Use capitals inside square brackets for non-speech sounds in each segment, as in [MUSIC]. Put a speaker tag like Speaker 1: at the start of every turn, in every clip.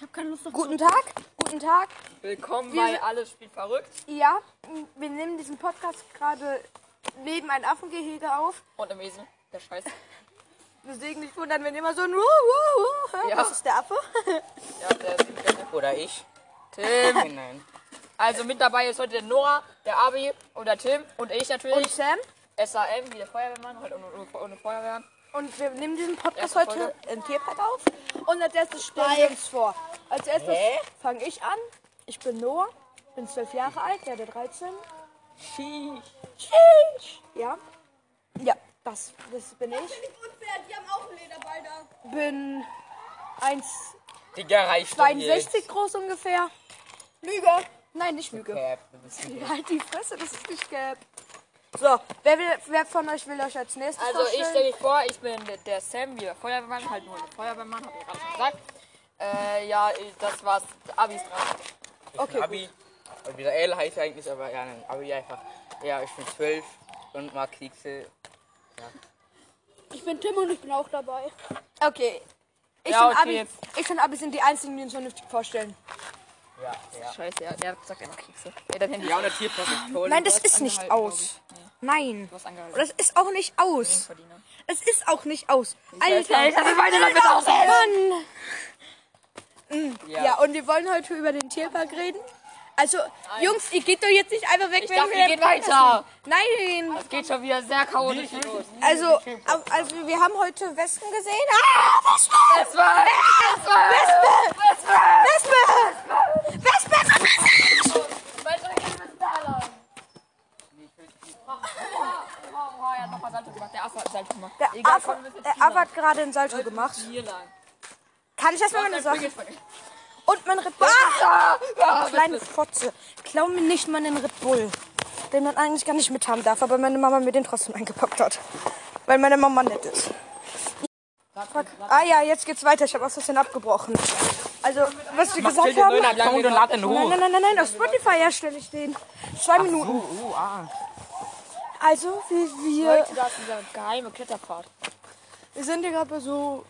Speaker 1: habe keine Lust auf
Speaker 2: Guten Tag, guten Tag.
Speaker 3: Willkommen
Speaker 2: Wir
Speaker 3: bei
Speaker 2: sind-
Speaker 3: Alles spielt verrückt
Speaker 2: Ja, wir nehmen diesen Podcast gerade neben einem Affengehege auf.
Speaker 3: und im Esel. Der Scheiß.
Speaker 2: Deswegen nicht wundern, wenn immer so ein Wuh, Wuh, Wuh hört.
Speaker 3: Ja.
Speaker 2: Das ist der Affe.
Speaker 3: Ja, der ist der
Speaker 4: Oder ich?
Speaker 3: Tim.
Speaker 4: Nein.
Speaker 3: Also mit dabei ist heute der Nora, der Abi und der Tim und ich
Speaker 2: Und
Speaker 3: natürlich.
Speaker 2: Sam.
Speaker 3: SAM, wie der Feuerwehrmann, heute ohne, ohne, ohne Feuerwehrmann.
Speaker 2: Und wir nehmen diesen Podcast
Speaker 3: Erste
Speaker 2: heute im Tierpark auf. Und als erstes stellen wir uns vor. Als erstes
Speaker 4: Hä?
Speaker 2: fange ich an. Ich bin Noah, bin zwölf Jahre alt, werde 13. Ja. Ja, das, das bin ich.
Speaker 1: unfair, die haben auch einen Lederball da.
Speaker 2: Bin 1,62
Speaker 4: Digga, reicht doch jetzt.
Speaker 2: groß ungefähr. Lüge. Nein, nicht Lüge.
Speaker 4: Ja, du bist ein-
Speaker 2: Halt die Fresse, das ist nicht gelb. So, wer, will, wer von euch will euch als nächstes
Speaker 3: Also ich
Speaker 2: vorstellen?
Speaker 3: stelle dich vor, ich bin der, der Sam, wie der Feuerwehrmann, halt nur der Feuerwehrmann, hab ich gerade schon gesagt. Äh, ja, ich- das war's. Abi ist dran.
Speaker 2: Okay,
Speaker 4: Abi. Und wieder L heißt eigentlich, aber ja, nein, Abi einfach. Ja, ich bin 12 und mag Kekse.
Speaker 1: Ich bin Tim und ich bin auch dabei.
Speaker 2: okay. Ich,
Speaker 3: Ja,
Speaker 2: und
Speaker 3: okay,
Speaker 2: Abi,
Speaker 3: jetzt.
Speaker 2: ich und Abi sind die einzigen, die uns vernünftig vorstellen.
Speaker 4: Ja, ja.
Speaker 3: Scheiße, ja, der sagt einfach Kekse. Ey, dein Handy.
Speaker 4: Ja, und der Tierpark ist toll.
Speaker 2: Nein, das
Speaker 3: hast
Speaker 2: ist nicht
Speaker 3: angehalten,
Speaker 2: aus. Nein.
Speaker 3: Du hast angehalten.
Speaker 2: Das ist auch nicht aus.
Speaker 3: Verdiener.
Speaker 2: Es ist auch nicht aus.
Speaker 3: Alter, ich hatte meine damit auch
Speaker 2: Mann.
Speaker 4: Ja.
Speaker 2: Ja, und wir wollen heute über den Tierpark reden. Also, Jungs, ihr geht doch jetzt nicht einfach weg,
Speaker 3: Ich dachte,
Speaker 2: wir
Speaker 3: ihr
Speaker 2: den
Speaker 3: geht
Speaker 2: Podcast
Speaker 3: weiter.
Speaker 2: machen. Nein,
Speaker 3: Das geht schon wieder sehr chaotisch los.
Speaker 2: also, au- also wir haben heute Wespen gesehen. Ah, Wespen!
Speaker 3: Das war, das war, das war,
Speaker 2: Wespe! Wespe!
Speaker 3: Der Affe hat Salz gemacht.
Speaker 2: Der
Speaker 3: Egal,
Speaker 2: Affe,
Speaker 3: komm, wir müssen
Speaker 2: der
Speaker 3: jetzt
Speaker 2: Affe hat gerade einen Salto gemacht.
Speaker 3: Hier lang.
Speaker 2: Kann ich erstmal meine Sachen. Und mein Red Bull.
Speaker 3: Ah, ah,
Speaker 2: Ah, kleine Fotze. Klau mir nicht meinen Red Bull. Den man eigentlich gar nicht mithaben darf, aber meine Mama mir den trotzdem eingepackt hat. Weil meine Mama nett ist. Fuck. Ah ja, jetzt geht's weiter. Ich habe aus Versehen abgebrochen. Also, was wir gesagt haben. Nein,
Speaker 4: Account und lad ihn hoch.
Speaker 2: nein, nein, nein, nein, auf Spotify erstelle ich den. Zwei Minuten.
Speaker 4: Uh, ah.
Speaker 2: Also, wir, wir,
Speaker 3: Leute, da ist dieser geheime Kletterpfad.
Speaker 2: wir sind hier gerade bei so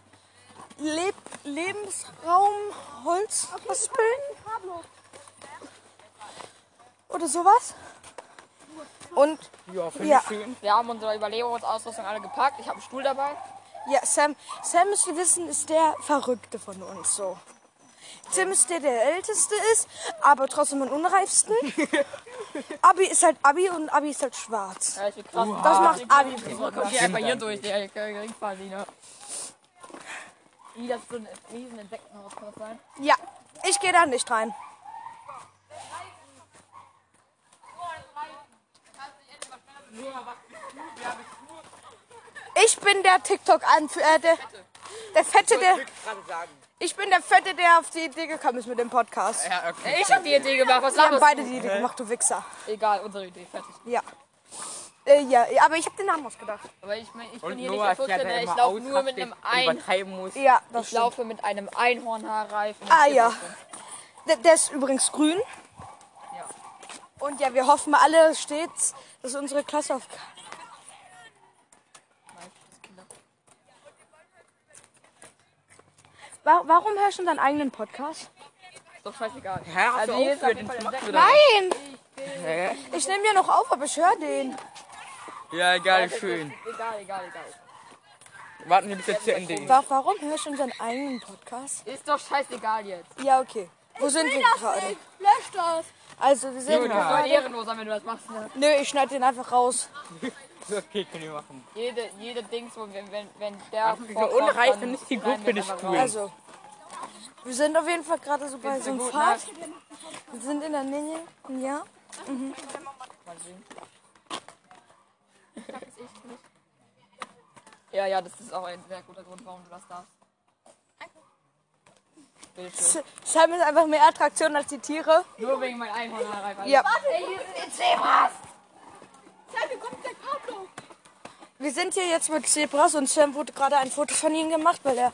Speaker 2: Leb Lebensraum, Holz, oder sowas. Und
Speaker 4: Ja, finde
Speaker 2: Ja.
Speaker 4: ich schön.
Speaker 3: Wir haben unsere Überlebungsausrüstung alle gepackt. Ich habe einen Stuhl dabei.
Speaker 2: Ja, Sam, Sam müsst ihr wissen, ist der Verrückte von uns so. Tim ist der, der Älteste ist, aber trotzdem am
Speaker 4: [LAUGHS]
Speaker 2: unreifsten. Abi ist halt Abi und Abi ist halt schwarz.
Speaker 3: Ja, ich bin krass.
Speaker 2: Das macht Abi.
Speaker 3: Komm, geh einfach hier durch, der Geringfahrsiener. Wie das ist so ein riesen Insektenhaus kann das sein?
Speaker 2: Ja, ich gehe da nicht rein. Ich bin der tiktok anführer äh, der, der Fette, der...
Speaker 4: gerade sagen.
Speaker 2: Ich bin der Fette, der auf die Idee gekommen ist mit dem Podcast.
Speaker 4: Ja, okay.
Speaker 3: Ich hab die Idee gemacht, was
Speaker 2: Wir haben
Speaker 3: laberst
Speaker 2: beide die Idee gemacht, du Wichser.
Speaker 3: du? Egal, unsere Idee, fertig.
Speaker 2: Ja. Äh, ja, ja, aber ich habe den Namen ausgedacht.
Speaker 3: Aber ich, mein, ich bin
Speaker 4: Und
Speaker 3: hier
Speaker 4: Noah
Speaker 3: nicht der
Speaker 4: erklärt
Speaker 3: Fuchs,
Speaker 4: ja
Speaker 3: der ich
Speaker 4: immer
Speaker 3: laufe nur mit
Speaker 4: ausrastet
Speaker 3: einem
Speaker 4: und
Speaker 3: Ein.
Speaker 4: übertreiben muss.
Speaker 2: Ja, das
Speaker 3: Ich
Speaker 2: stimmt.
Speaker 3: laufe mit einem Einhornhaarreif. und
Speaker 2: Ah,
Speaker 3: ich-
Speaker 2: ja. Der, der ist übrigens grün.
Speaker 3: Ja.
Speaker 2: Und ja, wir hoffen alle stets, dass unsere Klasse auf...
Speaker 3: Nein, das ist Kinder.
Speaker 2: Wa- Warum hörst du deinen eigenen Podcast?
Speaker 3: Ist doch scheißegal.
Speaker 4: Hä, hast
Speaker 3: Also
Speaker 4: du
Speaker 3: hier ist auf
Speaker 4: aufgehört,
Speaker 3: jeden
Speaker 4: den
Speaker 3: Fall
Speaker 4: zu
Speaker 3: Insekten.
Speaker 4: machen?
Speaker 2: Nein!
Speaker 4: Hä?
Speaker 2: Ich nehme ja noch auf, aber ich höre den.
Speaker 4: Ja, egal, schön.
Speaker 3: Egal, egal, egal.
Speaker 4: Warten wir bis jetzt zu Ende. ist.
Speaker 2: Wa warum hörst du unseren eigenen Podcast?
Speaker 3: Ist doch scheißegal jetzt.
Speaker 2: Ja, okay. Wo sind wir gerade?
Speaker 1: Lösch das.
Speaker 2: Also, wir sind
Speaker 4: Jona.
Speaker 3: Voll
Speaker 2: gerade...
Speaker 3: ehrenloser, wenn du das machst. Ne?
Speaker 2: Nö, ich schneide den einfach raus.
Speaker 4: Okay, können wir machen.
Speaker 3: Jede, jede Dings, wo wenn, wenn, wenn der
Speaker 4: ist
Speaker 3: vorkommt,
Speaker 4: unreif,
Speaker 3: dann
Speaker 4: wenn nicht die
Speaker 3: schneiden
Speaker 4: Gruppe
Speaker 3: wir
Speaker 4: nicht
Speaker 3: einfach
Speaker 4: cool.
Speaker 3: raus.
Speaker 2: Also, wir sind auf jeden Fall gerade so bei
Speaker 3: Geht's
Speaker 2: so einem
Speaker 3: dir gut,
Speaker 2: Pfad. Wir sind in der Nähe. Ja.
Speaker 3: Mal sehen. Ja, ja, das ist auch ein sehr guter Grund, warum du das darfst. Bitte schön.
Speaker 2: S- Sam ist einfach mehr Attraktion als die Tiere.
Speaker 3: Nur wegen meinem Einhornhaarreif. Alter.
Speaker 2: Ja.
Speaker 1: Sam, hier kommt der Pablo.
Speaker 2: Wir sind hier jetzt mit Zebras und Sam wurde gerade ein Foto von ihnen gemacht, weil er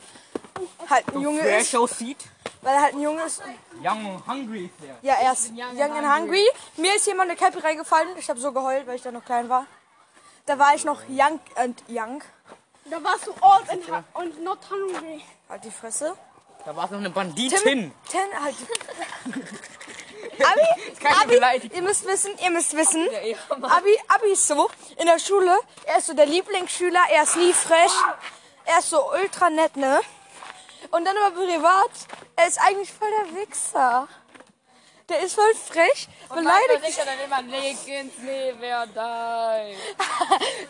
Speaker 2: halt ein Junge ist.
Speaker 4: aussieht.
Speaker 2: Weil er halt ein Junge ist.
Speaker 4: Young and hungry ist er.
Speaker 2: Ja, er ist
Speaker 3: young
Speaker 2: young
Speaker 3: and
Speaker 2: and hungry. Mir ist jemand eine Käppe reingefallen. Ich habe so geheult, weil ich da noch klein war. Da war ich noch young and young.
Speaker 1: Da warst du old and, hu- und not hungry.
Speaker 2: Halt die Fresse.
Speaker 4: Da war es noch eine Banditin.
Speaker 2: Ten, [LAUGHS] halt.
Speaker 4: Das kann ich nicht
Speaker 2: Abi,
Speaker 4: beleidigen.
Speaker 2: ihr müsst wissen, ihr müsst wissen.
Speaker 4: Ja, Mann.
Speaker 2: Abi, Abi ist so in der Schule. Er ist so der Lieblingsschüler. Er ist nie frech. Er ist so ultra nett, ne? Und dann aber privat. Er ist eigentlich voll der Wichser. Der ist voll frech.
Speaker 3: Leider
Speaker 2: Beleidigt.
Speaker 3: nicht, dann immer leg
Speaker 2: [LAUGHS]
Speaker 3: ins Neverdei.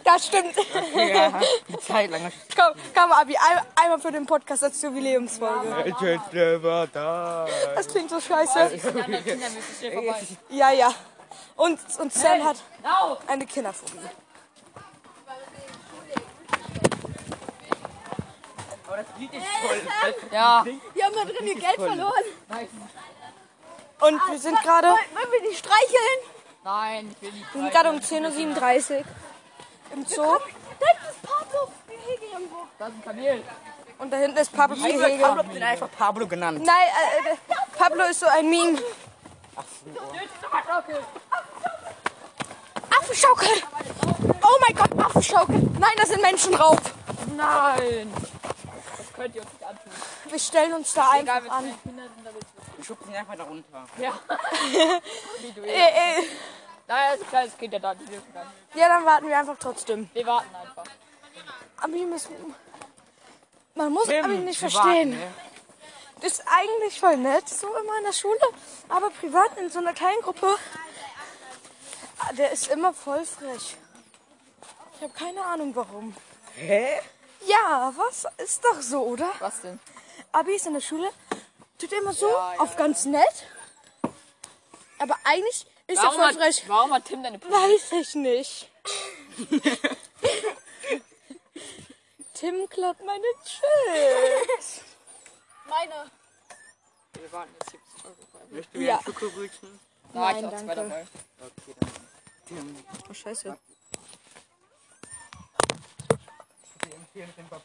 Speaker 2: Das stimmt. [LAUGHS]
Speaker 4: Ja, die Zeit lang.
Speaker 2: komm, komm, Abi. Ein, einmal für den Podcast als Jubiläumsfolge. Das klingt so scheiße.
Speaker 3: Die anderen Kinder müssen schnell vorbei.
Speaker 2: Ja, ja. Und, und Sam hat
Speaker 3: Au!
Speaker 2: eine Kinderphobie.
Speaker 4: Aber das Lied ist voll.
Speaker 3: Ja,
Speaker 1: Wir haben da drin ihr Geld verloren. Ah,
Speaker 2: Und wir sind gerade.
Speaker 1: Wollen wir die streicheln?
Speaker 3: nein, ich will nicht.
Speaker 2: Wir sind gerade um 10.37 Uhr im Zoo
Speaker 1: Das ist Pablo. Wir hegen irgendwo.
Speaker 3: Das ist ein Kamel.
Speaker 2: und da hinten ist Pablo
Speaker 4: Ich
Speaker 2: Pegel.
Speaker 4: Pablo den einfach Pablo genannt.
Speaker 2: Nein, äh, äh, Pablo ist so ein Meme. Affenschaukel! Oh mein Gott, Affenschaukel! Nein, das sind Menschen drauf.
Speaker 3: Nein! Das könnt ihr uns nicht antun.
Speaker 2: Wir stellen uns da
Speaker 3: Egal,
Speaker 2: einfach
Speaker 3: wenn
Speaker 2: an.
Speaker 3: es Kinder sind, damit wir.
Speaker 4: Ich schub den einfach da runter.
Speaker 2: Äh, äh,
Speaker 3: Naja, ist ein kleines Kind, der da die dürfen dann.
Speaker 2: ja, dann warten wir einfach trotzdem.
Speaker 3: Wir warten einfach.
Speaker 2: Abi müssen. Man muss
Speaker 4: Tim,
Speaker 2: Abi nicht
Speaker 4: wir
Speaker 2: verstehen.
Speaker 4: warten, ne?
Speaker 2: Das ist eigentlich voll nett, so immer in der Schule, aber privat in so einer kleinen Gruppe. ah, Der ist immer voll frech. Ich habe keine Ahnung warum.
Speaker 4: Hä?
Speaker 2: Ja, was? Ist doch so, oder?
Speaker 3: Was denn?
Speaker 2: Abi ist in der Schule, tut immer so auf ganz nett. Aber eigentlich ist er
Speaker 3: Warum
Speaker 2: voll
Speaker 3: hat,
Speaker 2: frech.
Speaker 3: warum hat Tim deine Puppe?
Speaker 2: Weiß ich nicht. Tim klaut meine Chips.
Speaker 1: Meine.
Speaker 3: Wir warten jetzt 70 Euro.
Speaker 4: Möchtest du wieder
Speaker 2: Ja.
Speaker 4: ein Schokobrötchen?
Speaker 3: Na, ich
Speaker 2: Nein,
Speaker 3: hab
Speaker 2: danke.
Speaker 3: zwei dabei.
Speaker 4: Okay, dann. Tim,
Speaker 2: Oh, scheiße.
Speaker 4: ich empfehle mit dem Bob.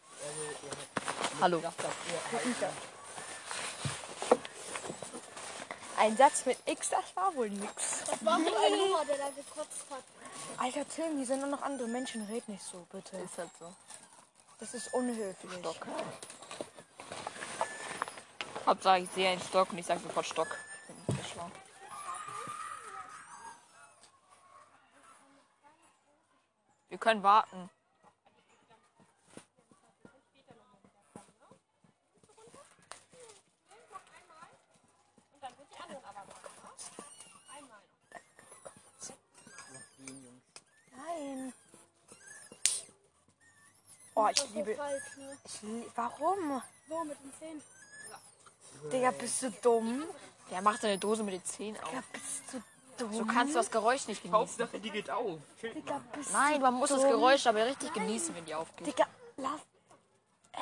Speaker 3: Hallo.
Speaker 2: Ein Satz mit X, das war wohl nix.
Speaker 1: Das war wohl ein Hummer, der da gekotzt hat.
Speaker 2: Alter Tim, hier sind nur noch andere Menschen. Red nicht so, bitte.
Speaker 3: Ist halt so.
Speaker 2: Das ist unhöflich.
Speaker 3: Hauptsache, ich sehe einen Stock und ich sage sofort Stock. Ich bin nicht so schlau. Wir können warten.
Speaker 2: Nein. Oh, ich liebe.
Speaker 1: Falsch, ne?
Speaker 2: Ich, lie- warum?
Speaker 1: So, mit den Zähnen.
Speaker 2: Digga, bist du dumm?
Speaker 3: Der macht seine Dose mit den Zähnen auf.
Speaker 2: Digga, bist du
Speaker 3: Du
Speaker 2: dumm?
Speaker 3: kannst das Geräusch nicht genießen.
Speaker 4: Hauptsache, die geht auf.
Speaker 2: Digga, bist
Speaker 3: Nein, man muss das Geräusch aber richtig genießen, wenn die
Speaker 2: du.
Speaker 3: aufgeht.
Speaker 2: Digga, lass.
Speaker 1: Ich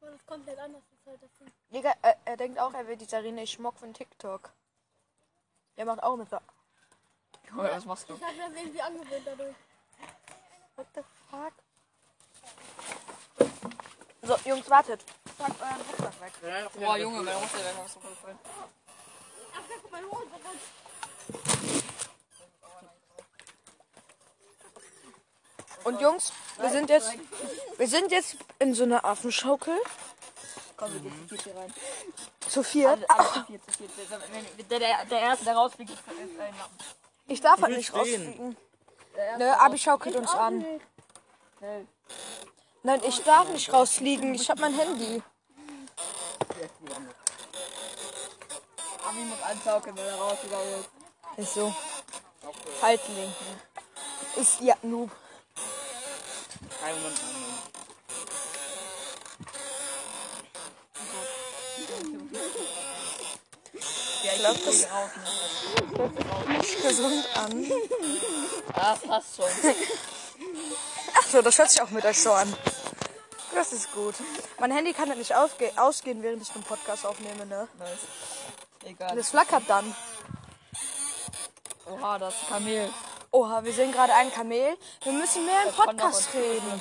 Speaker 1: meine, das ist komplett anders. Das ist halt das Ding.
Speaker 2: Digga, er, er denkt auch, er wird die Sarine Schmock von TikTok. Der macht auch mit. so-
Speaker 3: Junge, was machst du?
Speaker 1: Ich habe mir das irgendwie angewöhnt dadurch.
Speaker 2: What the fuck? So, Jungs, wartet. Packt euren Rucksack weg.
Speaker 3: Boah, Junge, meine Hose wäre so voll.
Speaker 1: Ach, da kommt mein Hund.
Speaker 2: Und Jungs, wir sind jetzt, wir sind jetzt in so einer Affenschaukel.
Speaker 3: Komm, wir gehen zu viert hier rein.
Speaker 2: Zu viert.
Speaker 3: Alle zu viert, zu viert. Der, der, der, der Erste, der rausfliegt, ist ist ein Lappen.
Speaker 2: Ich darf halt
Speaker 4: will
Speaker 2: nicht
Speaker 4: stehen.
Speaker 2: rausfliegen. Ne, Abi schaukelt uns an. Nein, ich darf nicht rausfliegen. Ich hab mein Handy.
Speaker 3: Ami muss anschaukeln, wenn er rausgegangen ist.
Speaker 2: Ist so. Haltling. Ist ja Noob.
Speaker 4: Ein Moment, ein Moment.
Speaker 3: Ja, ich glaube, das ist raus. ne?
Speaker 2: Nicht gesund an.
Speaker 3: Ah, passt schon.
Speaker 2: Ach so, das hört sich auch mit euch so an. Das ist gut. Mein Handy kann halt nicht aufge ausgehen, während ich den Podcast aufnehme, ne?
Speaker 3: Nice. Egal.
Speaker 2: Das flackert dann.
Speaker 3: Oha, das Kamel.
Speaker 2: Oha, wir sehen gerade einen Kamel. Wir müssen mehr im Podcast reden.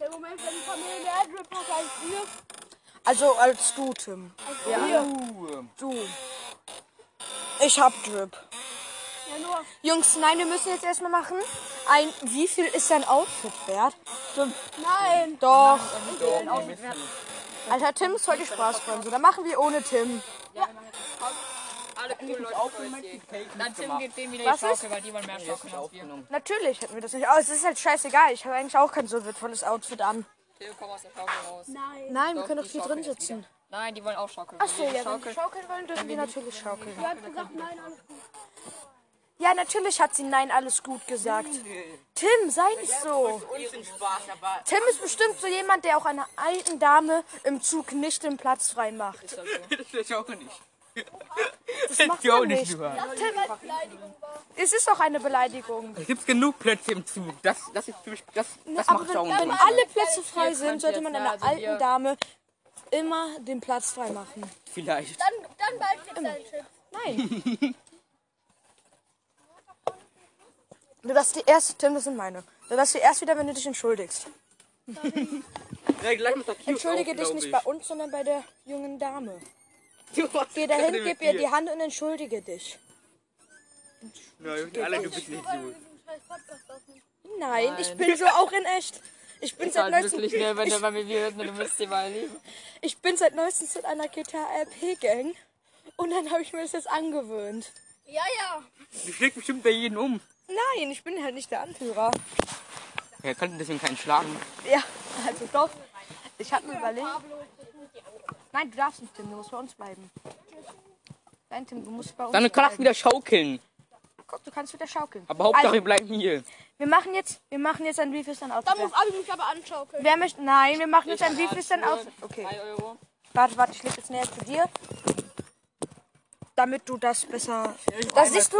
Speaker 1: Der Moment, wenn die Familie der Adrip hat, als ihr.
Speaker 2: Also als du, Tim.
Speaker 4: Uh,
Speaker 2: Du. Ich hab Drip.
Speaker 1: Ja, nur.
Speaker 2: Jungs, nein, wir müssen jetzt erstmal machen. ein, wie viel ist dein Outfit wert?
Speaker 1: Nein.
Speaker 2: Doch.
Speaker 4: Doch, ein bisschen.
Speaker 2: Alter, Tim soll die Spaß wollen. So, dann machen wir ohne Tim.
Speaker 3: Alle coolen Leute voll sehen. Dann Tim gibt dem wieder
Speaker 2: Was
Speaker 3: die
Speaker 2: ist?
Speaker 3: Schaukel, weil die wollen mehr
Speaker 4: Jetzt
Speaker 3: Schaukeln als
Speaker 4: nicht
Speaker 3: wir.
Speaker 4: aufgenommen.
Speaker 2: Natürlich hätten wir das nicht. Oh, es ist halt scheißegal. Ich habe eigentlich auch kein so wertvolles Outfit an.
Speaker 3: Tim, komm aus der Schaukel raus.
Speaker 1: Nein.
Speaker 2: Nein, wir
Speaker 3: Doch,
Speaker 2: können doch
Speaker 3: die
Speaker 2: hier
Speaker 3: schaukeln
Speaker 2: drin
Speaker 3: jetzt
Speaker 2: sitzen.
Speaker 3: wieder. Nein, die wollen auch schaukeln.
Speaker 2: Achso,
Speaker 3: Wir
Speaker 2: ja, wenn wir
Speaker 3: schaukeln.
Speaker 2: schaukeln wollen, dürfen wir natürlich schaukeln.
Speaker 1: Du hast gesagt, nein, alles gut.
Speaker 2: Ja, natürlich hat sie Nein alles gut gesagt. Tim, sei nicht so.
Speaker 4: Uns den Spaß, aber
Speaker 2: Tim ist bestimmt so jemand, der auch einer alten Dame im Zug nicht den Platz frei macht.
Speaker 4: [LAUGHS] ich auch nicht.
Speaker 2: Das macht
Speaker 4: Die auch
Speaker 2: man
Speaker 4: nicht
Speaker 2: nicht.
Speaker 4: gehört.
Speaker 2: Es ist auch eine Beleidigung.
Speaker 4: Es gibt genug Plätze im Zug. Das, das ist für mich, das, das
Speaker 2: Aber
Speaker 4: macht
Speaker 2: wenn,
Speaker 4: Schauen.
Speaker 2: wenn alle Plätze frei
Speaker 3: Hier
Speaker 2: sind,
Speaker 3: könnt
Speaker 2: sollte
Speaker 3: ihr
Speaker 2: man
Speaker 3: jetzt,
Speaker 2: einer
Speaker 3: also
Speaker 2: alten
Speaker 3: hier-
Speaker 2: Dame immer den Platz frei machen.
Speaker 4: Vielleicht.
Speaker 1: Dann, dann bald Pizza-Chip.
Speaker 2: Nein. Du darfst die erste, Tim, das sind meine. Du darfst die erst wieder, wenn du dich entschuldigst.
Speaker 4: Ja, gleich muss der Kiosk
Speaker 2: Entschuldige
Speaker 4: auf,
Speaker 2: dich
Speaker 4: glaub
Speaker 2: nicht
Speaker 4: ich.
Speaker 2: bei uns, sondern bei der jungen Dame.
Speaker 4: Du hast
Speaker 2: Geh dahin,
Speaker 4: keine
Speaker 2: gib ihr
Speaker 4: mit
Speaker 2: die Hand und entschuldige dich.
Speaker 4: Nein, alle, du bist nicht so.
Speaker 2: Nein, ich bin so auch in echt. Ich bin seit
Speaker 3: Halt
Speaker 2: neuestem,
Speaker 3: wirklich, ne, wenn du bei mir wirst, ne, du müsst sie mal lieben.
Speaker 2: ich bin seit neuestens in einer GTA RP Gang und dann habe ich mir das jetzt angewöhnt.
Speaker 1: Ja, ja.
Speaker 4: Die schlägt bestimmt bei jedem um.
Speaker 2: Nein, ich bin halt nicht der Anführer.
Speaker 4: Er kann deswegen keinen schlagen.
Speaker 2: Ja, also doch. Ich habe mir überlegt. Nein, du darfst nicht, Tim. Du musst bei uns bleiben. Nein, Tim, du musst bei uns
Speaker 4: Dann kann
Speaker 2: bleiben.
Speaker 4: er wieder schaukeln.
Speaker 2: Guck, du kannst wieder schaukeln.
Speaker 4: Aber Hauptsache,
Speaker 2: Also,
Speaker 4: wir bleiben hier.
Speaker 2: wir machen jetzt, wir machen jetzt ein Wie viel ist dein
Speaker 1: Dann
Speaker 2: Outfit?
Speaker 1: muss Abi mich aber anschaukeln.
Speaker 2: Wer möchte? Nein, wir machen jetzt ein Wie viel ist dein Outfit? Okay.
Speaker 3: 3 Euro.
Speaker 2: Warte, warte, ich lege jetzt näher zu dir. Damit du das besser. Das siehst du?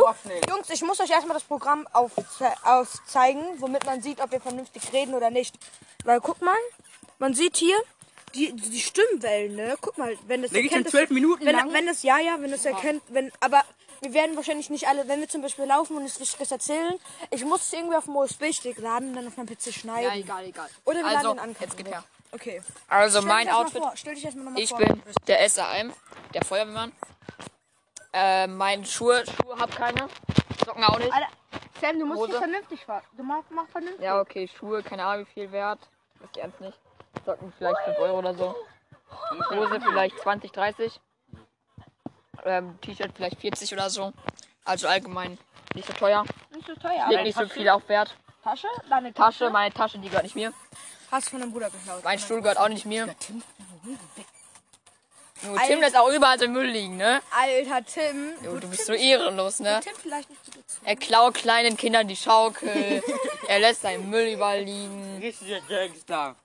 Speaker 2: Jungs, ich muss euch erstmal das Programm aufze aufzeigen, womit man sieht, ob wir vernünftig reden oder nicht. Weil guck mal, man sieht hier die, die Stimmwellen, ne? Guck mal, wenn das
Speaker 4: Leg ich
Speaker 2: erkennt, dass-
Speaker 4: in 12 Minuten
Speaker 2: wenn,
Speaker 4: lang?
Speaker 2: Wenn das ja, ja, wenn das erkennt, wenn. Aber wir werden wahrscheinlich nicht alle, wenn wir zum Beispiel laufen und es nicht das erzählen, ich muss es irgendwie auf dem USB-Stick laden und dann auf meinem PC schneiden.
Speaker 3: Ja, egal, egal.
Speaker 2: Oder wir
Speaker 3: also,
Speaker 2: laden den an.
Speaker 3: jetzt gib her.
Speaker 2: Okay.
Speaker 3: Also,
Speaker 2: Stell dich
Speaker 3: mein
Speaker 2: erst mal
Speaker 3: Outfit.
Speaker 2: Vor. Stell dich erstmal nochmal
Speaker 3: Ich
Speaker 2: vor.
Speaker 3: bin der SAM, der Feuerwehrmann. Äh, meine Schuhe, Schuhe hab keine. Socken auch nicht.
Speaker 2: Alter, Sam, du musst
Speaker 3: Hose.
Speaker 2: hier vernünftig fahren. Du mach, mach vernünftig.
Speaker 3: Ja, okay, Schuhe, keine Ahnung, wie viel wert. Wisst ihr ernst nicht. Socken vielleicht 5 Euro oder so. Hose vielleicht 20, 30. Ähm, T-Shirt vielleicht 40 oder so. Also allgemein nicht so teuer.
Speaker 2: Nicht so teuer.
Speaker 3: Leg nicht so viel auf Wert.
Speaker 2: Tasche? Deine
Speaker 3: Tasche, meine Tasche, die gehört nicht mir.
Speaker 2: Hast du von deinem Bruder geklaut.
Speaker 3: Mein Stuhl gehört auch nicht mir. Nur Tim lässt auch überall so Müll liegen, ne?
Speaker 2: Alter, Tim.
Speaker 3: Jo, du bist so ehrenlos, ne?
Speaker 2: Tim vielleicht nicht so gut.
Speaker 3: Er klaut kleinen Kindern die Schaukel. er lässt seinen Müll überall liegen.
Speaker 4: Richtiger Gangster.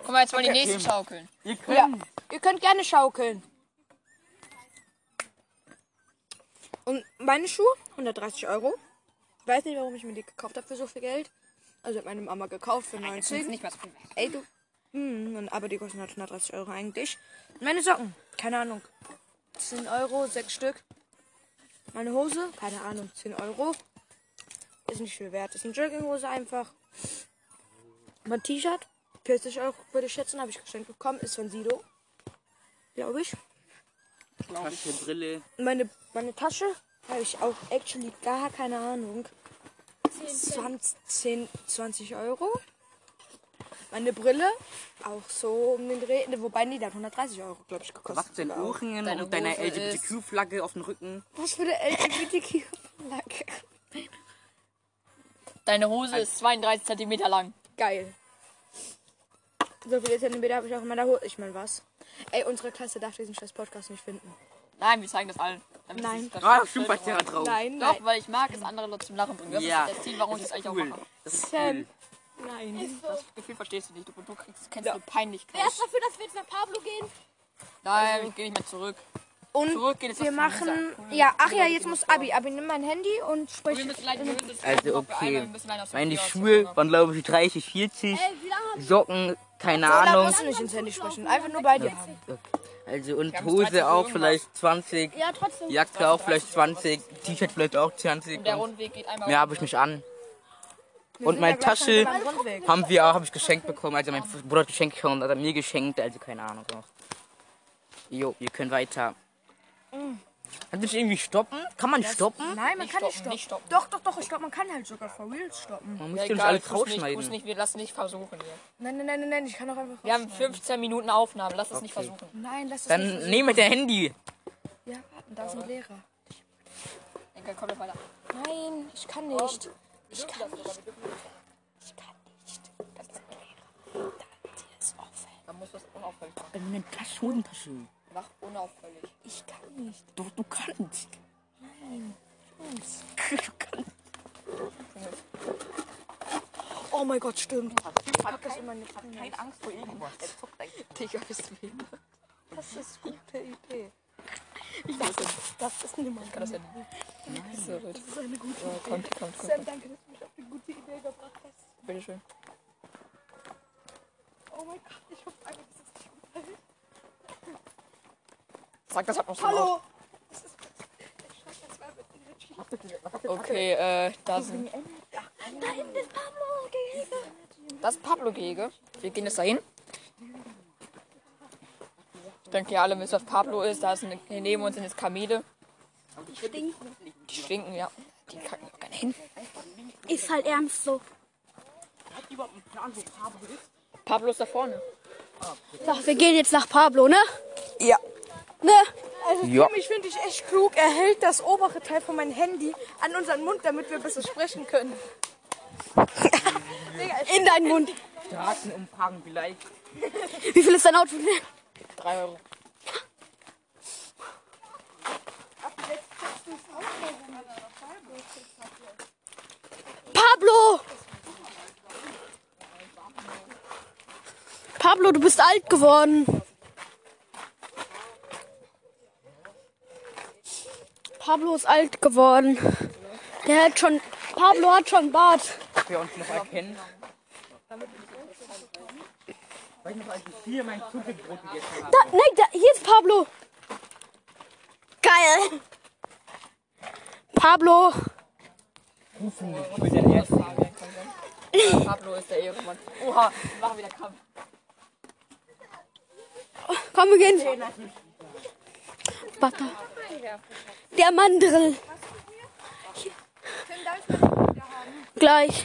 Speaker 3: Guck mal, jetzt wollen die nächsten schaukeln.
Speaker 4: Ihr könnt.
Speaker 2: Ihr könnt gerne schaukeln. Und meine Schuhe? 130 Euro. Ich weiß nicht, warum ich mir die gekauft habe für so viel Geld. Also hat meine Mama gekauft für 90.
Speaker 3: Nicht was für
Speaker 2: Ey, du. Hm, und- aber die kosten halt 130 Euro eigentlich. Meine Socken, keine Ahnung. 10 Euro, 6 Stück. Meine Hose, keine Ahnung, 10 Euro. Ist nicht viel wert. Ist eine Jogginghose einfach. Mein T-Shirt, 40 Euro würde ich schätzen, habe ich geschenkt bekommen. Ist von Sido. Glaube ich.
Speaker 4: Tasche, Brille.
Speaker 2: Meine, meine Tasche habe ich auch actually gar keine Ahnung. 20, 10, 20 Euro. Meine Brille auch so um den Dreh. ne, Wobei, nee, die hat 130 Euro, glaube ich, gekostet.
Speaker 4: Was denn Ohrringen
Speaker 3: Deine
Speaker 4: und deine
Speaker 3: Hose
Speaker 4: LGBTQ-Flagge auf dem Rücken?
Speaker 2: Was für eine LGBTQ-Flagge.
Speaker 3: Deine Hose ist 32 Zentimeter lang.
Speaker 2: Geil. So viele Zentimeter habe ich auch in meiner Hose. Ich meine, was? Ey, unsere Klasse darf diesen scheiß Podcast nicht finden.
Speaker 3: Nein, wir zeigen das allen. Damit
Speaker 2: Nein.
Speaker 3: sie- das
Speaker 4: Ah,
Speaker 3: steht
Speaker 4: stimmt, was
Speaker 3: drauf.
Speaker 4: der drauf.
Speaker 2: Nein,
Speaker 3: Doch,
Speaker 2: nein,
Speaker 3: weil ich mag es, andere Leute zum Lachen bringen. Das
Speaker 4: Ja.
Speaker 3: ist das Ziel, warum ich das eigentlich auch
Speaker 4: Cool.
Speaker 3: mache.
Speaker 4: Das ist
Speaker 2: Sam.
Speaker 4: cool.
Speaker 2: nein.
Speaker 3: Das Gefühl verstehst du nicht. Du, du kriegst, kennst nur Peinlichkeit.
Speaker 1: Wer ist dafür, dass wir jetzt nach Pablo gehen?
Speaker 3: Nein, ich geh nicht mehr zurück.
Speaker 2: Und
Speaker 3: Zurückgehen ist was
Speaker 2: wir
Speaker 3: zu
Speaker 2: machen.
Speaker 3: sagen.
Speaker 2: Ja, ach ja, jetzt muss Abi. Abi, nimm mein Handy und
Speaker 3: Wir
Speaker 2: sprich.
Speaker 3: müssen gleich die Hose
Speaker 4: Also,
Speaker 3: noch für
Speaker 4: okay.
Speaker 3: einmal, wir müssen leider aus dem
Speaker 4: Meine
Speaker 3: Video
Speaker 4: Schuhe
Speaker 3: aussuchen.
Speaker 4: waren, glaube ich, 30, 40.
Speaker 1: Ey, wie lange haben
Speaker 4: Socken, keine
Speaker 2: Oder
Speaker 4: Ahnung.
Speaker 2: musst du nicht ins Handy sprechen. Einfach nur bei dir.
Speaker 4: Also und
Speaker 3: haben es 13
Speaker 4: Hose auch
Speaker 3: irgendwas.
Speaker 4: vielleicht 20.
Speaker 1: Ja, trotzdem.
Speaker 4: Jacke auch vielleicht 20. T-Shirt vielleicht auch 20.
Speaker 3: Und der
Speaker 4: Und
Speaker 3: Rundweg geht einmal.
Speaker 4: mehr habe ich nicht an. Und meine Tasche haben wir auch, habe ich geschenkt bekommen. Also mein Bruder hat geschenkt bekommen und hat er mir geschenkt. Also keine Ahnung. Auch. Jo, ihr könnt weiter. Kann ich irgendwie stoppen? Kann man stoppen?
Speaker 2: Nein, man
Speaker 3: Nicht
Speaker 2: kann nicht
Speaker 3: stoppen,
Speaker 2: stoppen.
Speaker 3: nicht stoppen.
Speaker 2: Doch, doch, doch, ich glaube, man kann halt sogar for real stoppen.
Speaker 4: Man muss
Speaker 3: Ja,
Speaker 4: die uns
Speaker 3: egal,
Speaker 4: alle
Speaker 3: ich muss nicht, ich
Speaker 4: rausschneiden.
Speaker 3: muss nicht, wir lassen nicht versuchen hier.
Speaker 2: Nein, nein, nein, nein, nein, ich kann auch einfach.
Speaker 3: Wir haben
Speaker 2: rausschneiden.
Speaker 3: 15 Minuten Aufnahme, lass es nicht versuchen.
Speaker 2: Nein, lass es nicht.
Speaker 4: Dann
Speaker 2: versuchen.
Speaker 4: nehmen wir dein Handy.
Speaker 2: Ja, warten, da ist ein Lehrer.
Speaker 3: Enkel, komm doch weiter.
Speaker 2: Nein, ich kann nicht. Ich kann nicht. Ich kann nicht. Da ist ein Lehrer. Da, die ist offen.
Speaker 3: Dann musst du es unauffällig machen.
Speaker 4: Eine Tasche, Hosentasche.
Speaker 3: Mach unauffällig.
Speaker 2: Ich kann
Speaker 4: [LAUGHS]
Speaker 2: nicht.
Speaker 4: Doch, du kannst.
Speaker 2: Oh mein Gott, stimmt.
Speaker 3: Ich hab das immer nicht. Hat keine Angst vor irgendwas. Der zuckt eigentlich. Digga, bist du behindert?
Speaker 2: Das ist eine gute Idee.
Speaker 3: Ich weiß nicht.
Speaker 2: Das ist niemand.
Speaker 3: Ich kann das ja nicht. So, Leute.
Speaker 2: Das ist eine gute
Speaker 3: So,
Speaker 2: Idee.
Speaker 3: kommt, kommt, kommt.
Speaker 2: Sam, danke, dass du mich auf eine gute Idee gebracht hast.
Speaker 3: Bitteschön.
Speaker 2: Oh mein Gott, ich hab Angst, das ist nicht gut.
Speaker 3: Sag das hat noch so
Speaker 2: Hallo! Das ist ich schaff das mal mit Energy.
Speaker 3: Okay, äh, da sind.
Speaker 2: Nein, das Pablo, Gehege!
Speaker 3: Das ist Pablo-Gehege. Wir gehen jetzt dahin. Ich denke, ihr alle wisst, was Pablo ist. Da ist eine, hier neben uns sind jetzt Kamele. Die stinken. Die stinken, ja. Die kacken doch gerne hin.
Speaker 1: Ist halt ernst so.
Speaker 3: Pablo ist da vorne.
Speaker 1: So, wir gehen jetzt nach Pablo, ne?
Speaker 2: Ja.
Speaker 1: Ne?
Speaker 2: Also
Speaker 4: Ja.
Speaker 2: Tim, ich finde dich echt klug. Er hält das obere Teil von meinem Handy an unseren Mund, damit wir besser sprechen
Speaker 1: [LAUGHS]
Speaker 2: können.
Speaker 1: In deinen Mund.
Speaker 4: Straßen umfahren vielleicht.
Speaker 1: Wie viel ist dein Auto?
Speaker 3: 3 Euro.
Speaker 1: Pablo! Pablo, du bist alt geworden. Pablo ist alt geworden. Der hat schon. Pablo hat schon Bart.
Speaker 4: Ob wir uns noch erkennen. Weil ich noch als ich hier mein Zuckerbrot gegessen habe.
Speaker 1: Da, nein, da, hier ist Pablo. Geil. Pablo.
Speaker 4: Rufen wir für den ersten.
Speaker 3: Pablo ist der Ehemann. Oha, wir machen wieder Kampf.
Speaker 1: Komm, wir gehen. Warte. Der Mandrill. Gleich.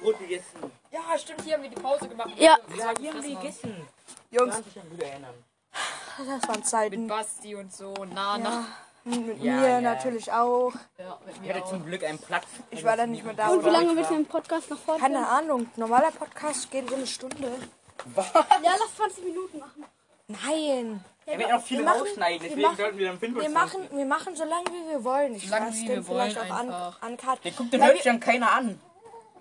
Speaker 4: Brot gegessen.
Speaker 3: Ja, stimmt, hier haben wir die Pause gemacht.
Speaker 1: Ja.
Speaker 4: Ja, hier haben wir gegessen.
Speaker 2: Jungs,
Speaker 4: Kannst du dich an gut erinnern.
Speaker 2: das waren Zeiten.
Speaker 3: Basti und so, Nana.
Speaker 2: Mit
Speaker 4: Ja,
Speaker 2: mir
Speaker 4: ja.
Speaker 2: natürlich auch.
Speaker 3: Ja, mit
Speaker 4: Ich
Speaker 3: mir
Speaker 4: hatte
Speaker 3: auch.
Speaker 4: zum Glück einen Platz.
Speaker 2: Ich war dann nicht mehr da.
Speaker 1: Und wie
Speaker 2: Oder?
Speaker 1: lange willst du den Podcast noch fortführen?
Speaker 2: Keine Ahnung. Normaler Podcast geht so eine Stunde.
Speaker 1: Ja, lass 20 Minuten machen.
Speaker 2: Nein.
Speaker 4: Wir werden auch viel
Speaker 2: Wir machen-
Speaker 4: rausschneiden,
Speaker 2: wir
Speaker 4: deswegen
Speaker 2: machen-
Speaker 4: sollten wir dann 25
Speaker 2: Wir machen, wir machen so lange, wie wir wollen. Ich
Speaker 3: Lange,
Speaker 2: lasse
Speaker 3: wie
Speaker 2: den
Speaker 3: wir wollen
Speaker 2: vielleicht auch an,
Speaker 3: einfach.
Speaker 2: ankart.
Speaker 4: Der guckt den hört sich dann keiner an.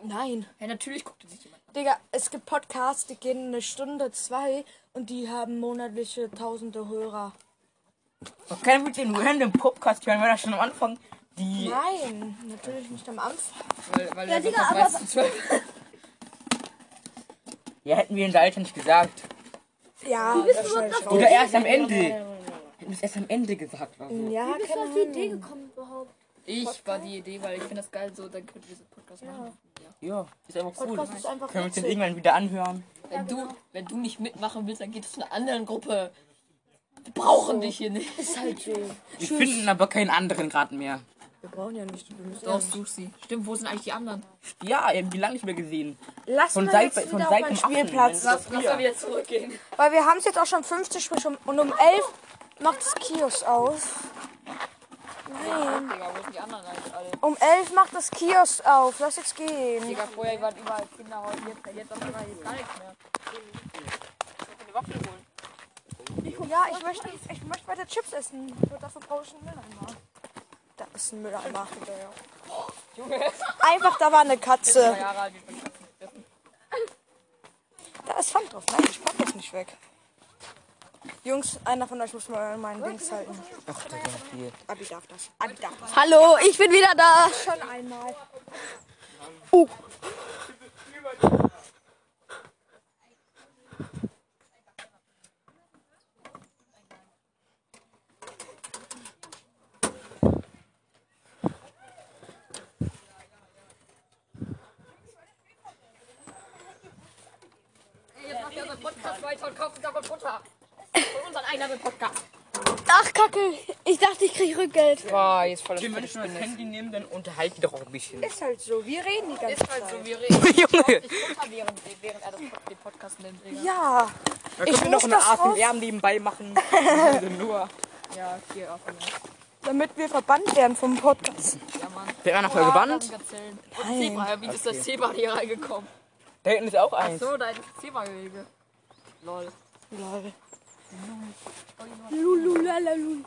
Speaker 2: Nein.
Speaker 3: Ja, natürlich guckte sich jemand.
Speaker 2: Digga, es gibt Podcasts, die gehen eine Stunde, zwei und die haben monatliche tausende Hörer.
Speaker 4: Und keiner will den random Podcast hören, wenn er schon am Anfang die.
Speaker 2: Nein, natürlich nicht am Anfang.
Speaker 3: Weil, weil ja,
Speaker 1: Digga, aber-
Speaker 4: Ja, hätten wir ihn da Alter nicht gesagt.
Speaker 2: Ja, wie bist du
Speaker 4: Oder erst am Ende. Hätten wir es erst am Ende gesagt. Also.
Speaker 2: Ja,
Speaker 1: Bist du auf die Idee gekommen überhaupt?
Speaker 3: Ich war die Idee, weil ich finde das geil so, dann könnten wir so einen Podcast machen.
Speaker 4: Ja, ist einfach cool.
Speaker 2: Podcast ist
Speaker 4: Können
Speaker 2: einfach
Speaker 4: wir uns den
Speaker 2: witzig.
Speaker 4: irgendwann wieder anhören?
Speaker 3: Wenn, du, wenn du nicht mitmachen willst, dann geht es zu einer anderen Gruppe. Wir brauchen dich hier nicht.
Speaker 2: ist halt so.
Speaker 4: Wir finden aber keinen anderen gerade mehr.
Speaker 2: Wir brauchen ja nicht. Wir müssen
Speaker 3: Doch, such sie. Stimmt, wo sind eigentlich die anderen?
Speaker 4: Ja, irgendwie lange nicht mehr gesehen.
Speaker 2: Lass
Speaker 4: Von
Speaker 2: mal
Speaker 4: seit-
Speaker 2: jetzt
Speaker 4: von
Speaker 2: wieder
Speaker 4: seit
Speaker 2: auf meinen
Speaker 4: dem Achten,
Speaker 2: Spielplatz.
Speaker 4: wenn
Speaker 3: Lass mal wieder zurückgehen.
Speaker 2: Weil wir haben es jetzt auch schon 50 sprich um, und um 11 macht das Kiosk auf. Nein.
Speaker 3: Digga, wo sind die anderen eigentlich alle?
Speaker 2: Um 11 macht das Kiosk auf. Lass jetzt gehen.
Speaker 3: Digga, vorher waren überall Kinder, heute jetzt, jetzt auf einmal jetzt gar nichts mehr.
Speaker 2: Ja, ich möchte, ich möchte weiter Chips essen. Nur dafür brauche ich einen Mülleimer. Da ist ein Mülleimer.
Speaker 3: Junge,
Speaker 2: [LAUGHS] Einfach, da war eine
Speaker 3: zwei
Speaker 2: Katze.
Speaker 3: Jahre alt, ich bin fast nicht gefressen.
Speaker 2: Da ist Pfand drauf. Nein, ich pack das nicht weg. Jungs, einer von euch muss mal meinen Dings halten. Abi darf das. Abi darf das.
Speaker 1: Hallo, ich bin wieder da.
Speaker 2: Schon einmal.
Speaker 1: Oh.
Speaker 3: Jetzt macht ihr unseren Podcast weiter und kauft uns davon Futter. Von unseren
Speaker 1: Ach, Kacke. Ich dachte, ich krieg Rückgeld.
Speaker 3: Boah, jetzt voll das
Speaker 4: Wenn wir
Speaker 3: Fett.
Speaker 4: schon das Handy nehmen, dann unterhalte dich doch auch ein [LAUGHS] bisschen.
Speaker 2: Ist halt so, wir reden die ganze
Speaker 3: halt
Speaker 2: Zeit.
Speaker 4: Junge!
Speaker 3: Während, während er das, den Podcast nimmt, Digga.
Speaker 2: Ja,
Speaker 4: Da
Speaker 2: Ich
Speaker 4: können wir noch
Speaker 2: muss
Speaker 4: eine
Speaker 2: das
Speaker 4: Art und
Speaker 2: raus-
Speaker 4: Lärm nebenbei [LAUGHS] machen. Nur.
Speaker 3: Ja, vier auf
Speaker 2: damit wir verbannt werden vom Podcast.
Speaker 4: Wird man nachher gebannt?
Speaker 3: Gazellen. Und Zebra, wie ist das Zebra hier reingekommen?
Speaker 4: Da hinten ist auch eins.
Speaker 3: So, da ist das Zebra-Gewebe. Lol.
Speaker 1: Lululalalul.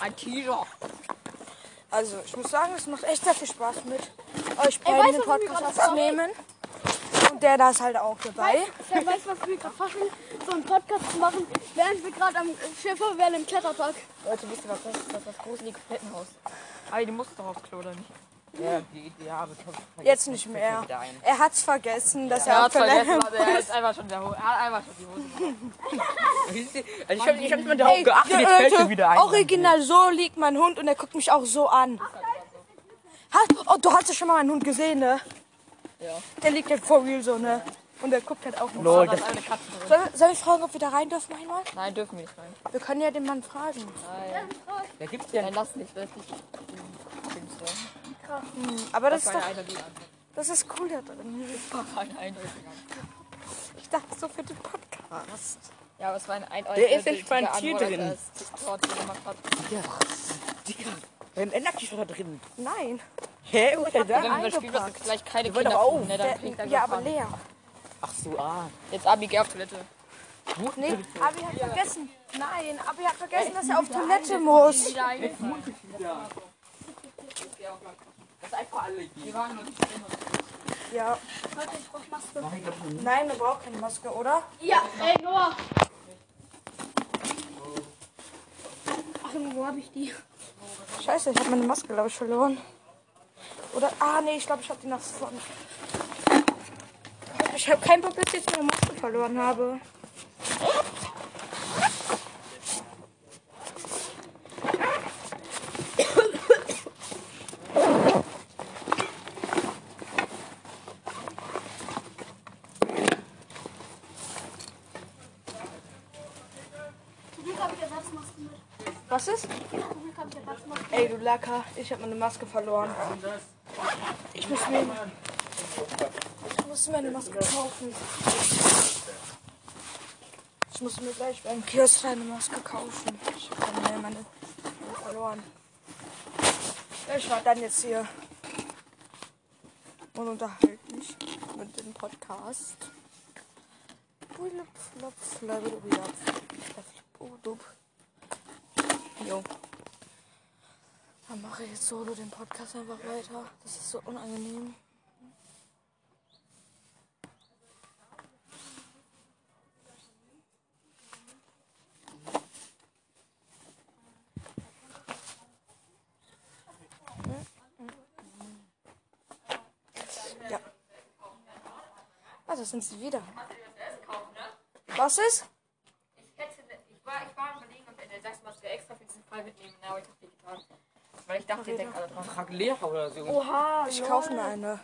Speaker 3: Ein Tiger.
Speaker 2: Also, ich muss sagen, es macht echt sehr viel Spaß mit euch
Speaker 1: weißt
Speaker 2: beiden
Speaker 1: du,
Speaker 2: den
Speaker 1: was mir
Speaker 2: Podcast
Speaker 1: gerade
Speaker 2: aufzunehmen. Und der da ist halt auch dabei.
Speaker 1: Wer weiß, was wir gerade vorstellen, so einen Podcast zu machen, während wir gerade am Schiffer wären im Kletterpark.
Speaker 3: Leute, wisst ihr was? Das ist das, das gruselige Fettenhaus. Ah, die musst doch aufs Klo, oder nicht?
Speaker 4: Ja, die- ja, aber ich hoffe, ich
Speaker 2: Jetzt nicht mehr.
Speaker 4: wieder [LAUGHS] ein.
Speaker 2: Er hat's vergessen, dass
Speaker 3: Er
Speaker 2: er
Speaker 3: hat
Speaker 2: auch verletzt
Speaker 3: vergessen, aber er ist einfach schon der Hose. Er hat einfach schon die Hose.
Speaker 4: Also ich hab, ich hab nicht mal darauf geachtet, jetzt fällt
Speaker 2: Leute,
Speaker 4: mir wieder ein.
Speaker 2: original so liegt mein Hund und er guckt mich auch so an. Hast, oh, du hast ja schon mal meinen Hund gesehen, ne?
Speaker 3: Ja.
Speaker 2: Der liegt halt for real so, ne? Und der guckt halt auch noch.
Speaker 4: Lol,
Speaker 3: Da
Speaker 4: das
Speaker 3: ist eine Katze drin.
Speaker 2: Soll, soll ich fragen, ob wir da rein dürfen einmal?
Speaker 3: Nein, dürfen wir nicht rein.
Speaker 2: Wir können ja den Mann fragen.
Speaker 4: da gibt's ja
Speaker 3: Nein, lass nicht. Das ist nicht. Schlimmste.
Speaker 2: Aber das,
Speaker 3: War
Speaker 2: ist
Speaker 3: eine
Speaker 2: doch,
Speaker 3: Einladung an.
Speaker 2: das ist cool da drin.
Speaker 3: War eine Einladung an.
Speaker 2: Ich dachte so für den Podcast.
Speaker 3: Ja, aber es war ein Einladung.
Speaker 4: Der ist echt beim Tier drin. Digga, da ist ein Nacktschiff da drin.
Speaker 2: Nein.
Speaker 4: Hä, was ist
Speaker 3: Wenn
Speaker 4: da?
Speaker 3: wir das Spiel was
Speaker 2: Eingepackt.
Speaker 3: gleich keine
Speaker 4: wollen
Speaker 3: Kinder
Speaker 4: doch auf.
Speaker 3: finden, ne, dann kriegt er
Speaker 2: Der, ja, aber
Speaker 3: gefahren.
Speaker 2: leer.
Speaker 4: Ach so, ah.
Speaker 3: Jetzt Abi, geh auf Toilette.
Speaker 2: Nee, Abi hat vergessen. Nein, Abi hat vergessen, dass er auf Toilette muss.
Speaker 3: Wieder eingefallen.
Speaker 4: Das ist einfach alle hier.
Speaker 2: Ja. Nein, wir brauchen keine Maske, oder?
Speaker 1: Ja, ey Noah. Ach, wo habe ich die?
Speaker 2: Scheiße, ich habe meine Maske, glaube ich, verloren. Oder, ah nee, ich glaube, ich habe die nach vorne. Ich habe keinen Bock, dass ich jetzt meine Maske verloren habe.
Speaker 1: Zum Glück habe ich Ersatzmasken mit.
Speaker 2: Was ist?
Speaker 1: Zum Glück habe ich Ersatzmasken.
Speaker 2: Ey, du Lacker, ich habe meine Maske verloren. Ich muss mir... Ich muss meine Maske kaufen. Ich muss mir gleich beim Kiosk eine Maske kaufen. Ich habe meine, meine verloren. Ich war dann jetzt hier und unterhalte mich mit dem Podcast. Builup, flop, flop, flop, flop, flop. Jo. Dann mache ich jetzt solo den Podcast einfach weiter. Das ist so unangenehm. Ja. Ah, da sind sie wieder. Was ist?
Speaker 3: Ich war, ich war überlegen, ob er in der Sachsmaske extra für diesen Fall mitnehmen, aber ich hab's nicht getan. Weil ich dachte, ihr denkt alle dran.
Speaker 4: Frag Lehrer oder so.
Speaker 2: Ich kaufe mir eine.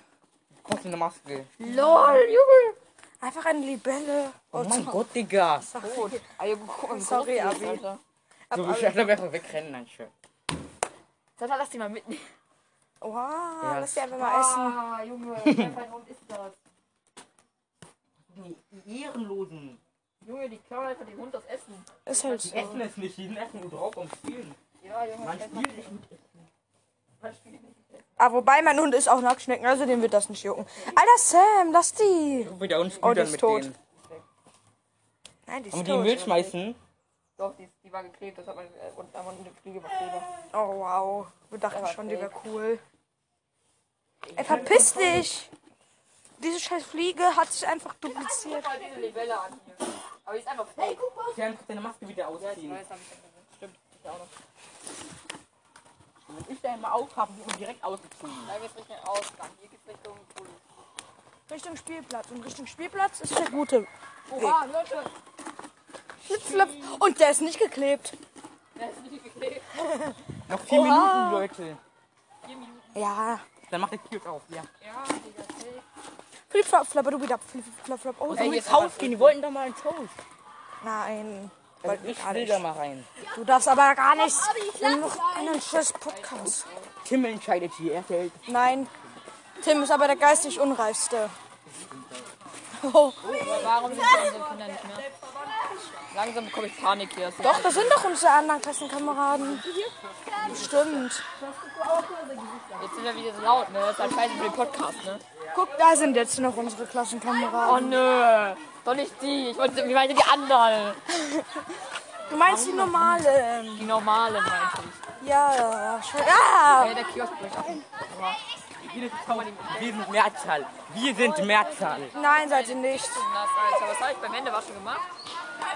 Speaker 4: Brauchst du eine Maske?
Speaker 2: Einfach eine Libelle.
Speaker 4: Oh mein Gott, Digga. So,
Speaker 3: Ey, guck mal, wie
Speaker 2: Sorry,
Speaker 3: groß die ist,
Speaker 2: Abi.
Speaker 3: Alter.
Speaker 4: ich werde einfach wegrennen, dann schön.
Speaker 3: Sag mal, lass die mal mitnehmen.
Speaker 2: Oha,
Speaker 4: Ja,
Speaker 2: lass sie einfach mal essen.
Speaker 3: Ah, Junge, was ist das?
Speaker 4: Die Ehrenlosen.
Speaker 3: Junge, die klauen einfach den Hund das Essen.
Speaker 2: Ist halt
Speaker 4: Die
Speaker 2: so.
Speaker 4: essen es nicht, die essen nur drauf am Spielen.
Speaker 3: Ja, Junge,
Speaker 4: Man
Speaker 3: ich weiß
Speaker 4: spielt nicht mit
Speaker 3: was spielt nicht.
Speaker 2: Ah, wobei mein Hund ist auch Nacktschnecken, also den wird das nicht jucken. Alter Sam, lass die.
Speaker 4: wieder und
Speaker 2: Oh,
Speaker 4: spielt
Speaker 2: die
Speaker 4: dann
Speaker 2: ist
Speaker 4: mit
Speaker 2: tot.
Speaker 4: denen.
Speaker 2: Nein, die ist
Speaker 4: Und die Müll schmeißen.
Speaker 3: Doch, die, ist- die war geklebt, das hat man, äh, und am Ende Fliege war Kleber.
Speaker 2: Oh wow, wir dachten schon, die wäre cool. Ey, verpiss dich! Diese scheiß Fliege hat sich einfach dupliziert.
Speaker 3: Guck mal diese Libelle an hier. Aber die ist einfach fake.
Speaker 4: Sie haben deine Maske wieder ausziehen.
Speaker 3: Weiß, hab ich schon gesehen. Stimmt, ich auch noch.
Speaker 4: Wenn ich da immer aufhabe, die immer direkt ausgezogen.
Speaker 3: Da geht's Richtung Ausgang. Hier geht's Richtung Pool.
Speaker 2: Richtung Spielplatz. Und Richtung Spielplatz ist der gute.
Speaker 3: Oha, Leute!
Speaker 2: Flipflop. Und der ist nicht geklebt.
Speaker 3: Der ist nicht geklebt.
Speaker 4: Noch vier Minuten, Leute.
Speaker 2: Ja,
Speaker 4: Dann mach den Kiel auf. Ja.
Speaker 2: Flip, flop, flabberdu, wieder. Flip, flop, flop. Oh, so.
Speaker 4: jetzt rausgehen, die wollten da mal ins Haus.
Speaker 2: Nein.
Speaker 4: Also ich will da mal rein.
Speaker 2: Du darfst aber gar nichts. Wir haben noch einen scheiß Podcast.
Speaker 4: Tim entscheidet hier, er fällt.
Speaker 2: Nein. Tim ist aber der geistig Unreifste. Oh,
Speaker 3: [LAUGHS] Warum sind unsere Kinder nicht mehr? Langsam bekomme ich Panik hier. Das ist-
Speaker 2: doch, das sind doch unsere anderen Klassenkameraden. Stimmt.
Speaker 3: Jetzt sind wir wieder so laut, ne? Das ist halt scheiße für den Podcast, ne?
Speaker 2: Guck, da sind jetzt noch unsere Klassenkameraden.
Speaker 3: Oh nö. Doch nicht die. Ich wollte, wie meinte die anderen?
Speaker 2: Du meinst die normalen?
Speaker 3: Die normalen meinte ich.
Speaker 2: Ja, schon. Ah!
Speaker 3: Ja, der Kiosk bricht ab.
Speaker 4: Wir sind Mehrzahl. Wir sind Mehrzahl.
Speaker 2: Nein, seid ihr nicht.
Speaker 3: Das, Alter, was habe ich beim Händewaschen gemacht?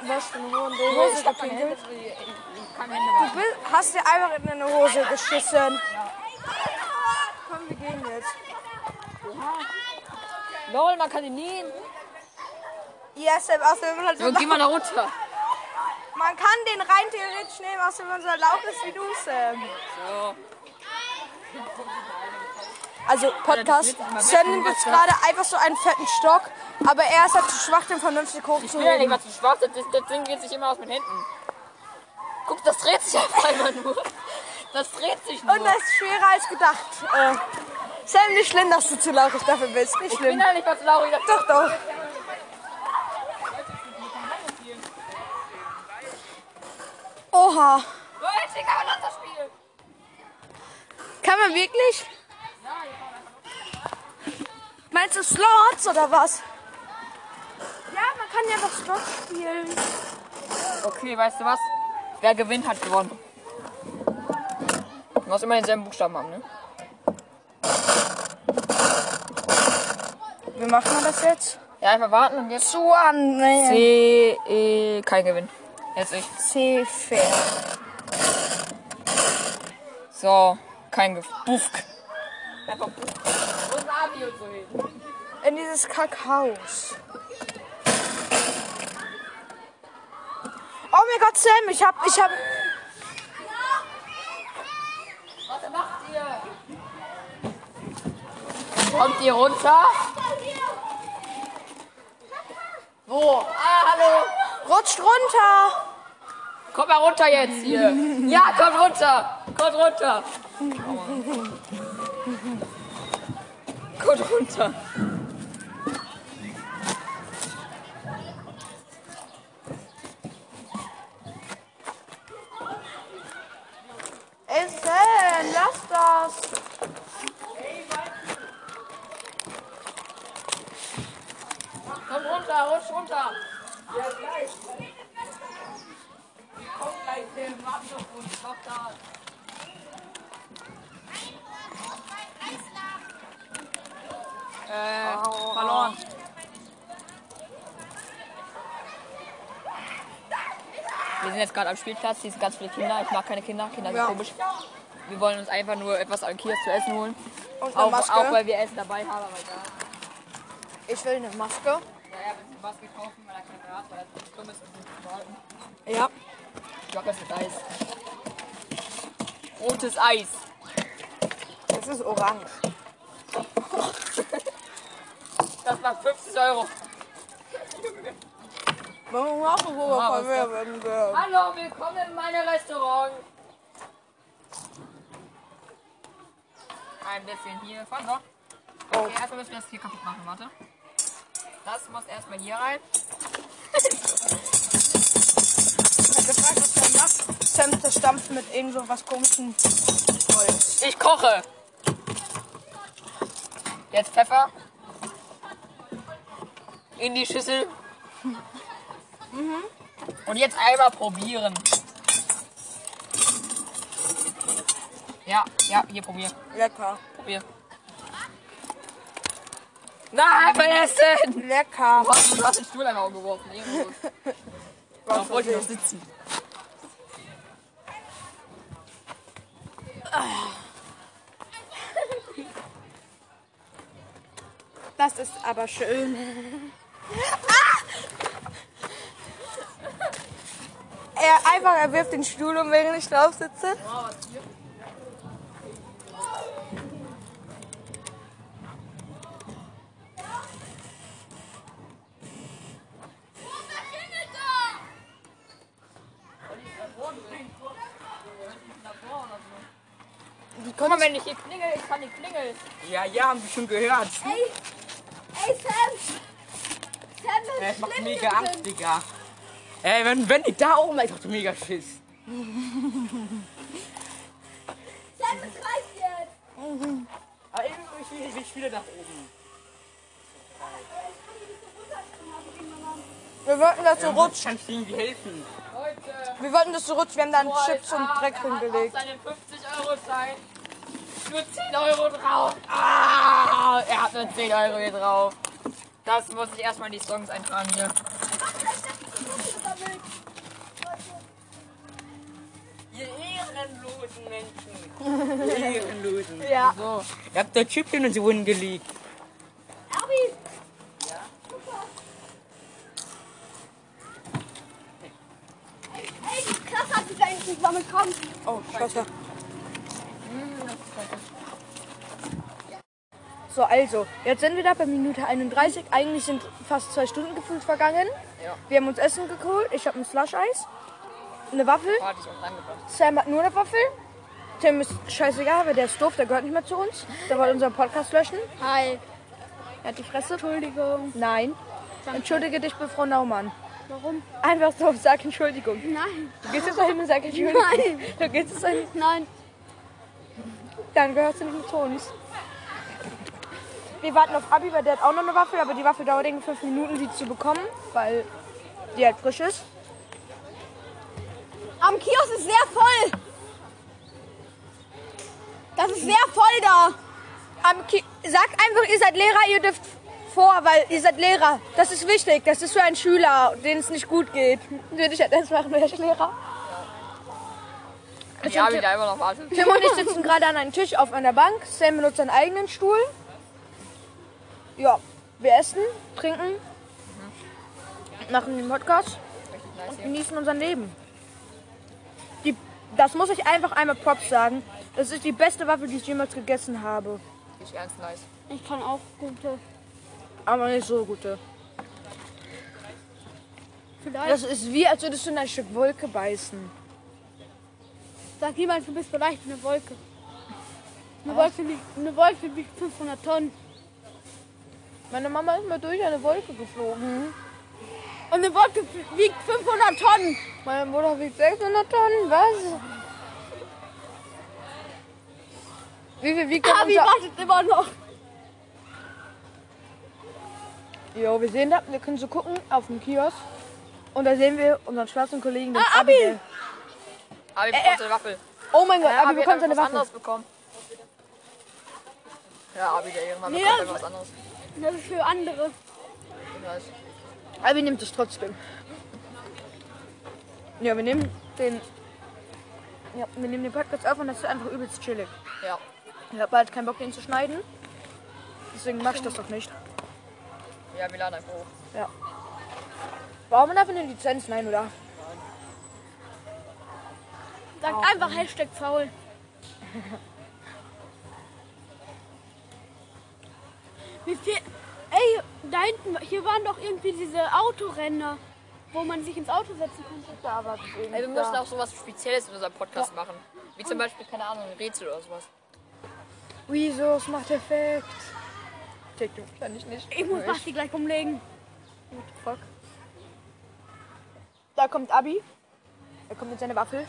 Speaker 2: Was für eine Hunde? Hose gepinkelt.
Speaker 3: Ich kann Händewaschen.
Speaker 2: Du bist- hast dir einfach in deine Hose geschissen. Komm, wir gehen jetzt.
Speaker 3: Lol, man kann ihn nähen.
Speaker 2: Ja, Sam, außerdem man,
Speaker 3: So, geh mal da runter.
Speaker 2: man kann den rein theoretisch nehmen, außerdem man so erlaubt ist wie ähm. du, Sam.
Speaker 3: So.
Speaker 2: Also Podcast, Sam nimmt jetzt gerade einfach so einen fetten Stock, aber er ist halt zu schwach, den vernünftig
Speaker 3: Ich bin ja
Speaker 2: hochzuheben.
Speaker 3: nicht mal zu schwach, das, das Ding geht sich immer aus mit Händen. Guck, das dreht sich auf einmal nur. Das dreht sich nur.
Speaker 2: Und das ist schwerer als gedacht. Äh, Sam, nicht schlimm, dass du zu laurig dafür bist. Nicht
Speaker 3: ich bin
Speaker 2: schlimm.
Speaker 3: ja nicht mal zu laut.
Speaker 2: Doch, doch. Oha.
Speaker 3: Leute, ich kann das Spiel.
Speaker 2: Kann man wirklich? Meinst du Slots oder was? Ja, man kann ja doch Slots spielen.
Speaker 3: Okay, weißt du was? Wer gewinnt, hat gewonnen. Du musst immer denselben Buchstaben haben, ne?
Speaker 2: Wie machen wir das jetzt?
Speaker 3: Ja, einfach warten und jetzt.
Speaker 2: Zu an nee.
Speaker 3: C, E, kein Gewinn. Jetzt ich.
Speaker 2: C fair.
Speaker 3: So, kein Gewinn. Bufk. Einfach Bufk. Und Abi und so hin.
Speaker 2: In dieses Kackhaus. Oh mein Gott, Sam, ich hab, ich hab,
Speaker 3: Was macht ihr? Kommt ihr runter? Wo? Ah, hallo.
Speaker 2: rutscht runter.
Speaker 3: Kommt mal runter jetzt hier. Ja, kommt runter. Kommt runter. Kommt runter.
Speaker 2: Ey, Sam, lass das.
Speaker 3: Kommt runter, rutsch runter. Kommt gleich, Tim. Warte auf uns. Mach da. Äh, verloren. Wir sind jetzt gerade am Spielplatz, hier sind ganz viele Kinder. Ich mag keine Kinder, Kinder sind komisch. Wir wollen uns einfach nur etwas an Kiosk zu essen holen.
Speaker 2: Und eine
Speaker 3: Auch,
Speaker 2: Maske.
Speaker 3: auch weil wir Essen dabei haben, aber egal.
Speaker 2: ich will eine Maske.
Speaker 3: Naja, wenn sie was gekaufen, weil er keine mehr hat, weil er dumm ist und nicht warten.
Speaker 2: Ja.
Speaker 3: Ich glaube, das mit Eis. Rotes Eis.
Speaker 2: Das ist orange.
Speaker 3: Das macht 50 Euro.
Speaker 2: Wollen wir mal gucken, wo wir
Speaker 3: Mach was,
Speaker 2: von mir werden wir.
Speaker 3: Hallo, willkommen in meinem Restaurant. Ein bisschen hier von noch. Okay, erstmal müssen wir das hier kaputt machen, warte. Das muss erstmal hier rein.
Speaker 2: Ich hab gefragt, was Sam macht. Sam zerstampft mit irgend so was komischem Holz.
Speaker 3: Ich koche. Jetzt Pfeffer. In die Schüssel. Und jetzt einmal probieren. Ja, ja, hier probier.
Speaker 2: Lecker.
Speaker 3: Probier. Nein, mein Essen!
Speaker 2: Lecker.
Speaker 3: Du hast, du hast den Stuhl einmal umgeworfen. ehrenlos. Darauf wollte ich noch sitzen.
Speaker 2: Das ist aber schön. Ah! Er einfach, er wirft den Stuhl um, während ich drauf sitze.
Speaker 3: Guck mal, wenn ich hier klingel, ich kann nicht klingeln.
Speaker 4: Ja, ja, haben wir schon gehört.
Speaker 5: Ey, ey Sam! Sam ist
Speaker 4: Das macht
Speaker 5: schlimm
Speaker 4: mega
Speaker 5: hier
Speaker 4: Angst,
Speaker 5: drin.
Speaker 4: Digga. Ey, wenn, wenn die da oben, ich dachte mega Schiss.
Speaker 5: Sam, es reicht jetzt!
Speaker 4: Aber irgendwie will ich wieder nach oben.
Speaker 2: Wir wollten das so rutschen.
Speaker 4: Kannst du irgendwie helfen?
Speaker 2: Wir wollten das so rutschen. Wir haben da einen Chip zum Dreck hingelegt.
Speaker 3: seinen 50 Euro Schein. Nur 10 Euro drauf. Ah, er hat nur 10 Euro hier drauf. Das muss ich erstmal in die Songs eintragen hier. Ihr ehrenlosen Menschen.
Speaker 4: Ehrenlosen.
Speaker 3: Ja. So.
Speaker 4: Ihr habt der Chip hin und sie wurden gelegt.
Speaker 5: Erwin! Ja? Ey, die Klasse hat sich eigentlich nicht damit kommen.
Speaker 2: Oh, scheiße. So, also, jetzt sind wir da bei Minute 31. Eigentlich sind fast zwei Stunden gefühlt vergangen.
Speaker 3: Ja.
Speaker 2: Wir haben uns Essen geholt. Ich habe ein Slush-Eis, eine Waffel.
Speaker 3: Warte, ich hab's angebracht.
Speaker 2: Sam hat nur eine Waffel. Tim ist scheißegal, aber der ist doof, der gehört nicht mehr zu uns. Der wollte unseren Podcast löschen.
Speaker 1: Hi.
Speaker 2: Er hat die Fresse.
Speaker 1: Entschuldigung.
Speaker 2: Nein. Entschuldige dich bei Frau Naumann.
Speaker 1: Warum?
Speaker 2: Einfach so, sag Entschuldigung.
Speaker 1: Nein.
Speaker 2: Du gehst jetzt dahin und sag Entschuldigung.
Speaker 1: Nein.
Speaker 2: Du gehst jetzt dahin,
Speaker 1: Nein.
Speaker 2: dann gehörst du nicht mehr zu uns. Wir warten auf Abi, weil der hat auch noch eine Waffel, aber die Waffel dauert irgendwie fünf Minuten, die zu bekommen, weil die halt frisch ist.
Speaker 5: Am Kiosk ist sehr voll! Das ist sehr voll da!
Speaker 2: Am Ki Sag einfach, ihr seid Lehrer, ihr dürft vor, weil ihr seid Lehrer. Das ist wichtig. Das ist für einen Schüler, den es nicht gut geht. Würde ich halt das machen, wäre ich Lehrer.
Speaker 3: Ich habe wieder immer noch wartet.
Speaker 2: Tim und ich sitzen gerade an einem Tisch auf einer Bank. Sam benutzt seinen eigenen Stuhl. Ja, wir essen, trinken, machen den Podcast und genießen unser Leben. Die, das muss ich einfach einmal Props sagen. Das ist die beste Waffe, die ich jemals gegessen habe.
Speaker 3: Ich ernst nice.
Speaker 1: Ich kann auch gute.
Speaker 2: Aber nicht so gute.
Speaker 1: Vielleicht.
Speaker 2: Das ist wie, als würdest du in ein Stück Wolke beißen.
Speaker 1: Sag niemand, du bist vielleicht eine Wolke. Eine Wolke, wiegt, eine Wolke wiegt 500 Tonnen.
Speaker 2: Meine Mama ist mal durch eine Wolke geflogen.
Speaker 1: Mhm. Und eine Wolke wiegt 500 Tonnen.
Speaker 2: Meine Mutter wiegt 600 Tonnen, was? Wie viel wiegt denn
Speaker 1: Abi
Speaker 2: unser...
Speaker 1: wartet immer noch.
Speaker 2: Jo, wir sehen da, wir können so gucken auf dem Kiosk. Und da sehen wir unseren schwarzen Kollegen, den
Speaker 1: Ah, Abi! Äh,
Speaker 2: Abigail.
Speaker 3: Aber ich bekomme seine Waffel.
Speaker 2: Oh mein Gott, Äh, Abi
Speaker 3: Abi
Speaker 2: bekommt
Speaker 3: hat
Speaker 2: seine
Speaker 3: was
Speaker 2: Waffe.
Speaker 3: anderes bekommen. Ja, Abi, der Ehrenmann
Speaker 1: Nee,
Speaker 3: bekommt
Speaker 1: das-
Speaker 3: irgendwas anderes.
Speaker 1: Das ist für andere.
Speaker 3: Ich weiß.
Speaker 2: Abi nimmt es trotzdem. Ja, wir nehmen den... Ja, wir nehmen den Podcast auf und das ist einfach übelst chillig.
Speaker 3: Ja.
Speaker 2: Ich habe halt keinen Bock, den zu schneiden. Deswegen mache ich das doch nicht.
Speaker 3: Ja, wir laden einfach hoch.
Speaker 2: Brauchen wir dafür eine Lizenz? Nein, oder?
Speaker 1: Sag einfach Hashtag [LAUGHS] faul. Wie viel. Ey, da hinten, hier waren doch irgendwie diese Autoränder, wo man sich ins Auto setzen konnte. Da war
Speaker 3: Ey, wir müssen auch sowas Spezielles in unserem Podcast machen. Wie zum Beispiel, keine Ahnung, ein Rätsel oder sowas.
Speaker 2: Wiesos macht Effekt. TikTok kann ich nicht.
Speaker 1: Ich muss Basti gleich umlegen.
Speaker 2: Fuck. Da kommt Abi. Er kommt mit seiner Waffel.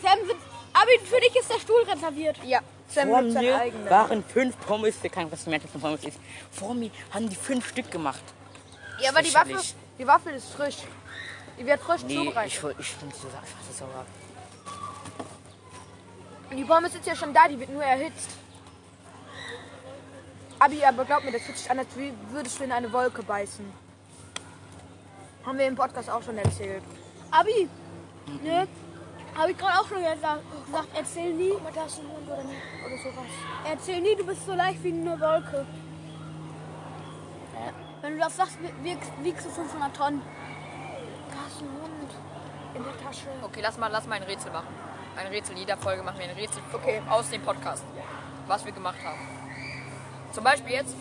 Speaker 1: Sam sitzt. Abi, für dich ist der Stuhl reserviert.
Speaker 2: Ja. Sam
Speaker 4: Vor
Speaker 2: nimmt seinen
Speaker 4: mir
Speaker 2: eigenen.
Speaker 4: waren fünf Pommes, wir kein was mehr von Pommes ist. Vor mir haben die fünf Stück gemacht.
Speaker 2: Ja, aber die
Speaker 4: Sicherlich.
Speaker 2: Waffel, die Waffel ist frisch. Die wird frisch
Speaker 4: Nee,
Speaker 2: zubereitet.
Speaker 4: ich, hol- ich bin so ich war so sauer.
Speaker 2: Die Pommes ist ja schon da, die wird nur erhitzt. Abi, aber glaub mir, das fühlt sich an, als wie- würdest du in eine Wolke beißen. Haben wir im Podcast auch schon erzählt.
Speaker 1: Abi, ne? Habe ich gerade auch schon gesagt. gesagt, Erzähl nie. Erzähl nie, du bist so leicht wie eine Wolke. Wenn du das sagst, wiegst, wiegst du 500 Tonnen.
Speaker 3: Okay, lass mal, lass mal ein Rätsel machen. Ein Rätsel, in jeder Folge machen wir ein Rätsel aus dem Podcast. Was wir gemacht haben. Zum Beispiel jetzt,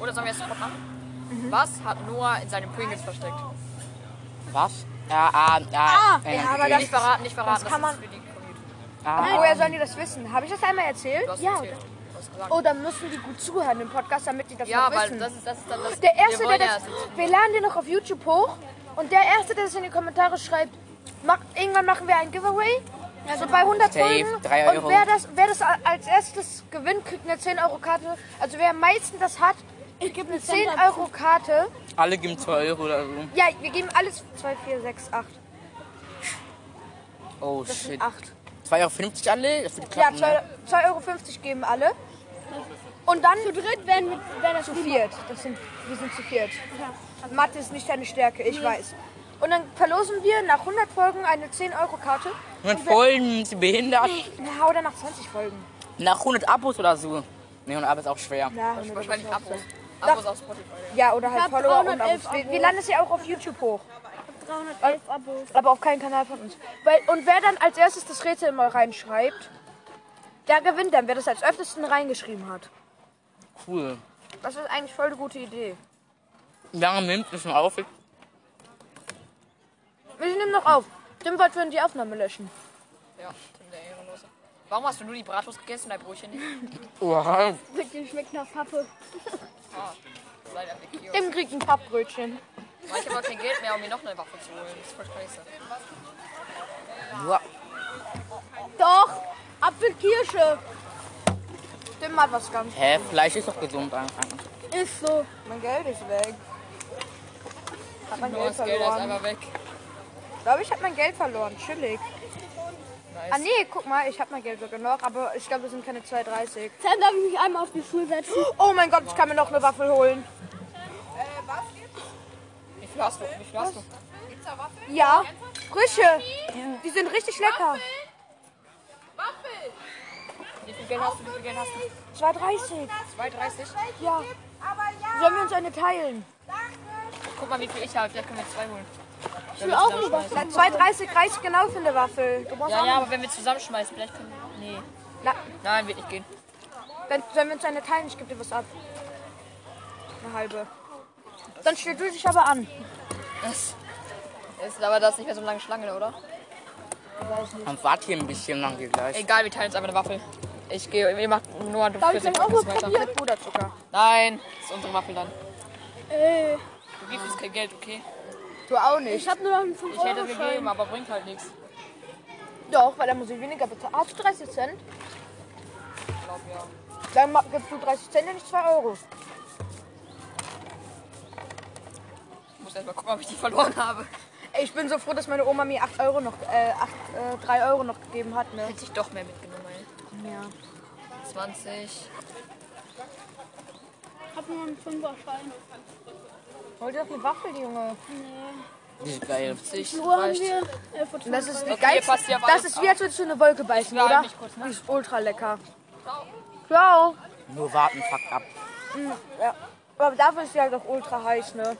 Speaker 3: oder sollen wir jetzt sofort machen? Was hat Noah in seinem Pringles versteckt?
Speaker 4: Was? Ah, ah, ah.
Speaker 2: ja, aber
Speaker 4: äh,
Speaker 2: das-
Speaker 3: Nicht verraten, nicht verraten,
Speaker 2: das kann
Speaker 3: ist für die Community.
Speaker 4: Ah,
Speaker 5: Woher sollen die das wissen? Habe ich das einmal erzählt?
Speaker 3: Ähm, Du hast
Speaker 1: Ja,
Speaker 3: erzählt. Du hast gesagt.
Speaker 5: Oh, dann müssen die gut zuhören im Podcast, damit die das
Speaker 3: Ja,
Speaker 5: noch
Speaker 3: weil
Speaker 5: wissen.
Speaker 3: das ist, das ist dann das.
Speaker 5: der Erste,
Speaker 3: wir
Speaker 5: der
Speaker 3: wollen
Speaker 5: das...
Speaker 3: ja,
Speaker 5: Wir laden den noch auf YouTube hoch und der Erste, der das in die Kommentare schreibt, macht, irgendwann machen wir ein Giveaway. Also
Speaker 3: genau.
Speaker 5: bei 100
Speaker 4: Safe,
Speaker 5: Folgen.
Speaker 4: drei
Speaker 5: Und
Speaker 4: Euro.
Speaker 5: wer das, wer das a- als erstes gewinnt, kriegt eine 10-Euro-Karte. Also wer am meisten das hat,
Speaker 1: Ich gebe
Speaker 5: eine 10-Euro-Karte.
Speaker 4: alle geben 2 Euro oder so.
Speaker 5: Ja, wir geben alles 2, 4, 6, 8.
Speaker 4: Oh shit.
Speaker 5: 8.
Speaker 4: 2,50 Euro alle? Das wird
Speaker 5: Ja,
Speaker 4: klappen, ne?
Speaker 5: 2,50 Euro geben alle. Und dann
Speaker 1: Zu dritt werden wir werden das
Speaker 5: zu viert. Das sind, wir sind zu viert. Mathe ist nicht deine Stärke, ich weiß. Und dann verlosen wir nach 100 Folgen eine 10-Euro-Karte.
Speaker 4: Mit Folgen, sie behindert.
Speaker 5: Na, oder nach 20 Folgen.
Speaker 4: Nach 100 Abos oder so. Ne, 100 Abos ist auch schwer.
Speaker 5: Ja,
Speaker 3: wahrscheinlich Abos. Abos auf Spotify.
Speaker 5: ja oder halt
Speaker 1: Ich hab
Speaker 5: Follower und
Speaker 1: 311
Speaker 5: Abos. Wir, wir
Speaker 1: Abos.
Speaker 5: landen es ja auch auf YouTube hoch.
Speaker 1: 311 Abos.
Speaker 5: Aber auf keinen Kanal von uns. Weil, und wer dann als erstes das Rätsel mal reinschreibt, der gewinnt dann, wer das als öftesten reingeschrieben hat.
Speaker 4: Cool.
Speaker 5: Das ist eigentlich voll eine gute Idee.
Speaker 4: Lange nimmt es schon auf.
Speaker 5: Wir nehmen noch auf. Dem wollten wir die Aufnahme löschen.
Speaker 3: Ja, Tim der Ehrenlose. Warum hast du nur die Bratwurst gegessen und dein Brötchen nicht?
Speaker 4: Oha.
Speaker 1: Mit dem schmeckt nach Pappe.
Speaker 3: Ah, leider weg hier.
Speaker 5: Dem kriegt ein Pappbrötchen.
Speaker 3: Ich habe auch kein Geld mehr, um mir noch eine Waffe zu holen. Das ist voll scheiße.
Speaker 4: Boah.
Speaker 1: Doch, Apfelkirsche.
Speaker 5: Dem hat was ganz.
Speaker 4: Hä, Fleisch ist doch gesund einfach.
Speaker 1: Ist so.
Speaker 5: Mein Geld ist weg. Hab mein
Speaker 3: Nur
Speaker 5: Geld
Speaker 3: Oh, das Geld ist
Speaker 5: verloren.
Speaker 3: einfach weg.
Speaker 5: Ich glaube, ich habe mein Geld verloren. Chillig.
Speaker 3: Nice.
Speaker 5: Ah nee, guck mal, ich habe mein Geld sogar noch, aber ich glaube, das sind keine 2,30.
Speaker 1: Sam, darf ich mich einmal auf die Schuhe setzen?
Speaker 5: Oh mein Gott, ich kann mir noch eine Waffel holen.
Speaker 3: Wie viel hast du? Wie viel hast du?
Speaker 5: Ja, frische. Die sind richtig lecker.
Speaker 3: Wie viel Geld hast du? Wie viel Geld hast du?
Speaker 5: 2,30.
Speaker 3: 2,30?
Speaker 5: Ja. Sollen wir uns eine teilen?
Speaker 3: Guck mal, wie viel ich habe. Vielleicht können wir zwei holen.
Speaker 1: Ich will auch eine Waffel.
Speaker 5: Na, 2,30 reicht genau für eine Waffel. Du brauchst
Speaker 3: Ja,
Speaker 5: auch
Speaker 3: ja,
Speaker 5: noch-
Speaker 3: aber wenn wir zusammenschmeißen, vielleicht können wir. Nee.
Speaker 5: Na,
Speaker 3: Nein, wird nicht gehen.
Speaker 5: dann sollen wir uns eine teilen? Ich gebe dir was ab. Eine halbe. Dann stell du dich aber an.
Speaker 3: Das ist aber das ist nicht mehr so eine lange Schlange, oder?
Speaker 4: Dann wart hier ein bisschen lang hier gleich.
Speaker 3: Egal, wir teilen jetzt einfach eine Waffel. Ich gehe, ihr macht nur du
Speaker 1: ich gleich auch mal probieren?
Speaker 5: Mit Puderzucker.
Speaker 3: Nein, das ist unsere Waffel dann.
Speaker 1: Äh,
Speaker 3: Du gibst uns kein Geld, okay?
Speaker 5: Du auch
Speaker 1: ich
Speaker 5: nicht.
Speaker 1: habe nur noch einen
Speaker 3: Ich hätte es
Speaker 1: 5 euro
Speaker 3: gegeben, aber bringt halt nichts.
Speaker 5: Doch, weil er muss ich weniger bezahlen. Hast du 30 Cent?
Speaker 3: Ich glaub, ja.
Speaker 5: Dann ma- gibst du 30 Cent und nicht 2 Euro.
Speaker 3: Ich muss erst mal gucken, ob ich die verloren habe.
Speaker 5: Ey, Ich bin so froh, dass meine Oma mir 8 Euro noch, äh, 8, äh, 3 Euro noch gegeben hat, ne?
Speaker 3: Hätte ich doch mehr mitgenommen, ey.
Speaker 5: Ja.
Speaker 3: 20.
Speaker 1: Ich habe nur einen 5er-Schein.
Speaker 5: Wollt ihr doch eine Waffel, die Junge?
Speaker 4: Die ist geil.
Speaker 3: 50.
Speaker 1: Wo haben
Speaker 3: Reicht.
Speaker 1: wir? äh, 11 Uhr
Speaker 5: Das ist die
Speaker 3: Okay,
Speaker 5: geilste.
Speaker 3: passt hier auf
Speaker 5: Das
Speaker 3: alles
Speaker 5: ist wie als würdest du eine Wolke beißen,
Speaker 3: Ja,
Speaker 5: oder?
Speaker 3: nicht kurz, ne?
Speaker 5: Die ist ultra lecker. Ciao.
Speaker 4: Nur warten, fuck ab.
Speaker 5: Ja. Aber dafür ist sie halt auch ultra heiß, ne?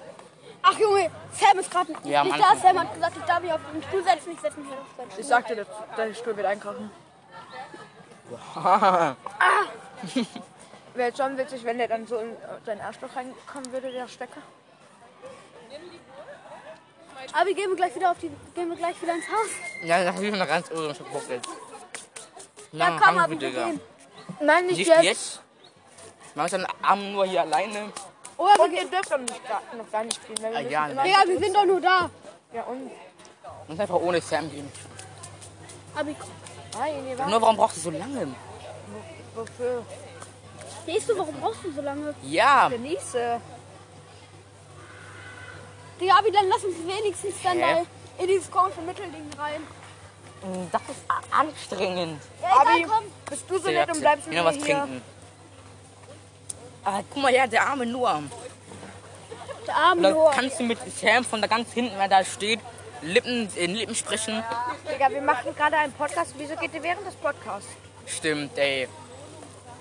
Speaker 1: Ach Junge, Sam ist gerade
Speaker 4: Ja, am
Speaker 1: nicht da.
Speaker 4: Anfang.
Speaker 1: Sam hat gesagt, ich darf mich auf den Stuhl setzen. Ich setze mich auf den Stuhl.
Speaker 5: Ich sagte, der, der Stuhl wird
Speaker 4: [LAUGHS]
Speaker 5: einkrachen. [LAUGHS] Wäre jetzt schon witzig, wenn der dann so in äh, seinen Arschloch reinkommen würde, der Stecker.
Speaker 1: Aber wir gehen gleich wieder auf die, gehen wir gleich wieder ins Haus.
Speaker 4: Ja, das ist eine ganz oben schon guckt jetzt.
Speaker 1: Ja,
Speaker 4: Lang
Speaker 1: komm,
Speaker 4: haben
Speaker 1: aber
Speaker 4: wir,
Speaker 1: wir
Speaker 4: Digga.
Speaker 1: gehen.
Speaker 5: Nein, nicht,
Speaker 4: Nicht
Speaker 5: jetzt.
Speaker 4: jetzt. Man ist dann arm nur hier alleine.
Speaker 1: Oder wir
Speaker 5: Und
Speaker 1: gehen.
Speaker 5: Oh, ihr dürft dann nicht, gar- noch gar nicht spielen, weil wir
Speaker 4: Ah,
Speaker 5: müssen
Speaker 4: ja,
Speaker 5: immer...
Speaker 4: ne.
Speaker 1: Digga, wir sind doch nur da.
Speaker 5: Ja, und?
Speaker 4: Und einfach ohne Sam gehen.
Speaker 1: Aber ich,
Speaker 5: Nein, ihr wart...
Speaker 4: Nur warum brauchst du so lange?
Speaker 5: Wofür?
Speaker 1: siehst du, warum brauchst du so lange?
Speaker 4: Ja.
Speaker 5: Genieße.
Speaker 1: Digga, aber dann lass uns wenigstens dann
Speaker 4: Hä?
Speaker 1: da in dieses komische Mittelding rein.
Speaker 4: Das ist a- anstrengend.
Speaker 1: Ja,
Speaker 5: Abi,
Speaker 1: egal, komm.
Speaker 5: bist du so
Speaker 4: Digga,
Speaker 5: nett und bleibst
Speaker 4: Geh
Speaker 5: mit
Speaker 4: noch
Speaker 5: mir
Speaker 4: was
Speaker 5: hier?
Speaker 4: trinken. Ah, guck mal, ja, der arme Noam.
Speaker 1: Der arme
Speaker 4: Oder
Speaker 1: Noah.
Speaker 4: kannst du mit Sam von da ganz hinten, wer da steht, Lippen in Lippen sprechen?
Speaker 5: Digga, wir machen gerade einen Podcast. Wieso geht ihr während des Podcasts?
Speaker 4: Stimmt, ey.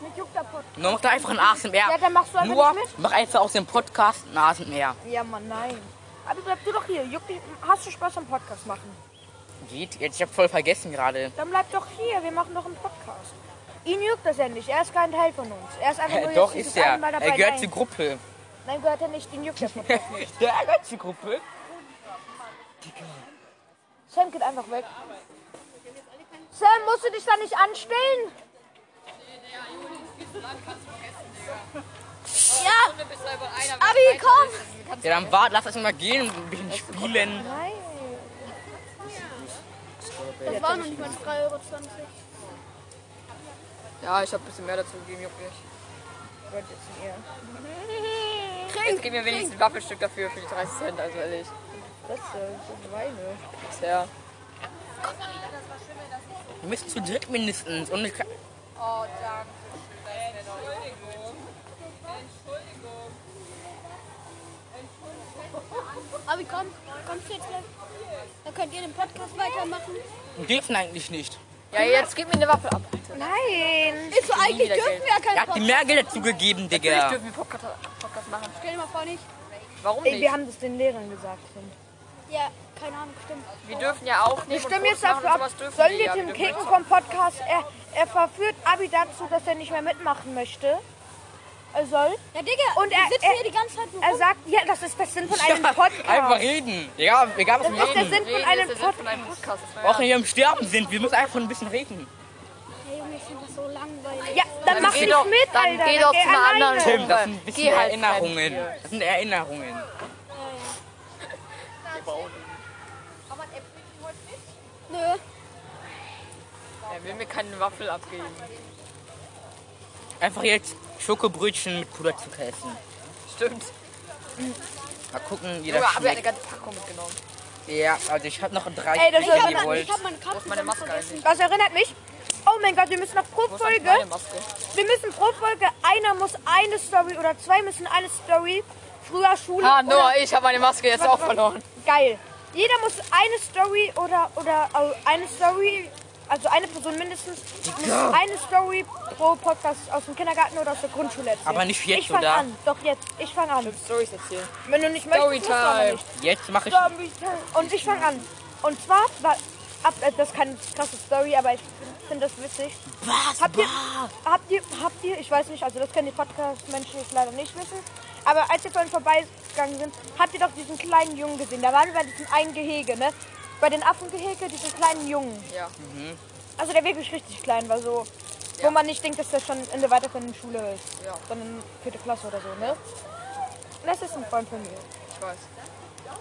Speaker 5: Mit juckt der Podcast.
Speaker 4: Nur mach da einfach ein ASMR.
Speaker 5: Ja, dann machst du einfach
Speaker 4: Nur
Speaker 5: nicht
Speaker 4: mach einfach aus dem Podcast ein ASMR.
Speaker 5: Ja, Mann, nein. Aber bleib du doch hier. Juckt dich. Hast du Spaß am Podcast machen?
Speaker 4: Geht jetzt, ich hab voll vergessen gerade.
Speaker 5: Dann bleib doch hier. Wir machen doch einen Podcast. Ihn juckt das ja nicht. Er ist kein Teil von uns. Er ist einfach nur
Speaker 4: Äh, doch,
Speaker 5: jetzt dieses
Speaker 4: ist
Speaker 5: eine
Speaker 4: er.
Speaker 5: Mal dabei.
Speaker 4: Er gehört
Speaker 5: nein.
Speaker 4: zur Gruppe. [LAUGHS]
Speaker 5: nein, gehört er nicht. Ihn juckt der Podcast.
Speaker 4: Der gehört zur Gruppe?
Speaker 5: Sam geht einfach weg. Sam, musst du dich da nicht anstellen?
Speaker 3: Ja. Abi,
Speaker 6: Abi, komm.
Speaker 4: Ja, dann wart, lass erst mal gehen, ein bisschen spielen.
Speaker 1: Das waren noch nicht mal 3,20 Euro.
Speaker 3: Ja, ich hab ein bisschen mehr dazu gegeben, juckt nicht. Mhm. Jetzt geben wir wenigstens ein Waffelstück dafür, für die 30 Cent, also ehrlich. Das ist Weine. Bisher.
Speaker 4: Wir müssen zu dritt mindestens. Und ich kann,
Speaker 5: Oh,
Speaker 1: Aber komm, kommst du jetzt gleich? Dann könnt ihr den Podcast weitermachen.
Speaker 4: wir dürfen eigentlich nicht.
Speaker 3: Ja, jetzt gib mir eine Waffel ab. Bitte.
Speaker 5: Nein.
Speaker 1: Ist so eigentlich
Speaker 3: wieder
Speaker 1: dürfen
Speaker 3: Geld.
Speaker 1: wir ja keinen
Speaker 4: Er hat
Speaker 1: Podcast.
Speaker 4: ihm mehr Geld dazu gegeben,
Speaker 3: Ich
Speaker 4: Digga.
Speaker 3: dürfen wir Podcast, Podcast machen.
Speaker 1: Stell dir mal vor, nicht?
Speaker 3: Warum
Speaker 5: Ey,
Speaker 3: nicht?
Speaker 5: wir haben das den Lehrern gesagt. Tim.
Speaker 1: Ja, keine Ahnung, stimmt.
Speaker 3: Wir dürfen ja auch
Speaker 5: Wir
Speaker 3: nicht.
Speaker 5: stimmen jetzt dafür ab. Sollen wir Tim kicken vom Podcast? Er, er verführt Abi dazu, dass er nicht mehr mitmachen möchte. Er soll.
Speaker 1: Ja, Digga,
Speaker 5: Und
Speaker 1: und
Speaker 5: er-
Speaker 1: er, wir sitzen
Speaker 5: er-
Speaker 1: hier die ganze Zeit nur
Speaker 5: Er
Speaker 1: rum.
Speaker 5: sagt, ja, das ist der Sinn von einem
Speaker 4: Ja, Einfach
Speaker 5: Podcast.
Speaker 4: reden. Egal, egal was wir
Speaker 5: Das ist der
Speaker 4: reden.
Speaker 5: Sinn von einem
Speaker 3: Von einem
Speaker 5: Podcast.
Speaker 3: Podcast.
Speaker 4: Auch wenn wir am Sterben sind, wir müssen einfach ein bisschen reden.
Speaker 1: Hey, Junge, ich finde das so langweilig.
Speaker 5: Ja, dann mach
Speaker 3: geh
Speaker 5: nicht
Speaker 3: doch-
Speaker 5: mit,
Speaker 3: dann
Speaker 5: Alter.
Speaker 3: geh doch
Speaker 5: geh
Speaker 3: zu einer
Speaker 5: alleine.
Speaker 3: anderen-
Speaker 4: Tim, das sind ein bisschen
Speaker 3: Geh halt fremd
Speaker 4: Erinnerungen.
Speaker 3: hier.
Speaker 4: Das sind Erinnerungen.
Speaker 1: Nö.
Speaker 3: Er will mir keine Waffel abgeben.
Speaker 4: Einfach jetzt Schokobrötchen mit Puderzucker essen.
Speaker 3: Stimmt.
Speaker 4: Mal gucken, wie
Speaker 3: Ja,
Speaker 4: das
Speaker 3: aber er hat eine
Speaker 4: schmeckt.
Speaker 3: ganze Packung mitgenommen.
Speaker 4: Ja, also ich hab noch drei,
Speaker 5: Ey,
Speaker 4: Stück,
Speaker 5: das ist-
Speaker 4: wenn
Speaker 1: Ich
Speaker 4: ihr
Speaker 1: hab,
Speaker 4: wollt.
Speaker 1: ich hab meine Karte
Speaker 3: Das ist meine Maske
Speaker 1: vergessen.
Speaker 3: eigentlich.
Speaker 5: Das Also erinnert mich. Oh mein Gott, wir müssen noch pro
Speaker 3: Wo ist eigentlich
Speaker 5: Folge.
Speaker 3: meine Maske?
Speaker 5: Wir müssen pro Folge, einer muss eine Story oder zwei müssen eine Story. Früher Schule.
Speaker 3: Ah, Noah,
Speaker 5: oder,
Speaker 3: ich habe meine Maske jetzt auch verloren.
Speaker 5: geil. Jeder muss eine Story oder oder äh, eine Story, also eine Person mindestens muss eine Story pro Podcast aus dem Kindergarten oder aus der Grundschule erzählen.
Speaker 4: Aber nicht jetzt,
Speaker 5: ich fang
Speaker 4: oder?
Speaker 5: an. Doch jetzt. Ich fange an.
Speaker 3: Storys erzählen.
Speaker 5: Wenn du nicht möchtest, musst du aber
Speaker 3: Storytime.
Speaker 5: nicht.
Speaker 4: Jetzt mache ich.
Speaker 5: Und ich fange an. Und zwar war ab, äh, das ist keine krasse Story, aber ich finde das witzig.
Speaker 4: Was?
Speaker 5: Habt ihr, habt ihr, habt ihr, ich weiß nicht, also das können die Podcast-Menschen jetzt leider nicht wissen, aber als wir vorhin vorbeigegangen sind, habt ihr doch diesen kleinen Jungen gesehen. Da waren wir bei diesem einen Gehege, ne? Bei den Affengehege, diesen kleinen Jungen.
Speaker 3: Ja.
Speaker 5: Also der wirklich richtig klein war, so, wo man nicht denkt, dass der schon in der weiterführenden Schule ist,
Speaker 3: Ja.
Speaker 5: sondern vierte Klasse oder so, ne? Das ist ein Freund von mir.
Speaker 3: Ich weiß.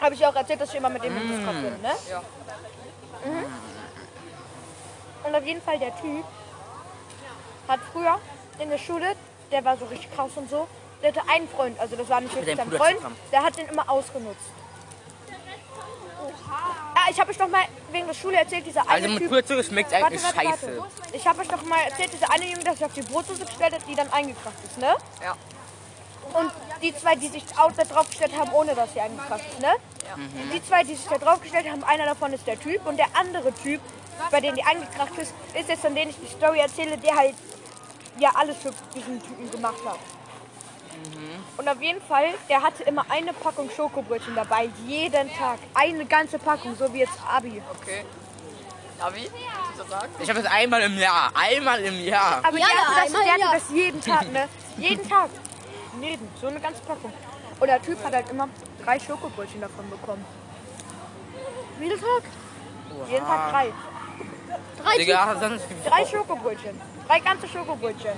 Speaker 5: Habe ich auch erzählt, dass ich immer mit
Speaker 4: Mm.
Speaker 5: dem im Discord bin, ne? Mhm.
Speaker 3: Ja.
Speaker 5: Und auf jeden Fall der Typ hat früher in der Schule, der war so richtig krass und so, der hatte einen Freund, also das war nicht wirklich
Speaker 4: Mit
Speaker 5: sein
Speaker 4: deinem
Speaker 5: Freund,
Speaker 4: Bruder zusammen.
Speaker 5: der hat den immer ausgenutzt. Ah, ich habe euch noch mal wegen der Schule erzählt, dieser eine
Speaker 4: Also mit
Speaker 5: Typ.
Speaker 4: Puderzucker schmeckt eigentlich scheiße.
Speaker 5: Ich habe euch noch mal erzählt, dieser eine Junge, der sich auf die Brotsoße gestellt hat, die dann eingekracht ist, ne?
Speaker 3: Ja.
Speaker 5: Und die zwei, die sich out da draufgestellt haben, ohne dass sie eingekracht ist, ne? Die zwei, die sich da draufgestellt haben, einer davon ist der Typ und der andere Typ, bei dem die eingekracht ist, ist jetzt von denen ich die Story erzähle, der halt ja alles für diesen Typen gemacht hat. Und auf jeden Fall, der hatte immer eine Packung Schokobrötchen dabei, jeden Tag. Eine ganze Packung, so wie jetzt Abi.
Speaker 3: Okay. Navi, was du das sagst?
Speaker 4: Ich habe das einmal im Jahr. Einmal im Jahr.
Speaker 5: Aber
Speaker 1: Ja,
Speaker 5: der, hatte
Speaker 1: ja,
Speaker 5: das,
Speaker 1: einmal
Speaker 5: der
Speaker 1: im
Speaker 5: hatte das jeden Tag, ne? jeden Tag. Jeden, so eine ganze Packung. Und der Typ hat halt immer drei Schokobrötchen davon bekommen. Jeden Tag? Jeden Tag drei.
Speaker 1: Drei
Speaker 4: Digga, sonst.
Speaker 5: Drei Schokobrötchen. Drei ganze Schokobrötchen.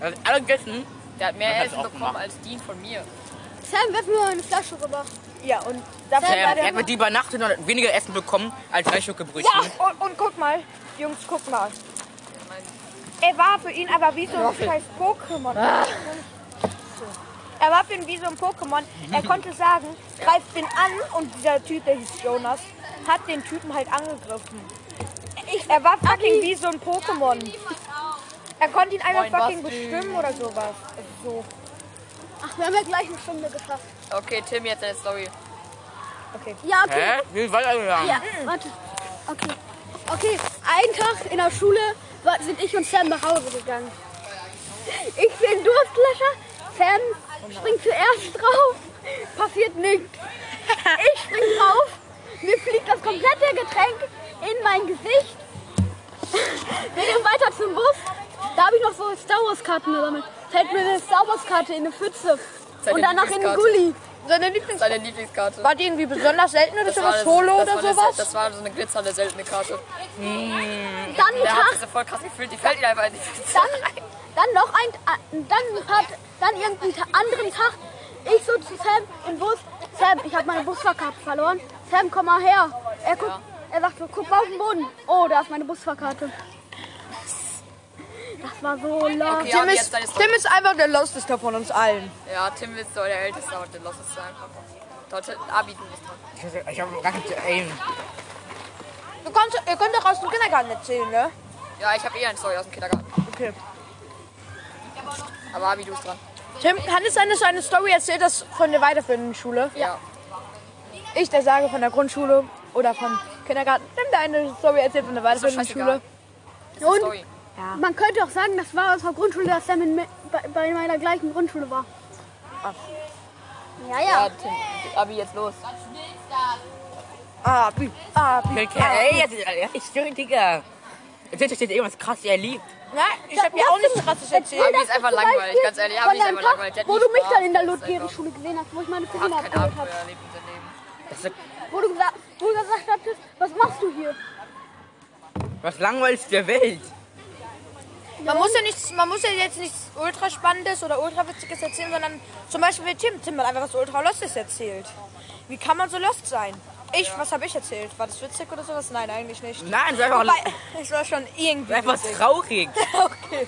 Speaker 4: Also alle gegessen.
Speaker 3: Der hat mehr
Speaker 4: Man kann's
Speaker 3: Essen
Speaker 4: auch
Speaker 3: bekommen
Speaker 4: machen.
Speaker 3: als die von mir.
Speaker 1: Typen. Sam, werf mir mal eine Flasche rüber.
Speaker 5: Ja, und davon
Speaker 4: Ähm,
Speaker 5: war
Speaker 4: er
Speaker 5: der.
Speaker 4: hat mit die übernachtet und hat weniger Essen bekommen als drei Schokobrötchen.
Speaker 5: Ja, und, und guck mal, Jungs, guck mal. Er war für ihn aber wie so ein scheiß Pokémon.
Speaker 2: Ah.
Speaker 5: Er war für ihn wie so ein Pokémon.
Speaker 2: Mhm.
Speaker 5: Er konnte sagen, greift den an und dieser Typ, der hieß Jonas, hat den Typen halt angegriffen. er war fucking wie so ein Pokémon. Er konnte ihn einmal
Speaker 3: Moin,
Speaker 5: fucking
Speaker 3: Basti.
Speaker 5: bestimmen oder sowas. Also So,
Speaker 1: Ach, wir haben ja gleich eine Stunde geschafft.
Speaker 3: Okay, Tim, jetzt deine Story.
Speaker 5: okay.
Speaker 1: Ja, okay.
Speaker 4: Hä? Wir sind weitergegangen.
Speaker 1: Ja, warte. Okay. Okay, einen Tag in der Schule war- sind ich und Sam nach Hause gegangen. Ich bin Durstlöscher, Sam springt zuerst drauf, passiert nichts. Ich spring drauf, mir fliegt das komplette Getränk in mein Gesicht. [LAUGHS] Wir gehen weiter zum Bus. Da habe ich noch so Star Wars Karten gesammelt. Fällt mir eine Star Wars Karte in eine Pfütze.
Speaker 3: Seine
Speaker 1: und danach in den
Speaker 3: Lieblingskarte.
Speaker 1: Gully.
Speaker 2: Seine Lieblingskarte.
Speaker 3: Seine Lieblingskarte.
Speaker 2: War die irgendwie besonders selten oder sowas? Solo
Speaker 3: das
Speaker 2: oder
Speaker 3: war eine
Speaker 2: sowas?
Speaker 3: sel- Das war so eine glitzernde, seltene Karte.
Speaker 1: Dann,
Speaker 3: Der hat
Speaker 1: hat,
Speaker 3: sich so voll krass gefühlt, die fällt ihm einfach nicht.
Speaker 1: dann, dann noch ein, äh, dann hat, dann irgendeinen Ta- anderen Tag, ich so zu Sam im Bus, Sam, ich habe meine Busfahrkarte verloren. Sam, komm mal her. Er guckt, er sagt so, guck mal auf den Boden. Oh, da ist meine Busfahrkarte. Das war so laut.
Speaker 3: Okay,
Speaker 2: Tim,
Speaker 3: ja,
Speaker 2: ist,
Speaker 3: jetzt deine Story.
Speaker 2: Tim ist einfach der Lostester von uns allen.
Speaker 3: Ja, Tim ist so der Älteste, aber der Lost ist einfach. Dort Abi, du bist dran.
Speaker 4: Ich hab gar nicht, ey.
Speaker 2: Du kannst, ihr könnt doch aus dem Kindergarten erzählen, ne?
Speaker 3: Ja, ich habe eh eine Story aus dem Kindergarten.
Speaker 2: Okay.
Speaker 3: Aber Abi, du bist dran.
Speaker 2: Tim, kann es sein, dass du eine Story erzählt hast von der weiterführenden Schule?
Speaker 3: Ja.
Speaker 2: Ich, der sage von der Grundschule oder vom Kindergarten. Tim, der eine Story erzählt von der weiterführenden
Speaker 3: scheißegal.
Speaker 2: Schule.
Speaker 3: Das ist eine Story.
Speaker 1: Man könnte auch sagen, das war aus der Grundschule, dass Sam in, me- bei, bei meiner gleichen Grundschule war.
Speaker 5: Ja, ja.
Speaker 3: Ja, Tim, Abi, jetzt los.
Speaker 2: Ah, Bi. Ah, Bi.
Speaker 4: Okay, ey, jetzt ist ja, ich schwöre, Digga. Jetzt steht irgendwas krass, ihr liebt.
Speaker 2: Nein, ich hab mir auch nichts krasses erzählt.
Speaker 3: Abi ist einfach
Speaker 1: Zum
Speaker 3: langweilig,
Speaker 1: Beispiel
Speaker 3: ganz ehrlich.
Speaker 1: von
Speaker 3: Abi ist
Speaker 1: deinem
Speaker 3: einfach langweilig. Der
Speaker 1: Tag, Wo du mich
Speaker 3: Spaß.
Speaker 1: dann in
Speaker 3: Das
Speaker 1: der
Speaker 3: ist einfach-
Speaker 1: Lotgerenschule gesehen hast, wo ich meine
Speaker 3: Hat
Speaker 1: Finger
Speaker 3: kein
Speaker 1: abgeholt habe.
Speaker 3: Abenteuer erlebt in seinem Leben.
Speaker 4: Das ist
Speaker 1: Wo du gesagt, wo du gesagt hattest, was machst du hier?
Speaker 4: was langweiligste der Welt.
Speaker 2: Man muss, ja nichts, man muss ja jetzt nichts ultra spannendes oder ultra witziges erzählen, sondern zum Beispiel wie Tim. Tim hat einfach was ultra lostes erzählt. Wie kann man so lost sein? Ich, was habe ich erzählt? War das witzig oder sowas? Nein, eigentlich nicht.
Speaker 4: Nein, sei
Speaker 2: [LAUGHS]
Speaker 4: einfach,
Speaker 2: Wobei, es war schon irgendwie.
Speaker 4: sei einfach
Speaker 2: witzig.
Speaker 4: traurig.
Speaker 2: Okay.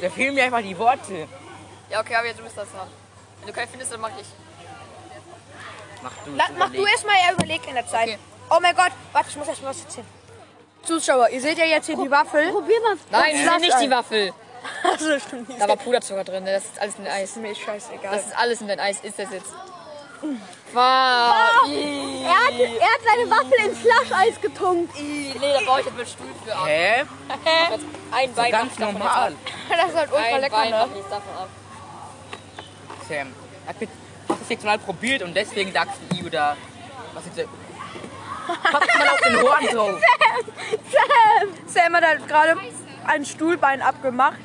Speaker 4: Da fehlen mir einfach die Worte.
Speaker 3: Ja, okay, Abi, jetzt bist du das dran. Wenn du keinen findest, dann mach ich.
Speaker 4: Mach du,
Speaker 2: La- Mach du erstmal, er überlegt in der Zeit.
Speaker 3: Okay.
Speaker 2: Oh mein Gott, warte, ich muss erstmal was erzählen. Zuschauer, ihr seht ja jetzt hier die Waffel.
Speaker 1: Probier mal.
Speaker 3: Nein,
Speaker 2: Schlaf
Speaker 3: nicht die
Speaker 2: ein.
Speaker 3: Waffel.
Speaker 2: [LAUGHS] Also stimmt.
Speaker 3: Da war Puderzucker drin, ne? das ist alles in dein Eis.
Speaker 2: Ist mir scheißegal.
Speaker 3: Das ist alles in dein Eis, ist das jetzt. Wow. Ih,
Speaker 1: Er hat, er hat seine Waffel ins Flascheis getunkt.
Speaker 3: ih, Nee, da brauche ich jetzt mal einen Stuhl für ab.
Speaker 4: Hä?
Speaker 3: Ein Bein mach
Speaker 4: Ganz
Speaker 3: ich davon ab.
Speaker 4: normal.
Speaker 2: Das ist halt ultra
Speaker 3: Ein Bein
Speaker 2: lecker,
Speaker 3: mach
Speaker 2: ne?
Speaker 3: ich davon ab.
Speaker 4: Sam, hab ich hab das jetzt mal probiert und deswegen sagst du I oder was ist das? Pack mal auf den Horn
Speaker 3: [LAUGHS]
Speaker 4: drauf.
Speaker 2: Sam hat halt gerade ein Stuhlbein abgemacht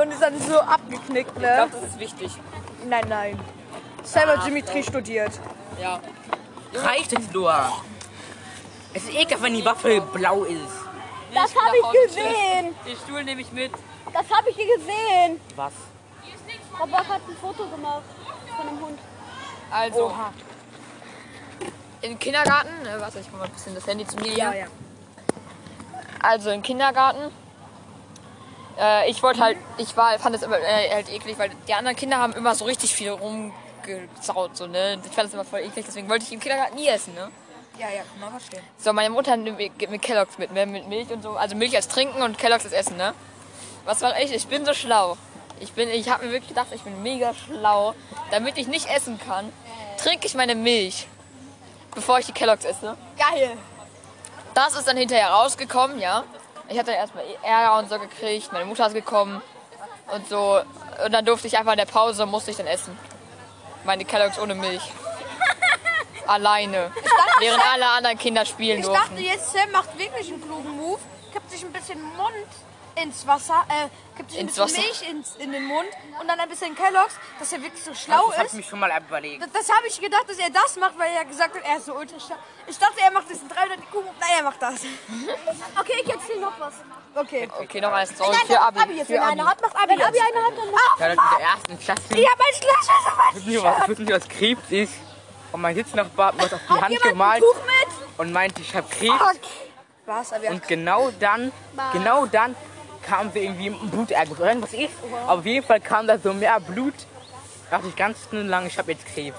Speaker 2: und ist dann so abgeknickt,
Speaker 3: Ich
Speaker 2: ne?
Speaker 3: glaube, das ist wichtig.
Speaker 2: Nein, nein. Sam hat Symmetrie studiert.
Speaker 3: Ja.
Speaker 4: Reicht jetzt, Noah. Es ist ekelhaft, wenn die Waffe blau ist.
Speaker 1: Das habe ich gesehen.
Speaker 3: Den Stuhl nehme ich mit.
Speaker 1: Das habe ich hier gesehen.
Speaker 4: Was?
Speaker 1: Robert hat ein Foto gemacht von dem Hund.
Speaker 3: Also. Im Kindergarten, äh, warte, ich mach mal ein bisschen das Handy zu mir. hier. Also im Kindergarten. Äh, ich wollte halt, ich war, fand es immer äh, halt eklig, weil die anderen Kinder haben immer so richtig viel rumgezaut, so, ne? Ich fand das immer voll eklig, deswegen wollte ich im Kindergarten nie essen, ne?
Speaker 2: Ja, ja, kann man verstehen.
Speaker 3: So, meine Mutter nimmt mir- gibt mir Kelloggs mit, ne? mit Milch und so. Also Milch als Trinken und Kelloggs als Essen, ne? Was war ich? Ich bin so schlau. Ich bin, ich habe mir wirklich gedacht, ich bin mega schlau. Damit ich nicht essen kann, trinke ich meine Milch, bevor ich die Kelloggs esse. ne?
Speaker 2: Geil.
Speaker 3: Das ist dann hinterher rausgekommen, ja. Ich hatte erstmal Ärger und so gekriegt, meine Mutter ist gekommen und so. Und dann durfte ich einfach in der Pause, musste ich dann essen. Meine Kelloggs
Speaker 2: [LAUGHS]
Speaker 3: ohne Milch. Alleine. Während alle anderen Kinder spielen
Speaker 2: Ich
Speaker 3: durften.
Speaker 2: dachte jetzt, Sam macht wirklich einen klugen Move, kippt sich ein bisschen Mund ins Wasser, äh, kippt sich
Speaker 3: Ins
Speaker 2: ein
Speaker 3: Wasser.
Speaker 2: bisschen Milch ins, in den Mund und dann ein bisschen Kelloggs, dass er wirklich so schlau
Speaker 4: Das hab ich
Speaker 2: ist.
Speaker 4: mich schon mal überlegt.
Speaker 2: Das, das habe ich gedacht, dass er das macht, weil er gesagt hat, er ist so ultra stark. Ich dachte, er macht diesen 300 IQ. Nein, er macht [LAUGHS] das.
Speaker 1: Okay, ich erzähle noch was.
Speaker 2: Okay.
Speaker 3: Okay, noch eins drauf. Für Abi.
Speaker 2: jetzt,
Speaker 3: Für
Speaker 2: wenn
Speaker 3: Abi.
Speaker 2: einer hat, macht Abi. Wenn Abi eine hat, dann macht
Speaker 4: Da in der ersten Klasse.
Speaker 2: Ich habe ein Glaswasser
Speaker 4: Ich wissen nicht, was, ich wissen nicht, was Krebs ist. Und mein Sitznachbar hat mir was auf die Hand gemalt
Speaker 2: Tuch mit?
Speaker 4: und meinte, ich habe Krebs.
Speaker 2: Was? Aber
Speaker 4: Und genau dann, genau dann kamen wir irgendwie im Blut irgendwas. Oder irgendwas ist. Aber auf jeden Fall kam da so mehr Blut. Da dachte ich ganz stundenlang, ich habe jetzt Krebs.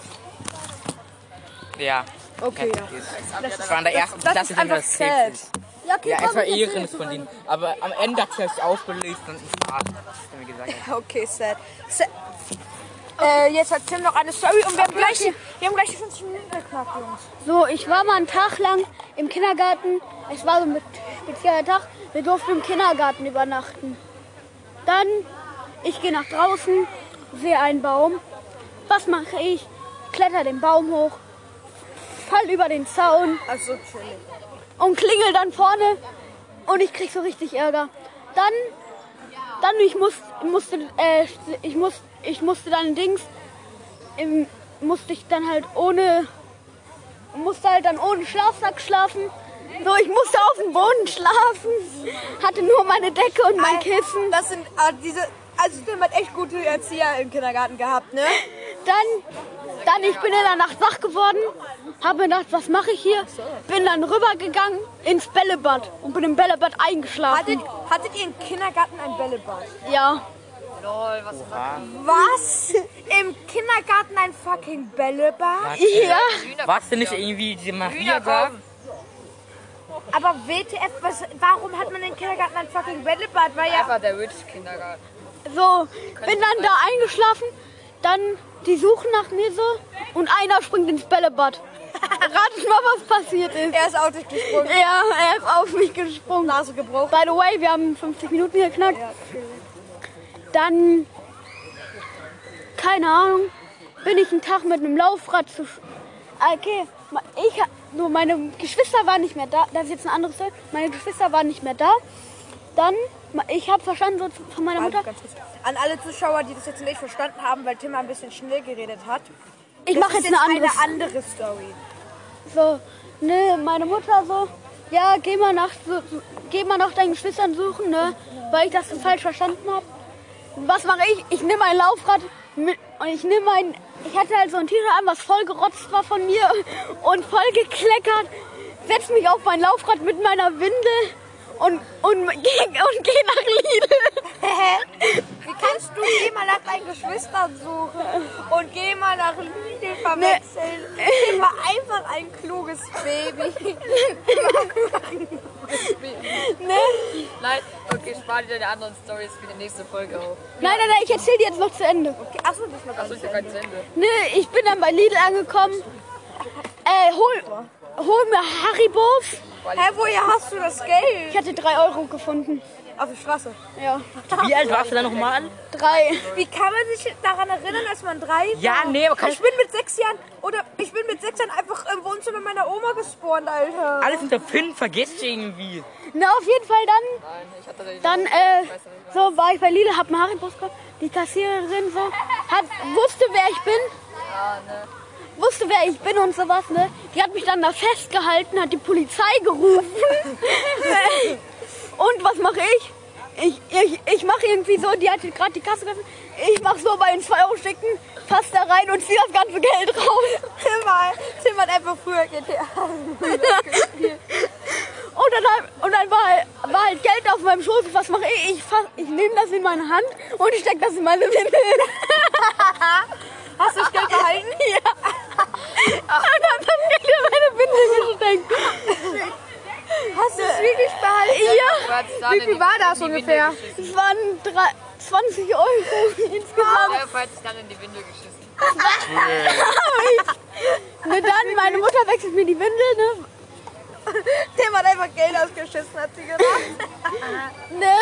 Speaker 4: Ja.
Speaker 2: Okay, ja.
Speaker 4: Das, das war in der ersten
Speaker 2: das
Speaker 4: Klasse,
Speaker 2: ist einfach
Speaker 4: dass Krebs ist.
Speaker 1: Ja, okay,
Speaker 4: Ja,
Speaker 1: komm,
Speaker 4: es war
Speaker 1: ich
Speaker 4: ihr
Speaker 1: erzähl's
Speaker 4: Rindes von
Speaker 1: dir.
Speaker 4: denen. Aber am Ende hat sie es aufgelöst und ich Arzt, hat mir gesagt.
Speaker 2: Okay, sad. sad. Äh, jetzt hat Tim noch eine Story und wir haben gleich, die- wir haben gleich die 50 Minuten geknackt, Jungs.
Speaker 1: So, ich war mal einen Tag lang im Kindergarten. Es war so ein spezieller Tag. Wir durften im Kindergarten übernachten. Dann, ich gehe nach draußen, sehe einen Baum. Was mache ich? Kletter den Baum hoch, fall über den Zaun
Speaker 2: Also chillig.
Speaker 1: und klingel dann vorne. Und ich krieg so richtig Ärger. Dann, dann ich muss, musste, äh, ich muss, ich musste dann Dings ähm, musste ich dann halt ohne, musste halt dann ohne Schlafsack schlafen. So, ich musste auf dem Boden schlafen, hatte nur meine Decke und mein Kissen.
Speaker 2: Das sind ah, diese. Also, der hat echt gute Erzieher im Kindergarten gehabt, ne?
Speaker 1: Dann, dann ich bin in der Nacht wach geworden, habe gedacht, was mache ich hier? Bin dann rübergegangen ins Bällebad und bin im Bällebad
Speaker 2: Hattet,
Speaker 1: eingeschlafen.
Speaker 2: hattet ihr im Kindergarten ein Bällebad?
Speaker 1: Ja,
Speaker 3: Lol, was ist das?
Speaker 2: Was? [LAUGHS] Im Kindergarten ein fucking Bällebad?
Speaker 1: ja.
Speaker 4: Warst du nicht irgendwie diese Maria
Speaker 3: Hühner
Speaker 4: da?
Speaker 3: kommen.
Speaker 2: Aber WTF, was, warum hat man im Kindergarten ein fucking Bällebad? Weil ja,
Speaker 3: Einfach der Rich Kindergarten.
Speaker 1: So, bin dann da eingeschlafen, dann die suchen nach mir so und einer springt ins Bällebad. Ratet mal, was passiert ist.
Speaker 2: er ist auf dich gesprungen,
Speaker 1: Ja, er ist auf mich gesprungen.
Speaker 2: Nase gebrochen.
Speaker 1: By the way, wir haben 50 Minuten geknackt. Dann, keine Ahnung, bin ich einen Tag mit einem Laufrad zu. sch- Ah, Okay, ma- ich, ha- nur meine Geschwister waren nicht mehr da. Das ist jetzt ein anderes Zeug. Meine Geschwister waren nicht mehr da. Dann, ma- ich habe verstanden so zu- von meiner Mutter,
Speaker 2: Ganz kurz. An alle Zuschauer, die das jetzt nicht verstanden haben, weil Tim ein bisschen schnell geredet hat.
Speaker 1: ich
Speaker 2: das
Speaker 1: mache
Speaker 2: ist
Speaker 1: jetzt eine andere.
Speaker 2: eine andere Story.
Speaker 1: So, ne, meine Mutter so, ja, geh mal nach, so, geh mal nach deinen Geschwistern suchen, ne, weil ich das so falsch verstanden hab. Was mache ich? Ich nehme ein Laufrad mit und ich nehme ein, ich hatte halt so ein T-Shirt an, was voll gerotzt war von mir [LAUGHS] und voll gekleckert. Setz mich auf mein Laufrad mit meiner Windel und, und, [LAUGHS] geh, und geh nach [LAUGHS] Lidl.
Speaker 2: Wie kannst du geh mal nach deinen Geschwistern suchen und geh mal nach Lidl verwechseln? Tim war einfach ein kluges Baby.
Speaker 3: Nein, okay, spar dir deine anderen Stories für die nächste Folge auf.
Speaker 1: nein, nein, nein, ich erzähle dir jetzt noch zu Ende.
Speaker 2: Okay, achso, das war
Speaker 3: Achso,
Speaker 2: ganz
Speaker 3: ist ja kein Ende.
Speaker 1: Ne, ich bin dann bei Lidl angekommen. Äh, hol, hol mir Haribos.
Speaker 2: Hä, woher hast du das Geld?
Speaker 1: Ich hatte 3 Euro gefunden.
Speaker 2: Auf der Straße.
Speaker 1: Ja,
Speaker 4: Wie alt warst du da nochmal?
Speaker 1: 3.
Speaker 2: Wie kann man sich daran erinnern, dass man drei war?
Speaker 4: Ja, nee, aber kann
Speaker 2: ich bin mit sechs Jahren oder ich bin mit sechs Jahren einfach im Wohnzimmer meiner Oma gespawnt, Alter.
Speaker 4: Alles unter fünf vergisst du irgendwie.
Speaker 1: Na, auf jeden Fall dann,
Speaker 3: Nein, ich hatte den
Speaker 1: dann äh, so war ich bei Lidl, hab einen Haribos gekauft. Die Kassiererin so, hat, wusste, wer ich bin.
Speaker 3: ne.
Speaker 1: Wusste, wer ich bin und sowas, ne? Die hat mich dann da festgehalten, hat die Polizei gerufen. [LAUGHS] und was mache ich? Ich, ich, ich mache irgendwie so, die hatte gerade die Kasse geöffnet. Ich mache so bei den 2 Euro schicken, passt da rein und zieh das ganze Geld raus.
Speaker 2: Tim, war- Tim hat einfach früher GTA.
Speaker 1: Und dann, hab- und dann war, war halt Geld auf meinem Schoß. Was mache ich? Ich, fass- ich nehme das in meine Hand und stecke das in meine Windel.
Speaker 2: [LAUGHS] Hast du das Geld behalten?
Speaker 1: [LAUGHS] ja. Und dann hat Geld in meine Windel gesteckt.
Speaker 2: Hast du es wirklich behalten?
Speaker 1: Ja,
Speaker 3: Wie
Speaker 2: viel war das ungefähr?
Speaker 1: es waren drei, 20 Euro insgesamt.
Speaker 3: Der hat sich dann in die Windel geschissen.
Speaker 1: Und dann, meine Mutter wechselt mir die Windel, ne?
Speaker 2: Tim hat einfach Geld ausgeschissen, hat sie gesagt.
Speaker 1: Ne?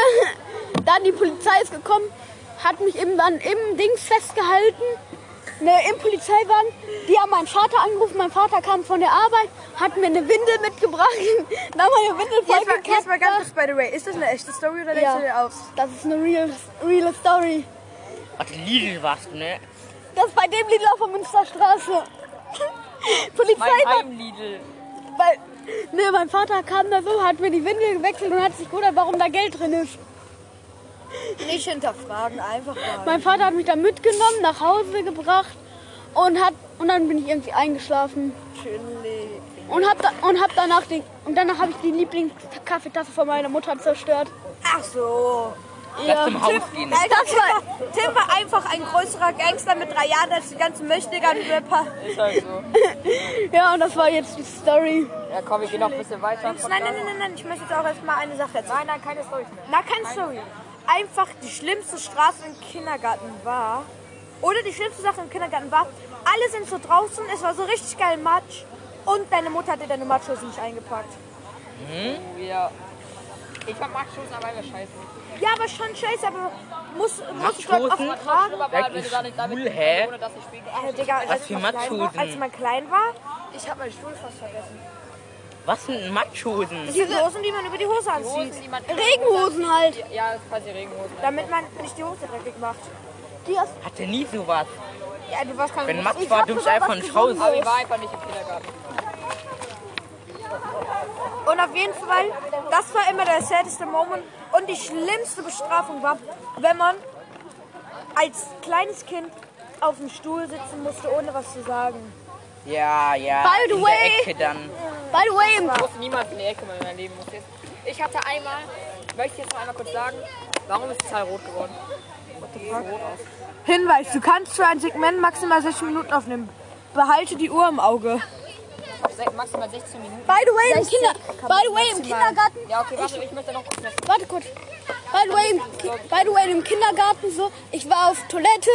Speaker 1: Dann die Polizei ist gekommen, hat mich eben dann im Dings festgehalten. Ne, im Polizeiwagen. Die haben meinen Vater angerufen. Mein Vater kam von der Arbeit, hat mir eine Windel mitgebracht. [LAUGHS] Dann meine Windel
Speaker 2: Jetzt mal, jetzt
Speaker 1: vollgekippt.
Speaker 2: mal ganz kurz, by the way, ist das eine echte Story oder legst
Speaker 1: Ja.
Speaker 2: du dir aus?
Speaker 1: Das ist eine real, real Story.
Speaker 4: Warte, Lidl warst du, ne?
Speaker 1: Das ist bei dem Lidl auf der Münsterstraße. [LAUGHS] Polizei
Speaker 3: Mein
Speaker 1: war
Speaker 3: Heimlidel.
Speaker 1: Weil, ne, mein Vater kam da so, hat mir die Windel gewechselt und hat sich gewundert, warum da Geld drin ist.
Speaker 2: Nicht hinterfragen, einfach mal.
Speaker 1: Mein Vater hat mich dann mitgenommen, nach Hause gebracht und hat und dann bin ich irgendwie eingeschlafen
Speaker 2: Chillig.
Speaker 1: und hab da, und hab danach den und danach habe ich die Lieblingskaffeetasse von meiner Mutter zerstört.
Speaker 2: Ach so.
Speaker 4: Lass zum Haus gehen.
Speaker 2: Alter,
Speaker 1: Das
Speaker 2: Tim, war, Tim war einfach ein größerer Gangster mit drei Jahren als die ganzen Möchtegern Rapper.
Speaker 3: Ist halt so.
Speaker 1: Ja, und das war jetzt die Story.
Speaker 3: Ja komm, wir gehen noch ein bisschen weiter.
Speaker 2: Nein, nein, nein, nein, nein, ich möchte jetzt auch erstmal eine Sache erzählen. Nein, nein, keine Story. Na, keine Story. Einfach die schlimmste Straße im Kindergarten war, oder die schlimmste Sache im Kindergarten war, alle sind so draußen, es war so richtig geil Matsch und deine Mutter hat dir deine Matschhose nicht eingepackt.
Speaker 3: Ja. Ich fand Markschosen aber immer scheiße.
Speaker 2: Ja, aber schon scheiße, aber muss, muss ich dort oft
Speaker 4: Matschhosen?
Speaker 2: tragen?
Speaker 3: Schlimmer war,
Speaker 4: Sag,
Speaker 3: halt, wenn
Speaker 4: ich
Speaker 3: du gar nicht damit
Speaker 4: schwul, hä?
Speaker 3: ohne dass ich spielen kann.
Speaker 2: Äh, Digga, als,
Speaker 4: für
Speaker 2: man klein war,
Speaker 4: Matschhosen?
Speaker 2: als man klein war,
Speaker 4: Was sind Matschhosen?
Speaker 2: die Hosen, die man über die Hose anzieht,
Speaker 3: Hosen, die man
Speaker 1: Regenhosen halt.
Speaker 3: Ja, quasi Regenhosen.
Speaker 2: damit man nicht die Hose dreckig macht.
Speaker 1: Die hast
Speaker 4: Hatte nie sowas.
Speaker 2: Ja, du warst kein
Speaker 4: Wenn
Speaker 2: großer-
Speaker 4: Max war, du bist einfach ein Schaus.
Speaker 3: Aber ich war einfach nicht im Kindergarten.
Speaker 2: Und auf jeden Fall, das war immer der saddeste Moment. Und die schlimmste Bestrafung war, wenn man als kleines Kind auf dem Stuhl sitzen musste, ohne was zu sagen.
Speaker 4: Ja, ja.
Speaker 1: By the
Speaker 4: in
Speaker 1: way.
Speaker 4: der Ecke dann.
Speaker 1: By the way, im
Speaker 3: Ich wusste niemals in die Ecke, wenn man leben muss. Jetzt- Ich hatte einmal, möchte ich jetzt noch einmal kurz sagen, warum ist die Zahl rot geworden?
Speaker 2: Hinweis, du kannst für ein Segment maximal 16 Minuten aufnehmen. Behalte die Uhr im Auge.
Speaker 3: Auf se- maximal 16 Minuten.
Speaker 1: By the way, im, Kinder, by the way, im Kindergarten
Speaker 3: Ja, okay, warte, ich möchte noch kurz was
Speaker 1: Warte kurz. By the, way, im Ki- by the way, im Kindergarten so, ich war auf Toilette,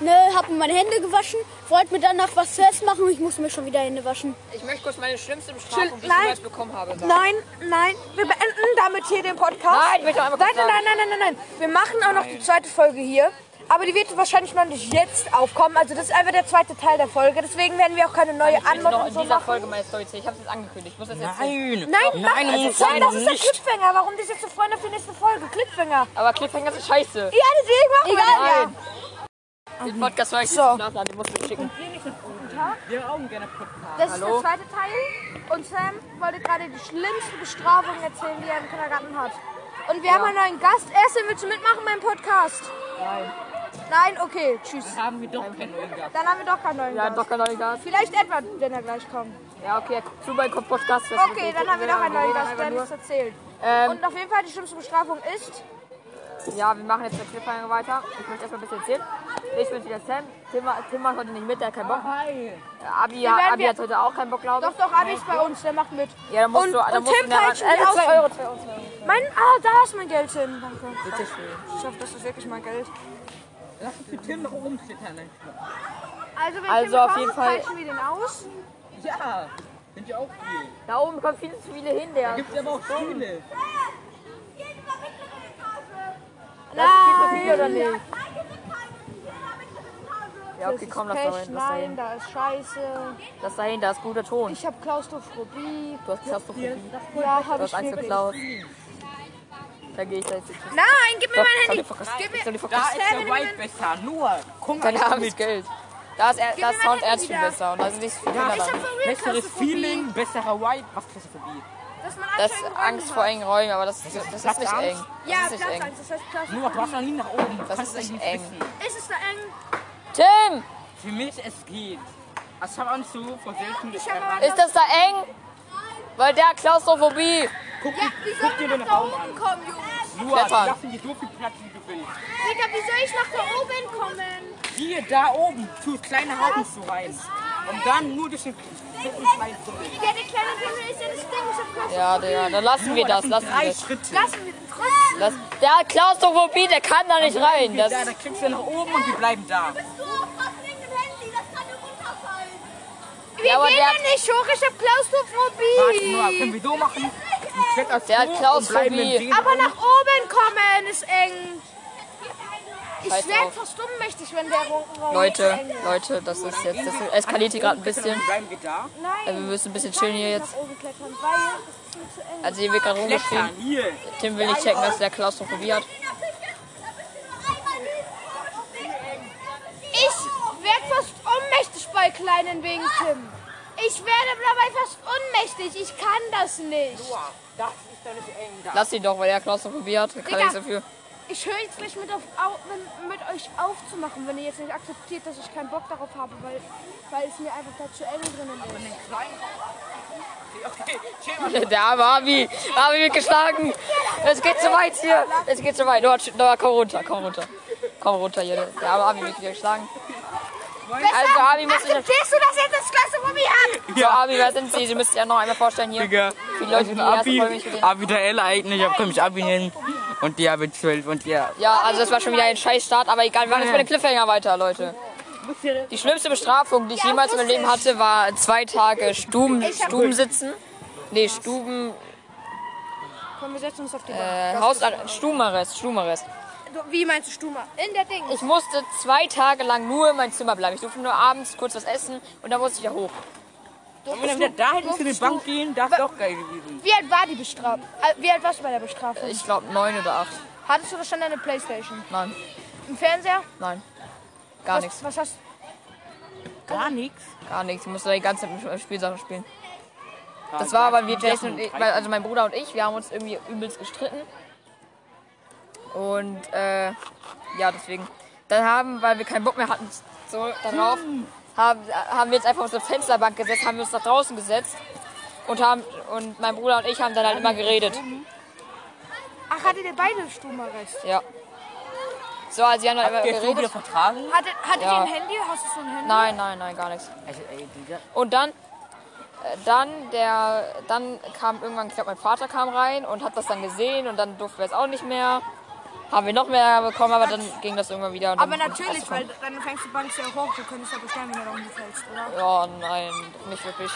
Speaker 1: ne, hab mir meine Hände gewaschen, wollte mir danach was zu essen machen und ich musste mir schon wieder Hände waschen.
Speaker 3: Ich möchte kurz meine schlimmste Bestrafung, die ich
Speaker 2: Nein.
Speaker 3: jemals bekommen habe, sagen.
Speaker 2: Nein, nein, wir beenden damit hier den Podcast.
Speaker 3: Nein, ich möchte noch einmal
Speaker 2: nein, nein,
Speaker 3: kurz sagen.
Speaker 2: nein, nein, nein, nein, nein. Wir machen auch noch die zweite Folge hier. Aber die wird wahrscheinlich noch nicht jetzt aufkommen. Also das ist einfach der zweite Teil der Folge. Deswegen werden wir auch keine neue
Speaker 3: Ich möchte
Speaker 2: Anmod
Speaker 3: noch
Speaker 2: und
Speaker 3: in
Speaker 2: so
Speaker 3: dieser
Speaker 2: machen.
Speaker 3: Folge meine Story erzählen. Ich habe es jetzt angekündigt. Ich muss das jetzt erzählen.
Speaker 4: Nein.
Speaker 2: Nein,
Speaker 4: nein,
Speaker 2: mach,
Speaker 4: muss
Speaker 2: nein,
Speaker 4: sein,
Speaker 2: das ist der
Speaker 4: nicht.
Speaker 2: Cliffhanger. Warum bist du jetzt so Freunde für die nächste Folge? Cliffhanger.
Speaker 3: Aber Cliffhanger ist scheiße.
Speaker 2: Ja, deswegen machen wir das. ja. Mhm.
Speaker 3: Nein. Den Podcast soll ich nicht
Speaker 2: So.
Speaker 3: zum nachladen, den musst du schicken.
Speaker 4: Wir haben gerne Podcast.
Speaker 2: Das ist der zweite Teil. Und Sam wollte gerade die schlimmste Bestrafung erzählen, die er im Kindergarten hat. Und wir haben einen neuen Gast. Essen, willst du mitmachen beim Podcast? Nein. Nein, okay, tschüss.
Speaker 4: Haben wir doch keinen Umgang.
Speaker 2: Dann haben wir doch keinen neuen
Speaker 3: Ja,
Speaker 2: Gast.
Speaker 3: doch kein neuer Gast.
Speaker 2: Vielleicht Edward, wenn er gleich kommt.
Speaker 3: Ja, okay, er guckt zu bei Podcast. das ist
Speaker 2: Okay,
Speaker 3: nicht
Speaker 2: dann
Speaker 3: so
Speaker 2: haben wir doch einen
Speaker 3: schwer.
Speaker 2: neuen Gast,
Speaker 3: Einfach
Speaker 2: der nichts erzählt.
Speaker 3: Ähm,
Speaker 2: Und auf jeden Fall die schlimmste Bestrafung ist.
Speaker 3: ja, wir machen jetzt mit Cliffhanger weiter. Ich möchte erstmal ein bisschen erzählen. Ich bin wieder Sam. Tim, war- Tim macht heute nicht mit, der hat keinen Bock. Abi,
Speaker 2: werden
Speaker 3: Abi
Speaker 2: Oh, wir-
Speaker 3: hat heute auch keinen Bock, glaube
Speaker 2: Doch, doch, Abi ist bei uns, der macht mit.
Speaker 3: ich. Ja, dann musst
Speaker 2: und-
Speaker 3: du, dann
Speaker 2: und
Speaker 3: musst
Speaker 2: Tim
Speaker 3: du eine-
Speaker 2: peitscht mich
Speaker 3: äh,
Speaker 2: aus.
Speaker 3: zwei Euro, zwei Euro, zwei Euro.
Speaker 2: Mein, ah, da ist mein Geld hin. Danke. Bitte schön. Ich hoffe, das ist wirklich mein Geld.
Speaker 4: Lass uns den Tim noch umschlittern.
Speaker 2: Also, wenn
Speaker 3: Also,
Speaker 2: Tim
Speaker 3: auf
Speaker 2: kommt,
Speaker 3: jeden Fall-
Speaker 2: peitschen wir den aus.
Speaker 4: Ja, sind ja auch viel.
Speaker 3: Da oben kommen viele zu viele hin, der.
Speaker 4: Gibt's aber auch viele.
Speaker 2: Nein,
Speaker 3: Oder nicht? Ja, okay, komm, lass da
Speaker 2: Pech,
Speaker 3: hin, lass da
Speaker 2: nein,
Speaker 3: hin.
Speaker 2: da ist Scheiße.
Speaker 3: Lass da hin, da ist guter Ton.
Speaker 2: Ich habe Klaustrophobie.
Speaker 3: Du hast Klaustrophobie, du
Speaker 2: Ja, habe ich
Speaker 3: hast Angst vor
Speaker 2: wirklich.
Speaker 3: Klaus. Da gehe ich da jetzt nicht hin.
Speaker 2: Nein, gib mir
Speaker 3: Doch,
Speaker 2: mein
Speaker 3: Sally
Speaker 2: Handy.
Speaker 3: Fokus.
Speaker 2: Gib
Speaker 3: Ich
Speaker 2: mir,
Speaker 3: soll die
Speaker 4: Da
Speaker 3: Fokus-
Speaker 4: ist der Vibe besser. Nur,
Speaker 3: [LAUGHS]
Speaker 4: komm
Speaker 3: Dann
Speaker 4: einfach
Speaker 3: habe ich Geld. Da ist, er, da ist
Speaker 2: mir mein
Speaker 3: Sound
Speaker 2: Handy
Speaker 3: Erz viel
Speaker 2: wieder.
Speaker 3: besser und da sind nicht so viele
Speaker 4: Ja,
Speaker 3: Kinder da.
Speaker 4: besseres Feeling, besserer Vibe. Was Klaustrophobie?
Speaker 2: dass man
Speaker 3: Das ist
Speaker 2: anscheinend
Speaker 3: Angst vor engen Räumen, aber das, das, das ist nicht
Speaker 4: Platzangst?
Speaker 3: eng.
Speaker 2: Ja,
Speaker 3: Das ist nicht eng.
Speaker 2: Platzangst, das heißt
Speaker 4: Nur, du hast
Speaker 2: Klaustrophobie.
Speaker 4: noch nie nach oben. Du
Speaker 3: Das
Speaker 4: kannst
Speaker 3: ist
Speaker 4: eigentlich
Speaker 3: eng.
Speaker 4: wissen.
Speaker 2: Ist es da eng?
Speaker 3: Tim!
Speaker 4: Für mich, es geht. Also ich habe Angst so vor selten
Speaker 2: mal-
Speaker 3: Ist das da eng? Weil der hat Klaustrophobie.
Speaker 4: Guck, dir- guck dir den Raum an.
Speaker 2: Komm, Jungs.
Speaker 4: Nur,
Speaker 3: Klettern.
Speaker 4: die lassen dir so viel Platz, wie du willst.
Speaker 2: Digga, wie soll ich nach da oben kommen?
Speaker 4: Hier, da oben, tust kleine Haufen zu rein. Und dann nur durch den dritten Schwein zurück.
Speaker 2: Ja, der kleine Junge ist ja das Ding. Ich hab Klaustrophobie.
Speaker 3: Ja, Digga, dann lassen wir das,
Speaker 4: sind
Speaker 3: lassen
Speaker 4: drei
Speaker 3: wir das.
Speaker 4: Schritte.
Speaker 2: Lassen wir den trotzdem.
Speaker 3: das. Der hat Klaustrophobie, der kann da nicht rein. Das,
Speaker 4: da, da kriegst du nach oben und wir bleiben da.
Speaker 2: Wir
Speaker 3: aber
Speaker 2: gehen
Speaker 3: der-
Speaker 2: da nicht hoch. Ich hab
Speaker 4: Warte nur,
Speaker 2: Klaustrophobie.
Speaker 4: können wir so machen? Ich kletter so
Speaker 3: Der hat
Speaker 4: und bleiben im
Speaker 3: Klaustrophobie.
Speaker 4: Ding.
Speaker 2: Aber nach oben kommen ist eng. Ich
Speaker 3: Scheiß
Speaker 2: werde
Speaker 3: auf.
Speaker 2: verstummen mächtig, wenn der Raum
Speaker 3: Leute,
Speaker 2: eng ist.
Speaker 3: Leute, das ist jetzt, das eskaliert hier gerade ein bisschen.
Speaker 4: Dann bleiben wir da.
Speaker 2: Nein.
Speaker 3: Äh, Wir müssen ein bisschen chillen hier jetzt.
Speaker 2: Nach oben klettern, weil es ist mir zu eng.
Speaker 3: Also hier wird gerade
Speaker 4: Klettern,
Speaker 3: rumgeschrieben.
Speaker 4: hier.
Speaker 3: Tim will nicht checken, dass der Klaustrophobie hat.
Speaker 2: Ich werde fast ohnmächtig bei kleinen wegen Tim. Ich werde dabei fast ohnmächtig. Ich kann das nicht.
Speaker 4: Das ist doch nicht eng da.
Speaker 3: Lass ihn doch, weil der Klaustrophobie hat. Der kann
Speaker 2: Digga.
Speaker 3: nichts dafür.
Speaker 2: Ich höre jetzt gleich mit, auf, au, mit, mit euch aufzumachen, wenn ihr jetzt nicht akzeptiert, dass ich keinen Bock darauf habe, weil, weil es mir einfach da zu eng drinnen ist.
Speaker 4: Okay, chill
Speaker 3: [LAUGHS]
Speaker 4: mal.
Speaker 3: Der arme Abi. Abi wird geschlagen. Es geht zu weit hier. Es geht zu weit. Noah, sch- Noah, komm runter, komm runter. Komm runter hier. Der arme Abi wird wieder geschlagen. Also Abi muss sich...
Speaker 2: Akzeptierst du das jetzt als Klasse von mir an?
Speaker 3: So, Abi, wer sind Sie? Sie müssen sich ja noch einmal vorstellen hier.
Speaker 4: Digga.
Speaker 3: Für die Leute, die die erste Folge nicht gesehen haben.
Speaker 4: Abi der L eigentlich, aber kann mich Abi nennen. Und die habe 12 und ja.
Speaker 3: Ja, also das war schon wieder ein scheiß Start, aber egal, wir machen jetzt bei den Cliffhanger weiter, Leute. Die schlimmste Bestrafung, die ich jemals in meinem Leben hatte, war zwei Tage Stuben, Stuben sitzen. Nee, Stuben,
Speaker 2: Komm, wir setzen uns auf die
Speaker 3: äh,
Speaker 2: Bank.
Speaker 3: Haus, Stubenarrest, Stubenarrest.
Speaker 2: Du- Wie meinst du Stuma? Äh, In der Ding.
Speaker 3: Ich musste zwei Tage lang nur in meinem Zimmer bleiben. Ich durfte nur abends kurz was essen und dann musste ich wieder hoch.
Speaker 4: Und wenn wir wieder da hätten zu der Bank gehen, das ist doch geil gewesen.
Speaker 2: Wie alt war die Bestrafung? Äh, Wie alt warst du bei der Bestrafung?
Speaker 3: Ich glaube neun oder acht.
Speaker 2: Hattest du da schon eine Playstation?
Speaker 3: Nein,
Speaker 2: Ein Fernseher?
Speaker 3: nein. Gar
Speaker 2: was,
Speaker 3: nichts.
Speaker 2: Was hast
Speaker 4: Gar nichts.
Speaker 3: Gar nichts. Ich musste die ganze Zeit mit Spielsachen spielen. Das war aber wir, Jason und ich, weil- also mein Bruder und ich, wir haben uns irgendwie übelst gestritten. Und äh, ja, deswegen. Dann haben, weil wir keinen Bock mehr hatten so darauf, haben, haben wir jetzt einfach auf unsere Fensterbank gesetzt, haben wir uns nach draußen gesetzt und haben und mein Bruder und ich haben dann halt immer geredet.
Speaker 2: Ach, hattet ihr beide Stubenarrest?
Speaker 3: Ja. So, also wir haben dann immer
Speaker 4: Habt ihr schon wieder
Speaker 3: geredet.
Speaker 4: vertragen?
Speaker 2: Hattet, hattet
Speaker 3: Ja.
Speaker 2: ihr ein Handy? Hast du so ein Handy?
Speaker 3: Nein, nein, nein, gar nichts.
Speaker 4: Also, ey, Digga.
Speaker 3: Und dann, äh, dann, der, dann kam irgendwann, ich glaube, mein Vater kam rein und hat das dann gesehen und dann durften wir es auch nicht mehr. Haben wir noch mehr bekommen, aber dann ging das irgendwann wieder. und dann Also
Speaker 2: Aber
Speaker 3: bin ich
Speaker 2: natürlich, weil
Speaker 3: rausgekommen.
Speaker 2: dann fängst du Banks ja hoch, du könntest ja bestellen, wenn du da umgefällst, oder?
Speaker 3: Ja, Oh, nein, nicht wirklich.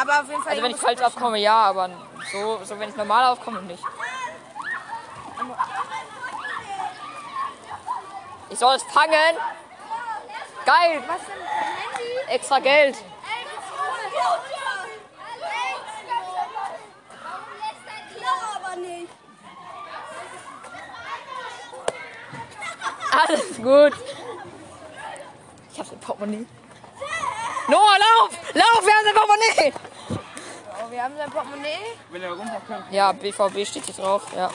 Speaker 2: Aber auf jeden Fall.
Speaker 3: Also wenn ich falsch
Speaker 2: aufkomme.
Speaker 3: aufkomme, ja, aber so, so wenn ich normal aufkomme, nicht. Ich soll es fangen! Geil!
Speaker 5: Was denn? Handy?
Speaker 3: Extra Geld!
Speaker 5: Ey, das ist Warum lässt dein Klau aber nicht?
Speaker 3: Alles gut. Ich hab den Portemonnaie. Noah, lauf! Lauf, wir haben den Portemonnaie!
Speaker 2: Wir haben dein Portemonnaie.
Speaker 4: Wenn er runterkommt.
Speaker 3: Ja, BVB steht hier drauf, ja.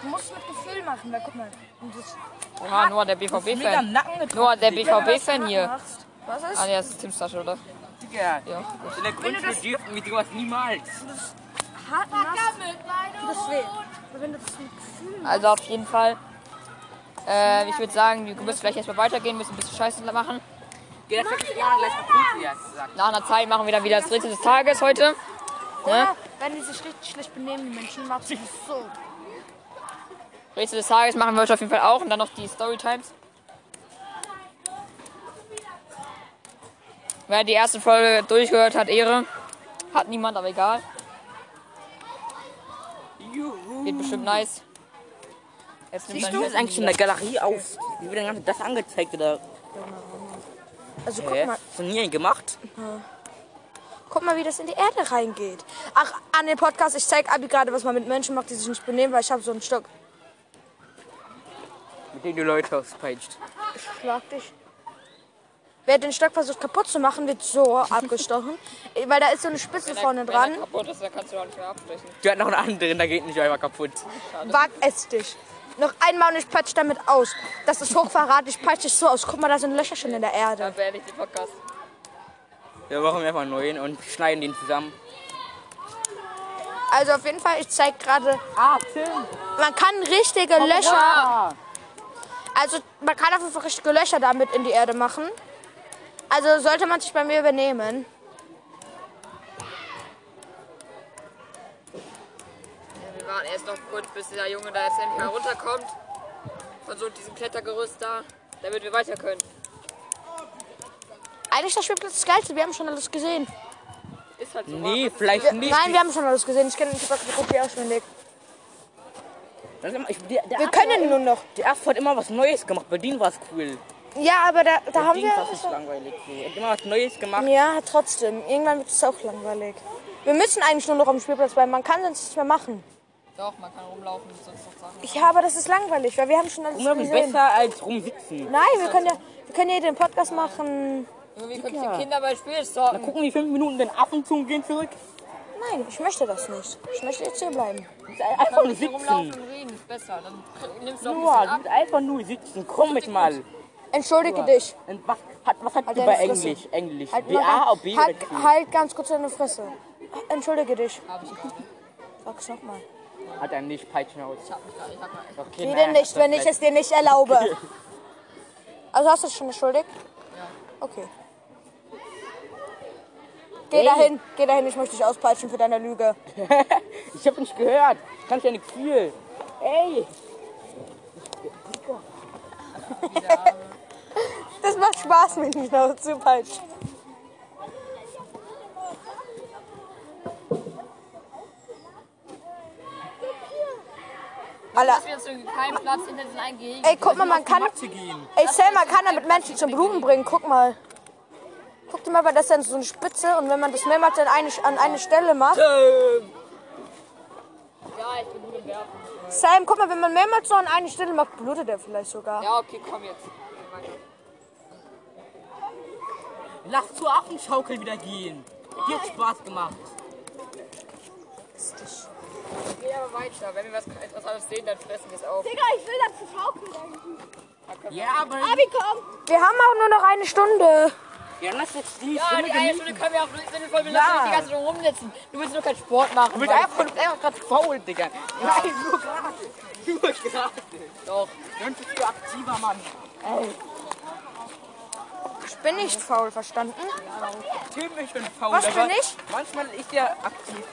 Speaker 2: Du musst mit Gefühl machen, weil guck mal. Und das-
Speaker 3: Oha, Noah, der
Speaker 4: Mega
Speaker 3: BVB-Fan.
Speaker 4: Nacken getroffen.
Speaker 3: Noah, der
Speaker 4: Digga.
Speaker 3: BVB-Fan hier.
Speaker 2: Machst. Was ist?
Speaker 3: Ah, nee, das ist Tims Tasche, oder?
Speaker 4: Digga.
Speaker 3: Ja.
Speaker 4: In der Grundschule dürfen wir sowas niemals.
Speaker 2: Hart machst. Das weh. Aber wenn du das mit Gefühl
Speaker 3: Also auf jeden Fall. Äh, ich würde sagen, wir müssen vielleicht erstmal weitergehen, müssen ein bisschen Scheiße machen.
Speaker 4: Digga, das ist ja gleich verprügelt, wie er es sagt.
Speaker 3: Nach einer Zeit machen wir dann wieder das Rätsel des Tages heute. Ne?
Speaker 2: Oder wenn die sich richtig schlecht benehmen, die Menschen, machst du das so.
Speaker 3: Rätsel des Tages machen wir heute auf jeden Fall auch und dann noch die Storytimes. Wer die erste Folge durchgehört hat, Ehre. Hat niemand, aber egal.
Speaker 4: Juhu.
Speaker 3: Wird bestimmt nice. Jetzt nimmt man
Speaker 4: Siehst du
Speaker 3: hier
Speaker 4: das eigentlich in der Galerie auf? Wie wird denn das angezeigt oder?
Speaker 2: Also guck
Speaker 4: Hä?
Speaker 2: mal,
Speaker 4: Hast du nie gemacht?
Speaker 2: guck mal, wie das in die Erde reingeht. Ach, an den Podcast, ich zeig Abi gerade, was man mit Menschen macht, die sich nicht benehmen, weil ich habe so einen Stock.
Speaker 4: Mit denen du Leute auspeitscht.
Speaker 2: Schlag dich. Wer den Stock versucht kaputt zu machen, wird so abgestochen. Weil da ist so eine Spitze vorne
Speaker 3: Wenn der
Speaker 2: dran.
Speaker 3: kaputt ist, dann kannst du auch nicht mehr abstechen.
Speaker 4: Du hat noch einen anderen, der geht nicht einmal kaputt.
Speaker 2: Wag es dich. Noch einmal und ich peitsche damit aus. Das ist Hochverrat, ich peitsche dich so aus. Guck mal, da sind Löcher schon in der Erde.
Speaker 3: Dann beende ich den Podcast.
Speaker 4: Wir machen einfach einen neuen und schneiden den zusammen.
Speaker 2: Also auf jeden Fall, ich zeig gerade. Man kann richtige Löcher.
Speaker 4: Ah,
Speaker 2: Also man kann auf jeden Fall richtige Löcher damit in die Erde machen. Also sollte man sich bei mir übernehmen.
Speaker 3: Wir warten erst noch kurz, bis der Junge da jetzt endlich mal runterkommt. Von so diesem Klettergerüst da, damit wir weiter können.
Speaker 2: Eigentlich der Spielplatz ist das geilste, wir haben schon alles gesehen.
Speaker 3: Ist halt so.
Speaker 4: nee, vielleicht nicht.
Speaker 2: Nein, wir haben schon alles gesehen. Ich kenne die Kopie auswendig.
Speaker 4: Ich, der, der
Speaker 2: Wir
Speaker 4: Affe-
Speaker 2: können nur noch.
Speaker 4: Der Affe hat immer was Neues gemacht. Bei denen war es cool.
Speaker 2: Ja, aber da, da haben
Speaker 4: Bei denen war es
Speaker 2: wir.
Speaker 4: langweilig. So. Er hat immer was Neues gemacht.
Speaker 2: Ja, trotzdem. Irgendwann wird es auch langweilig. Wir müssen eigentlich nur noch am Spielplatz bleiben. Man kann sonst nichts mehr machen.
Speaker 3: Doch, man kann rumlaufen, sonst noch Sachen.
Speaker 2: Ja, aber das ist langweilig, weil wir haben schon alles
Speaker 4: Rumlaufen ist
Speaker 2: gesehen.
Speaker 4: besser als rumsitzen.
Speaker 2: Nein, wir können ja, wir können ja den Podcast machen.
Speaker 3: Irgendwie könnte ich den Kindern bei Spiel stalken.
Speaker 4: Dann gucken die fünf Minuten den Affen zu und gehen zurück.
Speaker 2: Nein, ich möchte das nicht. Ich möchte jetzt hier bleiben.
Speaker 4: Ist Einfach nur
Speaker 3: Hier rumlaufen
Speaker 4: sitzen.
Speaker 3: und reden ist besser. Dann nimmst du auch
Speaker 4: Noah,
Speaker 3: ein
Speaker 4: du bist
Speaker 3: bisschen ab.
Speaker 4: einfach Hm. nur sitzen. Komm mit mal.
Speaker 2: Entschuldige dich.
Speaker 4: Und was hat, was hat
Speaker 2: Alter,
Speaker 4: du bei
Speaker 2: deine Fresse.
Speaker 4: Englisch? Englisch.
Speaker 2: Halt, mal
Speaker 4: BA oder
Speaker 2: halt,
Speaker 4: B oder
Speaker 2: halt,
Speaker 4: Q?
Speaker 2: halt ganz kurz deine Fresse. Entschuldige dich.
Speaker 3: Hab ich nicht.
Speaker 2: Sag's nochmal.
Speaker 4: Hat er nicht Peitschen aus.
Speaker 3: Ich hab mich gar nicht. Ich hab mal-
Speaker 4: Okay,
Speaker 2: Wie
Speaker 4: naja,
Speaker 2: denn nicht,
Speaker 4: das
Speaker 2: wenn ich
Speaker 4: vielleicht-
Speaker 2: es dir nicht erlaube? Also hast du es schon entschuldigt? Ja. Okay. Geh dahin, geh dahin, ich möchte dich auspeitschen für deine Lüge.
Speaker 4: Ich hab nicht gehört. Kannst ja nichts viel. Ey.
Speaker 2: Das macht Spaß, mich nicht noch zu peitschen. Alter,
Speaker 3: Es wird jetzt irgendwie kein Platz hinter diesen einen Gehegen.
Speaker 2: ey, guck mal, man kann.
Speaker 4: gehen.
Speaker 2: Ey, Sam, man kann damit Menschen zum Blumen bringen, guck mal. Guck dir mal, weil das ist dann so eine Spitze und wenn man das mehrmals an eine, an eine Stelle macht.
Speaker 3: Ja, ich bin gut im Werfen.
Speaker 2: Sam, guck mal, wenn man mehrmals so an eine Stelle macht, blutet er vielleicht sogar.
Speaker 3: Ja, okay, komm jetzt. Geh weiter.
Speaker 4: Lass zur Affenschaukel wieder gehen. Die hat Spaß gemacht.
Speaker 3: Geh aber weiter. Wenn wir was Interessantes sehen, dann fressen wir es auf.
Speaker 5: Digga, ich will dazu schaukeln. denken.
Speaker 4: Ja, aber.
Speaker 5: Abi, komm.
Speaker 2: Wir haben auch nur noch eine Stunde.
Speaker 4: Ja, lass jetzt die
Speaker 3: Ja, die eine Stunde können wir auch nicht sinnvoll benutzen, ja. die ganze Stunde rumsitzen. Du willst nur keinen Sport machen.
Speaker 4: Du bist
Speaker 3: Mann.
Speaker 4: einfach, du bist einfach gerade faul, Digga. Nein, nur gerade. Nur gerade.
Speaker 3: Doch.
Speaker 4: Sonst bist du aktiver Mann.
Speaker 2: Ich bin nicht faul, verstanden?
Speaker 4: Typisch und faul.
Speaker 2: Was
Speaker 4: aber
Speaker 2: bin ich?
Speaker 4: Manchmal ist er aktiv.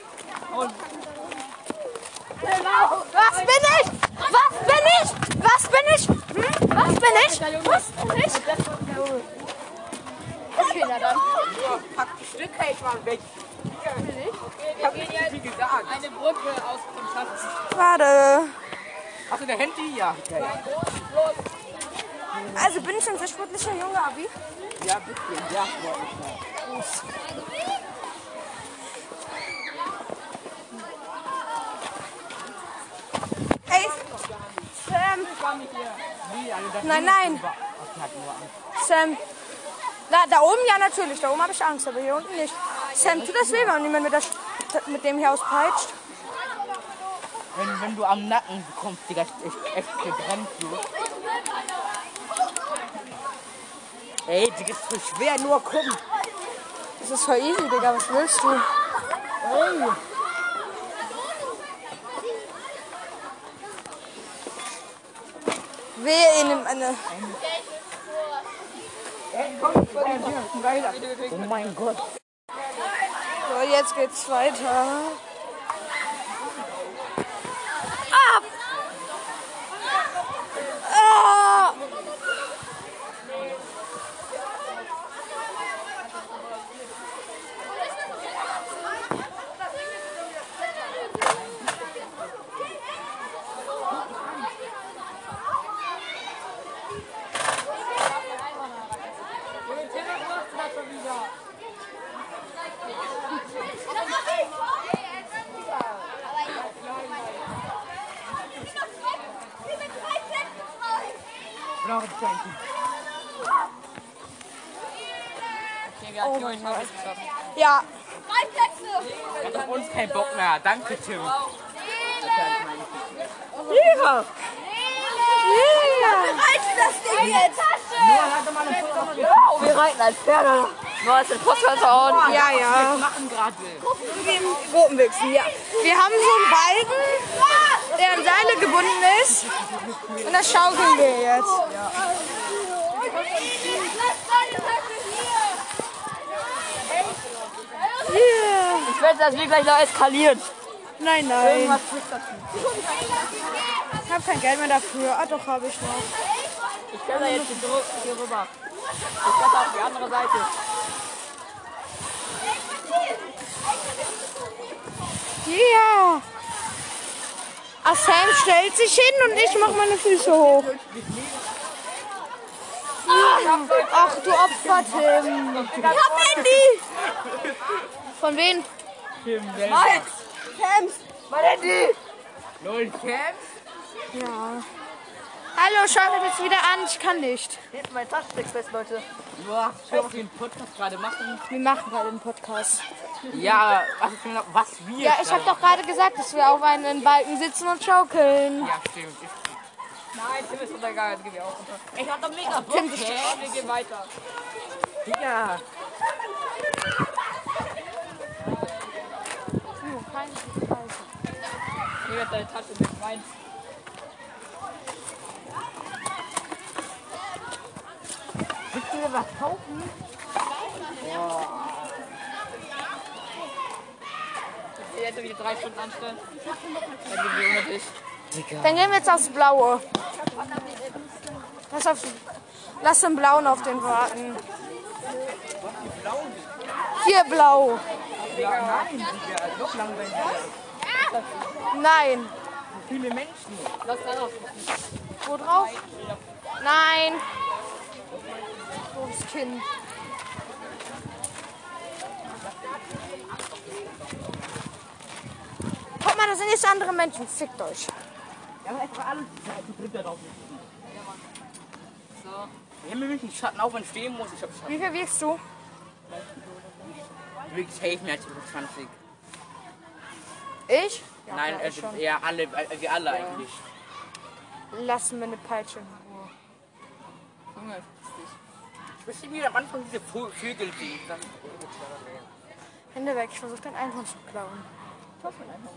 Speaker 2: Was bin ich? Was bin ich? Was bin ich? Hm? Was bin ich? Was bin ich?
Speaker 4: Ja, pack die Stücke halt mal weg. Ich hab nicht so viel gesagt.
Speaker 3: Eine Brücke aus dem Schatten.
Speaker 2: Schade.
Speaker 4: Hast du dein Handy? Ja.
Speaker 2: Also bin ich ein sehr sportlicher Junge, Abi?
Speaker 4: Ja, bitte. Ja,
Speaker 2: Ey, Sam. Nein, nein. Sam. Na, da oben ja natürlich. Da oben habe ich Angst, aber hier unten nicht. Sam, tut das weh, wenn jemand mit, der, St- mit dem hier auspeitscht?
Speaker 4: Wenn, wenn du am Nacken bekommst, Digga, ich, ich, ich gebrennt du. Ey, Digga, ist so schwer, nur gucken.
Speaker 2: Das ist voll easy, Digga. Was willst du? Wehe, ihr nimmt eine.
Speaker 4: Oh mein Gott.
Speaker 2: So, jetzt geht's weiter. Ab! Ah!
Speaker 5: Wir sind drei Plätze frei.
Speaker 4: Brauche ich eigentlich.
Speaker 3: Oh mein Gott.
Speaker 2: Ja,
Speaker 5: Drei Plätze.
Speaker 4: Hat auf uns keinen Bock mehr. Danke, Tim.
Speaker 5: Reiß das Ding jetzt.
Speaker 3: Wow, wir reiten als Pferde. Nur als den Postkörper
Speaker 2: Also, ja, ja.
Speaker 4: Wir machen gerade.
Speaker 2: Gruppenwichsen, ja. Wir haben so einen Balken, der an Seile gebunden ist. Und das schaukeln wir jetzt.
Speaker 5: Lass deine Sache hier.
Speaker 3: Ich wette, dass wir gleich noch eskalieren.
Speaker 2: Nein, nein. Ich habe kein Geld mehr dafür. Ah, doch, habe ich noch.
Speaker 3: Ich stelle da jetzt die Dr- hier rüber. Ich wette auf die andere Seite.
Speaker 2: Ja. Ah, Sam stellt sich hin und ich mache meine Füße hoch. Ach, du Opfer, Tim. Ich hab Handy. Von wem?
Speaker 4: Lol, Camp?
Speaker 2: Ja. Hallo, schau mir jetzt wieder an. Ich kann nicht.
Speaker 3: Hebt mein Taschendeck fest, Leute.
Speaker 4: Boah, was wir den Podcast gerade machen.
Speaker 2: Wir machen gerade einen Podcast.
Speaker 4: Ja, was, ist denn- was wir.
Speaker 2: Ja, ich habe
Speaker 4: gerade
Speaker 2: doch gerade gesagt, dass wir auf einen Balken sitzen und schaukeln.
Speaker 4: machen. Ja, stimmt. Ich-
Speaker 3: Nein, Tim ist untergegangen. Jetzt gehen wir auch runter. Ich hab doch mega Bock.
Speaker 2: Tim,
Speaker 3: Hey, wir gehen weiter.
Speaker 4: Digga.
Speaker 3: Hier wird deine Tasche mit rein. Willst du mir was kaufen? Boah. Ich will jetzt wieder drei Stunden anstellen. Dann gehen wir ohne dich.
Speaker 2: Dann gehen wir jetzt aufs Blaue. Lass, auf, lass den Blauen auf den warten. Hier blau.
Speaker 4: Nein, Digga. Noch langweilig.
Speaker 2: Nein.
Speaker 4: Viele Menschen.
Speaker 3: Lass da noch.
Speaker 2: Wo drauf? Nein. Doofes Kind. Guck mal, das sind jetzt andere Menschen. Fickt euch.
Speaker 4: Ja, aber einfach alle zu dritt da drauf. Ja, Mann. So. Ich will mich nicht Schatten, auch wenn ich stehen muss. Ich hab Schatten.
Speaker 2: Wie viel wiegst du?
Speaker 4: wirklich safe mehr als halt über 20.
Speaker 2: Ich?
Speaker 4: Nein,
Speaker 2: ja, ich
Speaker 4: also,
Speaker 2: schon.
Speaker 4: ja, alle, äh, wir alle eigentlich.
Speaker 2: Lass mir eine Peitsche in Ruhe.
Speaker 3: Junge, verpiss dich.
Speaker 4: Ich wüsste wieder am Anfang diese Vö- Vögel, die dann
Speaker 2: Hände weg, ich versuche dein Einhorn zu klauen.
Speaker 3: Schaffst du einfach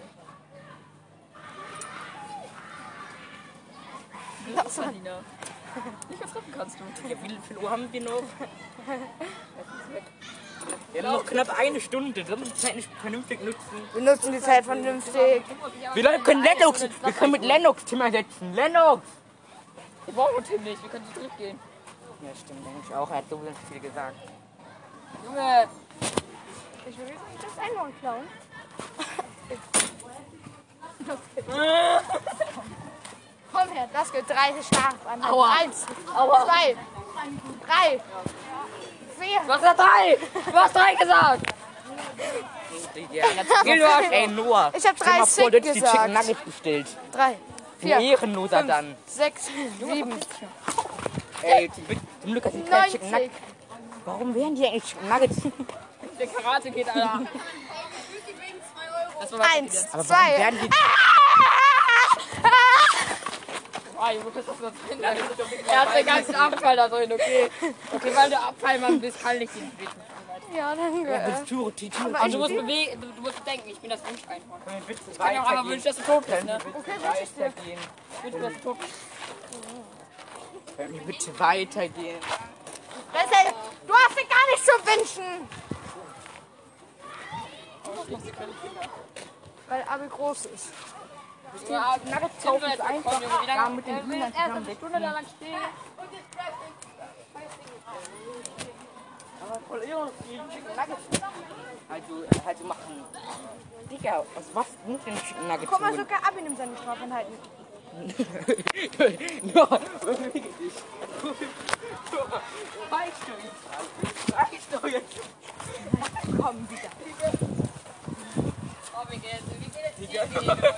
Speaker 3: nicht. Das ist Berliner. Nicht vertreffen kannst du.
Speaker 4: Ja, wie viel Uhr haben wir [LAUGHS] noch?
Speaker 3: weg.
Speaker 4: Wir haben noch knapp eine Stunde. Das ist die Zeit nicht vernünftig nutzen.
Speaker 2: Wir nutzen die Zeit vernünftig.
Speaker 4: Wir Leute können Lennox. Wir können mit Lennox Tim ersetzen. Lennox!
Speaker 3: Wir brauchen uns hier nicht, wir können zu dritt gehen.
Speaker 4: Ja, stimmt, denke ich auch. Er hat so ganz viel gesagt.
Speaker 3: Junge!
Speaker 2: Ich will jetzt nicht das Einhorn klauen.
Speaker 5: Komm her, das geht 30 Schafe an. Aua. Eins, Aua. zwei, drei, vier.
Speaker 3: Du hast ja drei! Du hast drei gesagt!
Speaker 4: Ja, Gilbert, ey, Noah.
Speaker 2: Ich hab
Speaker 4: Stell mal
Speaker 2: 30
Speaker 4: vor, du hättest die Chicken
Speaker 2: gesagt.
Speaker 4: Nuggets Äh, bestellt.
Speaker 2: Drei,
Speaker 4: Du
Speaker 2: vier,
Speaker 4: Ehrenloser dann.
Speaker 2: sechs, sieben,
Speaker 4: Ey, zum Glück- zum Glück hast du keine Chicken Nuggets.
Speaker 2: neunzig.
Speaker 4: Warum wären die eigentlich Chicken Nuggets?
Speaker 3: Der Karate geht, Alter. Das war was
Speaker 2: Eins,
Speaker 4: Aber warum
Speaker 2: zwei.
Speaker 4: werden die
Speaker 3: Ah, Junge, das ist das hin. Er hat den ganzen Abfall da drin, okay. Okay, weil der Abfall mal ein bisschen kann nicht den Weg.
Speaker 2: Ja, danke.
Speaker 4: Das Türe, die Türe.
Speaker 3: Und du musst bewegen, du, du musst denken, ich bin das Wunsch-Einhorn.
Speaker 4: Ich
Speaker 3: Ich kann ja auch einmal wünschen, dass du tot bist, ne?
Speaker 4: weitergehen.
Speaker 3: Ich wünsche, dass du tot bist.
Speaker 4: Können wir bitte weitergehen?
Speaker 2: Marcel, Du hast dir gar nicht zu wünschen. Weil Abi groß ist.
Speaker 3: Ja, Nuggets kaufen ist einfach. Wie lange mit den Hühnern Erst eine Stunde da lang stehen.
Speaker 4: Voll irre, die Chicken Nuggets. Also, äh, halt so machen. Digga, aus was sind denn Chicken Nuggets?
Speaker 2: Guck mal, sogar Abi nimmt seine Strafanhalten.
Speaker 4: [LAUGHS] Noah, beweg dich. Noah, Weißt du jetzt? Weißt du jetzt?
Speaker 3: Oh, wir gehen, wir gehen jetzt hier. [LAUGHS]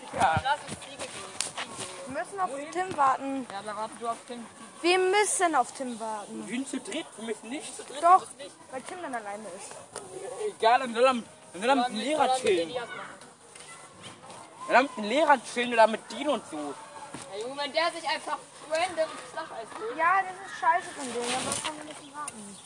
Speaker 4: Digga.
Speaker 3: Lass uns Ziege gehen.
Speaker 2: Wir müssen auf Tim warten.
Speaker 3: Ja, da warten du auf den.
Speaker 2: Wir müssen auf Tim warten.
Speaker 4: Wir sind um zu dritt, wir müssen nicht zu dritt.
Speaker 2: Doch, weil Tim dann alleine ist.
Speaker 4: Egal, dann soll er, dann soll er mit dem Lehrer chillen. Dann soll er mit dem Lehrer chillen oder mit Dino und so.
Speaker 3: Ja, Junge, wenn der sich einfach random Flacheis holt.
Speaker 2: Ja, das ist scheiße von denen, aber kann man nicht warten.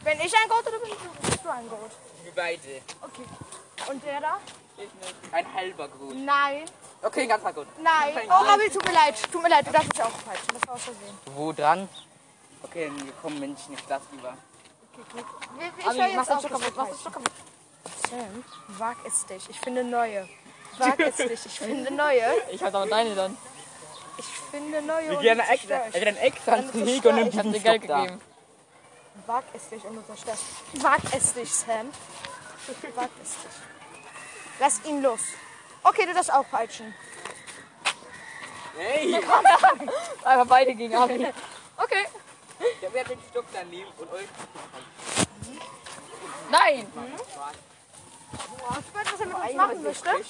Speaker 2: Wenn ich ein Goat oder bist du, bist du ein Goat?
Speaker 4: Wir beide.
Speaker 2: Okay. Und der da?
Speaker 4: Ein halber gut.
Speaker 2: Nein.
Speaker 4: Okay, ganz halb gut.
Speaker 2: Nein. Oh, Abi, tut mir leid. Tut mir leid, du darfst mich auch falsch. Das war aus Versehen.
Speaker 4: Wo dran? Okay, dann kommen Menschen nicht das lieber.
Speaker 2: Wir- wir- Ich höre jetzt auf. das wird falsch. Sam, wag es dich. Ich finde neue. Wag
Speaker 4: [LAUGHS]
Speaker 2: es dich. Ich finde neue.
Speaker 3: Ich halt aber deine dann.
Speaker 2: Ich finde neue.
Speaker 4: Wir
Speaker 2: und
Speaker 4: gehen
Speaker 2: zerstör
Speaker 4: extra,
Speaker 2: ich.
Speaker 4: wir gehen extra ins
Speaker 2: Dann
Speaker 4: Gehege
Speaker 2: zerstöre
Speaker 4: und nimmt
Speaker 2: ich.
Speaker 3: Ich hab
Speaker 4: diesen
Speaker 3: dir Geld
Speaker 4: Stock da.
Speaker 3: gegeben.
Speaker 2: Wag es dich, um unser Stern. Wag es dich, Sam. Wag es dich. Lass ihn los. Okay, du darfst auch peitschen.
Speaker 4: Hey,
Speaker 3: Einfach beide gegen Abi. [LAUGHS]
Speaker 2: Okay.
Speaker 4: der wird den Stock da nehmen und euch.
Speaker 3: Nein!
Speaker 2: Ich weiß, was er mit uns machen möchte.
Speaker 4: Nein,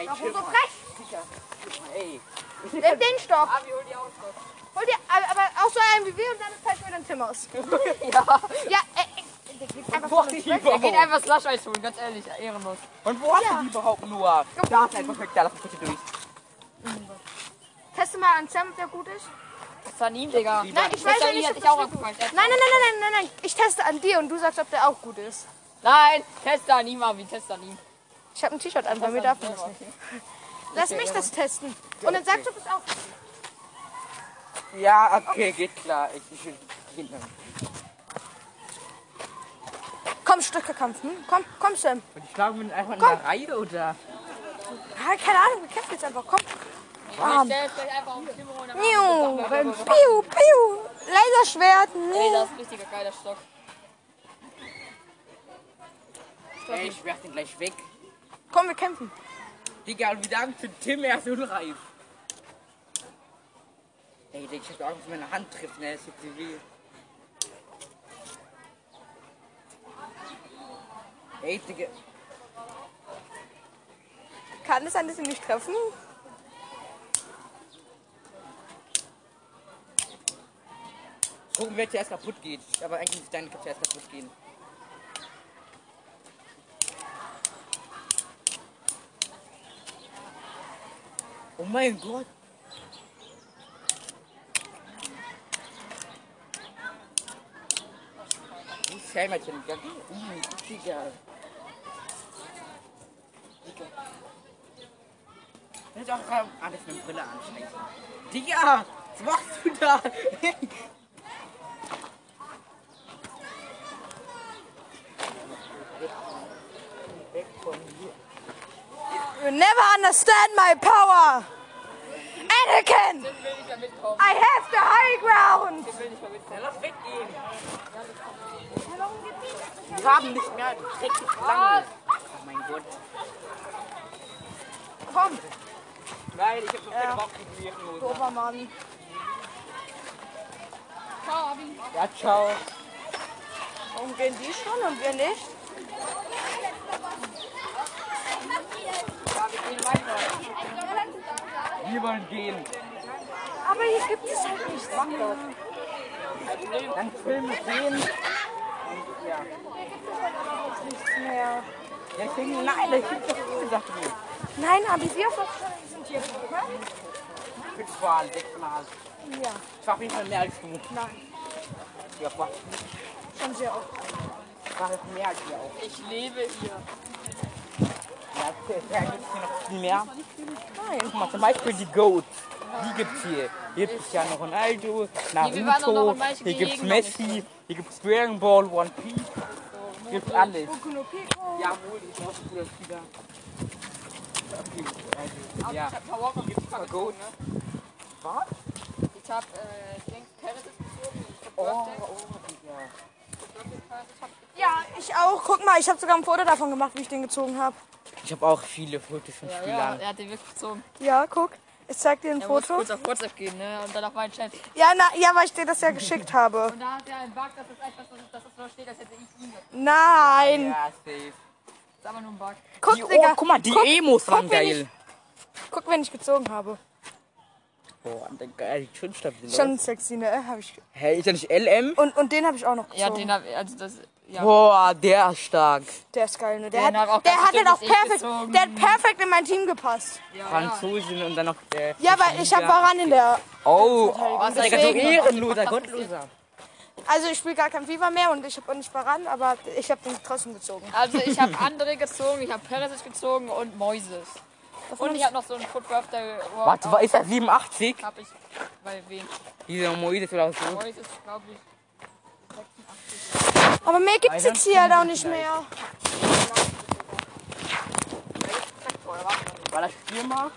Speaker 4: ich
Speaker 2: Warum so
Speaker 4: will-
Speaker 2: frech?
Speaker 4: Ey,
Speaker 2: Nimm den Stock.
Speaker 3: Abi, hol die auch Stock.
Speaker 2: Hol dir, aber, aber auch so einen wie wir und damit peitschen wir dann Tim aus.
Speaker 3: [LAUGHS] Ja.
Speaker 2: Ja, ey, ey. Der geht einfach
Speaker 4: wo
Speaker 2: von
Speaker 4: hast du
Speaker 2: uns
Speaker 4: die
Speaker 2: weg.
Speaker 3: Er geht
Speaker 4: überhaupt?
Speaker 3: einfach Slush-Eis holen, ganz ehrlich, ehrenlos.
Speaker 4: Und wo hast du die überhaupt, Noah? Da ist einfach weg, da lass mich bitte durch.
Speaker 2: Teste mal an Sam, ob der gut ist.
Speaker 3: Das war ihm, Digga.
Speaker 2: Nein, ich weiß ja nicht,
Speaker 3: hat
Speaker 2: ob
Speaker 3: dich
Speaker 2: das
Speaker 3: auch
Speaker 2: gut
Speaker 3: angefallen. Er hat-
Speaker 2: Nein, nein, nein, nein, nein, nein. Ich teste an dir und du sagst, ob der auch gut ist.
Speaker 3: Nein, test an ihm, Abi, test an ihm.
Speaker 2: Ich habe ein T-Shirt an, bei mir darf man das nicht. Lass mich das testen. Und dann sagst du, ob es auch
Speaker 4: Ja, okay, geht klar. Ich, ich will hinten.
Speaker 2: Komm, Stöckerkampf, hm? Komm, komm, Sam.
Speaker 4: Und ich schlage mir einfach in
Speaker 2: Komm.
Speaker 4: der Reihe oder?
Speaker 2: Ah, keine Ahnung, wir kämpfen jetzt einfach. Komm.
Speaker 3: Ich stell jetzt gleich einfach auf den Kimmer und dann
Speaker 2: Piu, piu, piu. Laserschwert.
Speaker 3: Ey,
Speaker 2: Nee.
Speaker 3: das ist ein richtiger geiler Stock.
Speaker 4: Ey, ich werf den gleich weg.
Speaker 2: Komm, wir kämpfen.
Speaker 4: Digga, und wir sagen für Tim, er ist unreif. Ey, Digga, ich hab Angst, wenn meine Hand trifft, ne? Das tut so weh. Ey, Digga.
Speaker 2: Kann es sein, dass sie mich treffen?
Speaker 4: gucken, wer zuerst kaputt geht. Aber eigentlich deine kann zuerst kaputt gehen. Oh mein Gott. Wo ist Helmerchen gegangen? Uh, Digga. Digga. Das ist auch gerade alles mit Brille anscheinend. Digga, was machst du da? [LAUGHS]
Speaker 2: You never understand my power! Anakin! I have the high ground!
Speaker 4: Lass weggehen. Wir haben nicht mehr die Strecke verlangt. Oh mein Gott.
Speaker 2: Komm,
Speaker 4: Nein, ich hab so viele Bauchkriegen.
Speaker 2: Dobermann.
Speaker 4: Ja, ciao.
Speaker 2: Warum gehen die schon und wir nicht?
Speaker 4: Wir wollen gehen.
Speaker 2: Aber hier gibt es halt nichts. Mach doch.
Speaker 4: Dann filmen wir gehen.
Speaker 2: Nichts mehr.
Speaker 4: Ja, ich denke, nein, ich hab doch viele Sachen.
Speaker 2: Nein, aber wir sind hier.
Speaker 4: Ich bin vor sechsmal.
Speaker 2: Ja,
Speaker 4: Ich war auf jeden Fall mehr als du.
Speaker 2: nein.
Speaker 4: Ja, was?
Speaker 2: Schon sehr oft.
Speaker 4: Ich war mehr als du auch.
Speaker 3: Ich lebe hier.
Speaker 4: Ja, da gibt's hier noch viel mehr.
Speaker 2: Nein.
Speaker 4: Guck mal, zum Beispiel die Goats. Die gibt's hier. Hier gibt es ja noch
Speaker 3: wir
Speaker 4: Ronaldo,
Speaker 3: waren doch noch
Speaker 4: Naruto,
Speaker 3: in manchen
Speaker 4: hier gibt's
Speaker 3: Gegenden noch nicht
Speaker 4: Messi, hier gibt's Dragon Ball, One Piece. Gibt's alles.
Speaker 2: Kuno Pico.
Speaker 4: Jawohl, ich brauche cooler Spieler. Okay, also, ja.
Speaker 3: Power gibt's
Speaker 4: Aber Goat, ne? Was?
Speaker 3: Ich hab, äh, Dings Paris gezogen. Ich hab
Speaker 4: Oh,
Speaker 3: Birthday.
Speaker 4: oh, Digga.
Speaker 3: Birthday Paris. Ich hab
Speaker 2: Ja, ich auch. Guck mal, ich habe sogar ein Foto davon gemacht, wie ich den gezogen habe.
Speaker 4: Ich habe auch viele Fotos von
Speaker 3: Ja, ja,
Speaker 4: Spielern.
Speaker 3: er hat den wirklich gezogen.
Speaker 2: Ja, guck. Ich zeig dir ein
Speaker 3: Er muss
Speaker 2: Foto.
Speaker 3: kurz auf WhatsApp gehen, ne? Und dann auf meinen Chat.
Speaker 2: Ja, na, ja, weil ich dir das ja geschickt habe.
Speaker 3: Und da hat er einen Bug, dass das einfach so, dass das so steht, als hätte ich ihn. Das
Speaker 2: Nein.
Speaker 4: Ja, safe.
Speaker 3: ist aber nur ein Bug.
Speaker 2: Guck,
Speaker 4: Die, oh,
Speaker 2: Digga.
Speaker 4: guck mal, die
Speaker 2: guck,
Speaker 4: Emos waren
Speaker 2: guck, wenn
Speaker 4: geil.
Speaker 2: Guck, wenn ich gezogen habe.
Speaker 4: Boah, Digga, die schon stabil.
Speaker 2: Schon sexy, ne? Hab ich.
Speaker 4: Hey, ist der nicht LM?
Speaker 2: Und, und den habe ich auch noch gezogen.
Speaker 3: Ja, den hab ich, also das, ja.
Speaker 4: Boah, der ist stark.
Speaker 2: Der ist geil, ne? Der,
Speaker 3: Den
Speaker 2: hat,
Speaker 3: hab auch
Speaker 2: der
Speaker 3: ganz
Speaker 2: hat den
Speaker 3: bestimmt
Speaker 2: auch
Speaker 3: nicht ich
Speaker 2: perfekt.
Speaker 3: gezogen.
Speaker 2: Der hat perfekt in mein Team gepasst.
Speaker 4: Franzosen und dann noch der.
Speaker 2: Ja, weil ich hab Varan in der.
Speaker 4: eh, Oh,
Speaker 3: was
Speaker 4: Digga, du
Speaker 3: deswegen?
Speaker 4: ehrenloser, gottloser.
Speaker 2: Also ich spiele gar kein FIFA mehr und ich habe auch nicht Varan, aber ich habe den trotzdem gezogen.
Speaker 3: Also ich habe andere gezogen, ich habe Perisic gezogen und Moises. Und ich habe noch so einen Foot Birthday Walk.
Speaker 4: Warte, war- ist das 87?
Speaker 3: Hab ich bei wem?
Speaker 4: Dieser Moises oder so.
Speaker 3: Moises, glaube ich.
Speaker 2: Aber mehr gibt's jetzt hier halt auch nicht mehr.
Speaker 4: War das Stürmer?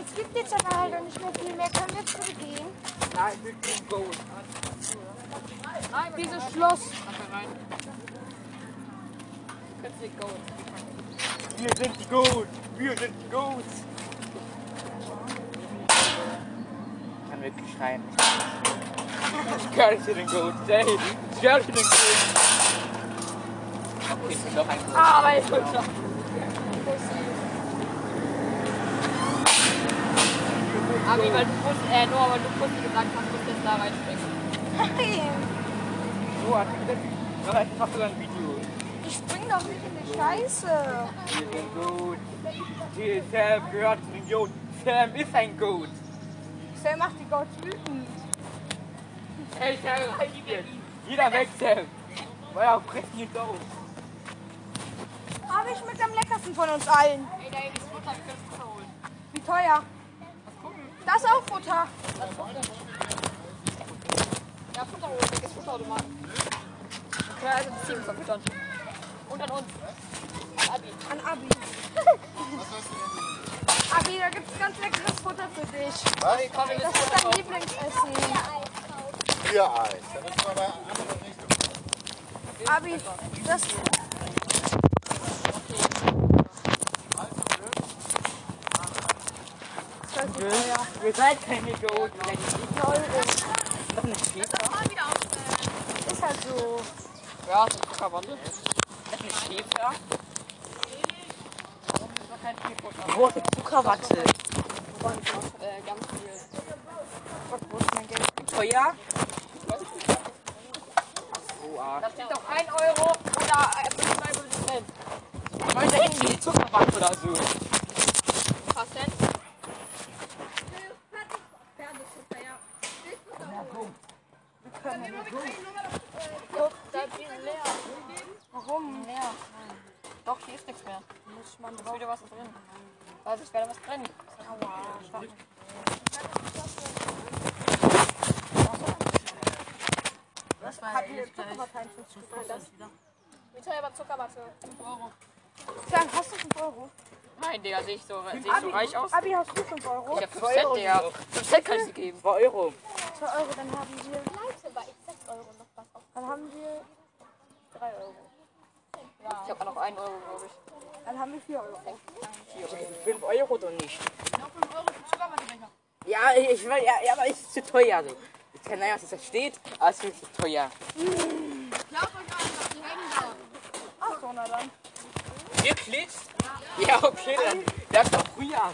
Speaker 5: Es gibt jetzt aber halt auch nicht mehr viel mehr. Können wir zurückgehen?
Speaker 4: Nein, ich will den Gold.
Speaker 5: Dieses Schloss.
Speaker 4: Wir sind gut, wir sind gut. Ich kann wirklich schreien. Ich kann nicht den Goat, ey. Ich kann nicht den Goat. Okay, ich bin doch ein Goat. Ah, mein Gott.
Speaker 3: Aber weil du Pussy, äh, nur weil du Pussy gesagt hast, musst du jetzt da reinspringen.
Speaker 4: So hat er gesagt, ich mache sogar ein Video.
Speaker 2: Ich spring doch nicht in die Scheiße.
Speaker 4: Wir sind gut. Die Sam gehört zu den Goat. Sam ist ein Goat.
Speaker 2: Sam macht die Goats wütend.
Speaker 4: Ey, Sam, rein hier. Jeder weg, Sam. Weil er bringt die Goat.
Speaker 2: Aber ich mit am leckersten von uns allen.
Speaker 3: Ey, da ist Mutter, wir können es holen.
Speaker 2: Wie teuer. Das ist auch Futter.
Speaker 3: Ja, Futter holen, weg ist Futterautomat. Okay, also das Team verfüttern. Und an uns. An Abi.
Speaker 2: An Abi. [LAUGHS] Abi, da gibt's ganz leckeres Futter für dich.
Speaker 3: Komm, wir
Speaker 2: Das
Speaker 3: müssen
Speaker 2: ist dein Lieblingsessen.
Speaker 7: Tiereis. Da müssen wir bei anderen Richtung.
Speaker 2: Abi, das
Speaker 4: Ihr seid keine Goat. Leute.
Speaker 2: doch nicht.
Speaker 5: Ist halt so.
Speaker 3: Ja, das ist ein Krawandel.
Speaker 2: Rote Zuckerwatte.
Speaker 3: Äh, ganz viel.
Speaker 2: Teuer?
Speaker 3: Das steht auf 1 Euro oder äh, 5 Cent.
Speaker 4: Heute irgendwie Zuckerwatte oder so.
Speaker 3: Paar Cent.
Speaker 2: Warum?
Speaker 3: Ja. Doch, hier ist nichts mehr. Ist wieder was drin. Also ist wieder was drin.
Speaker 2: Hat die Zuckerwatte einfach zu
Speaker 5: Wie teuer war Zuckerwatte?
Speaker 2: Dann hast du 5 Euro.
Speaker 3: Nein, Digga, sehe ich so, sehe ich so reich aus.
Speaker 2: Abi, hast du 5 Euro?
Speaker 3: Ich hab 5 Cent, Digga. 5 Cent kann ich dir geben.
Speaker 4: 2 Euro.
Speaker 2: 2 Euro, dann haben wir,
Speaker 5: Leute, war ich 6 Euro noch was auf
Speaker 2: dann haben wir,
Speaker 5: 3 Euro.
Speaker 3: Ich hab auch noch 1 Euro, glaube ich.
Speaker 2: dann haben wir 4 Euro. [LAUGHS]
Speaker 4: 5 Euro doch nicht.
Speaker 5: Noch 5 Euro für Zuckerwatte gleich noch.
Speaker 4: Ja, ich will, ja, ja, aber es ist zu teuer. So. Ich kann naja, was da steht, aber es ist zu teuer.
Speaker 5: Glaubt euch an, dass die Hände da.
Speaker 4: Wirklich? Ja, okay, dann das doch früher.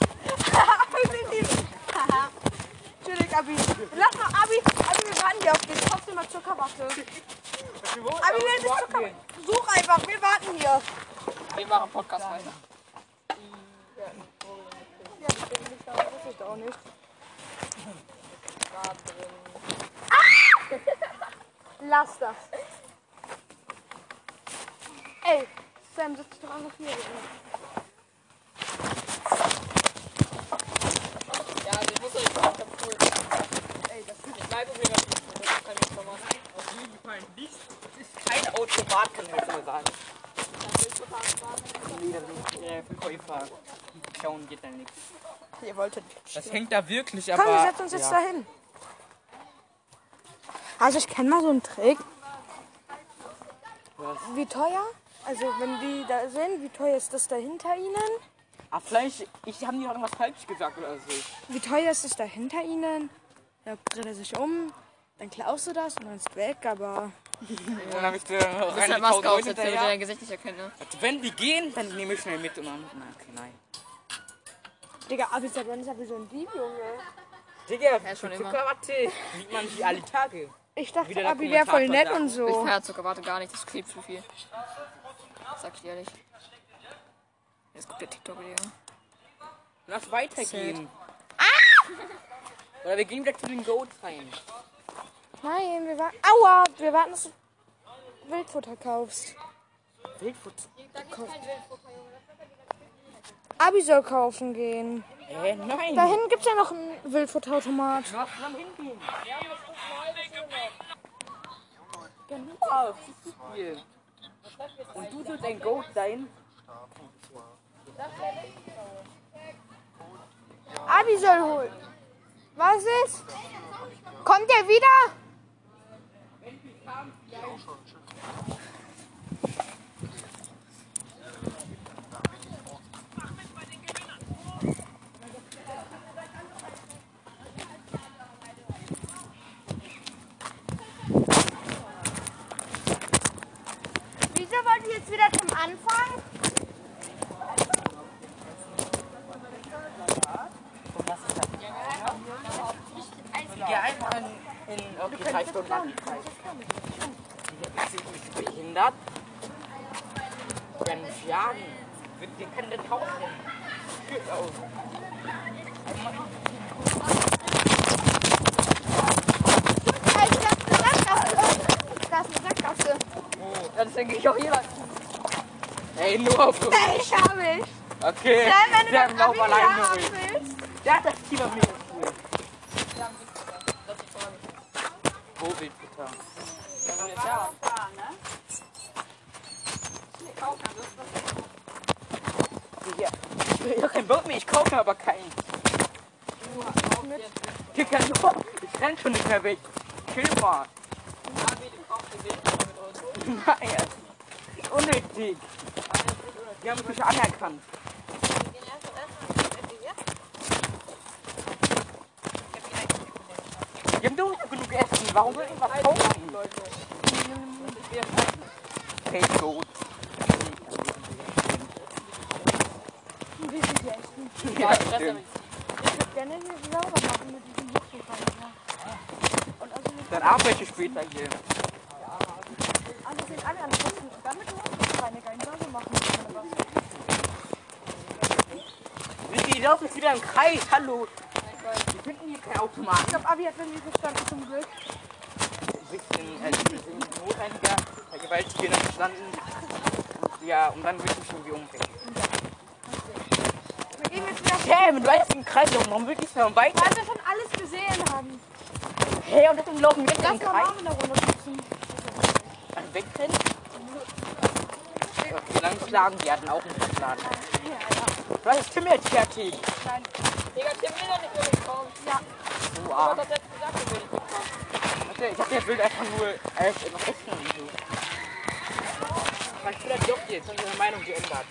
Speaker 2: [LAUGHS] Natürlich, Abi. Lass mal, Abi, Abi, wir warten hier auf dich. Trotzdem mal Zuckerwatte. Abi, wir sind Zuckerwatte. Such einfach, wir warten hier.
Speaker 3: Wir machen Podcast weiter.
Speaker 2: Ja, stimmt nicht, aber wusste ich da auch nicht.
Speaker 1: Lass das. Ey, Sam sitzt doch einfach hier.
Speaker 3: Ja, also ich muss euch sagen, ich hab cool. Ey, das ist ich bleibe mega gut. Das kann ich schon mal sagen.
Speaker 4: Auf jeden Fall nicht. Es ist kein Automat, kann ich jetzt mal sagen. Nee, das ist äh, Verkäufer. Schauen geht dann nichts.
Speaker 2: Ihr wolltet.
Speaker 4: Das hängt da wirklich,
Speaker 2: Komm, wir setzen uns jetzt dahin. Also ich kenne mal so einen Trick.
Speaker 4: Was?
Speaker 2: Wie teuer? Also wenn die da sind, wie teuer ist das da hinter ihnen?
Speaker 4: Ah, vielleicht, ich habe dir irgendwas falsch gesagt oder so.
Speaker 2: Wie teuer ist das da hinter ihnen? Da dreht er sich um, dann klaust du das und dann ist weg, aber...
Speaker 4: Und dann habe ich äh, dir
Speaker 3: Du musst halt Maske aufsetzen, damit er dein Gesicht nicht erkennt, ne?
Speaker 4: Wenn die gehen, dann nehme ich schnell mit und dann. Na, okay, nein.
Speaker 2: Digga, Abi, seit wann ist er wie so ein Dieb, Junge?
Speaker 4: Digga,
Speaker 3: Ja, schon immer.
Speaker 4: Zuckerwatte sieht man die alle Tage.
Speaker 2: Ich
Speaker 4: Wieder
Speaker 2: dachte,
Speaker 4: der
Speaker 2: Abi wäre voll nett
Speaker 4: Kommentator
Speaker 2: und
Speaker 3: Ich
Speaker 2: so.
Speaker 3: feier Zucker, Oh. warte gar nicht, das klebt zu viel. Sag ich dir ehrlich. Jetzt guckt der TikTok wieder.
Speaker 4: Lass weitergehen. Ah! Oder wir gehen wieder zu den Goats rein.
Speaker 2: Nein, wir warten... Aua, wir warten, dass du Wildfutter kaufst.
Speaker 4: Wildfutter.
Speaker 2: Abi soll kaufen gehen.
Speaker 4: Hä, nein.
Speaker 2: Da hinten gibt's ja noch einen Wildfutterautomat.
Speaker 4: Du musst zusammen hingehen. Genau. Und du sollst ein Goat sein.
Speaker 2: Abi soll holen. Was ist? Kommt er wieder?
Speaker 5: Wieso wollt ihr jetzt wieder zum Anfang?
Speaker 4: Geh einfach in, in okay, drei Stunden nach dem Kreis. Sind die behindert? Die werden mich jagen. Wir können den Tauchen. Tschüss aus.
Speaker 5: Weil ich das gesagt habe. Das gesagt habe.
Speaker 3: Ja, deswegen gehe ich auch hier lang.
Speaker 4: Ey, nur auf du.
Speaker 5: Ich habe ich.
Speaker 4: Okay. Dann lauf alleine ruhig. Der hat das Team am Leben. Wo Wildfutter? Ja, ich will ja kein Boot mehr, ich kaufe aber keinen. Hier kann nur, ich renn schon nicht mehr weg. Chill mal. [LAUGHS] Nein, das ist unnötig. Die haben mich anerkannt. Die haben doch genug Essen.
Speaker 8: kaufen. Warum will ich was kaufen? Hey, so. Ja, stimmt. Dann arbeite ich später hier. Vicky, lauf jetzt wieder im Kreis, hallo. Wir finden hier kein Automaten. Ich glaube, Abi hat irgendwie verstanden, zum Glück. Ich bin äh, der Gewalttier dann verstanden. Ja, und dann würde ich mich irgendwie umbringen. Damn, du hast den Kreis laufen. Warum wirklich so weiter?
Speaker 2: Weil wir schon alles gesehen haben.
Speaker 8: Hey, und deswegen laufen wir jetzt
Speaker 2: Lass
Speaker 8: im
Speaker 2: mal
Speaker 8: Kreis.
Speaker 2: Mama eine Runde schießen.
Speaker 8: Dann wegrennen. Okay, dann schlagen die hatten auch einen Plan. Was ist Tim jetzt fertig?
Speaker 3: Digga, Tim will doch nicht mehr mitkommen.
Speaker 8: Du Arsch.
Speaker 3: Was hat er gesagt, du willst nicht mitkommen?
Speaker 8: Warte, ich hab jetzt Bild einfach nur als im Rechten und so. Man vielleicht doch jetzt und ihre Meinung geändert.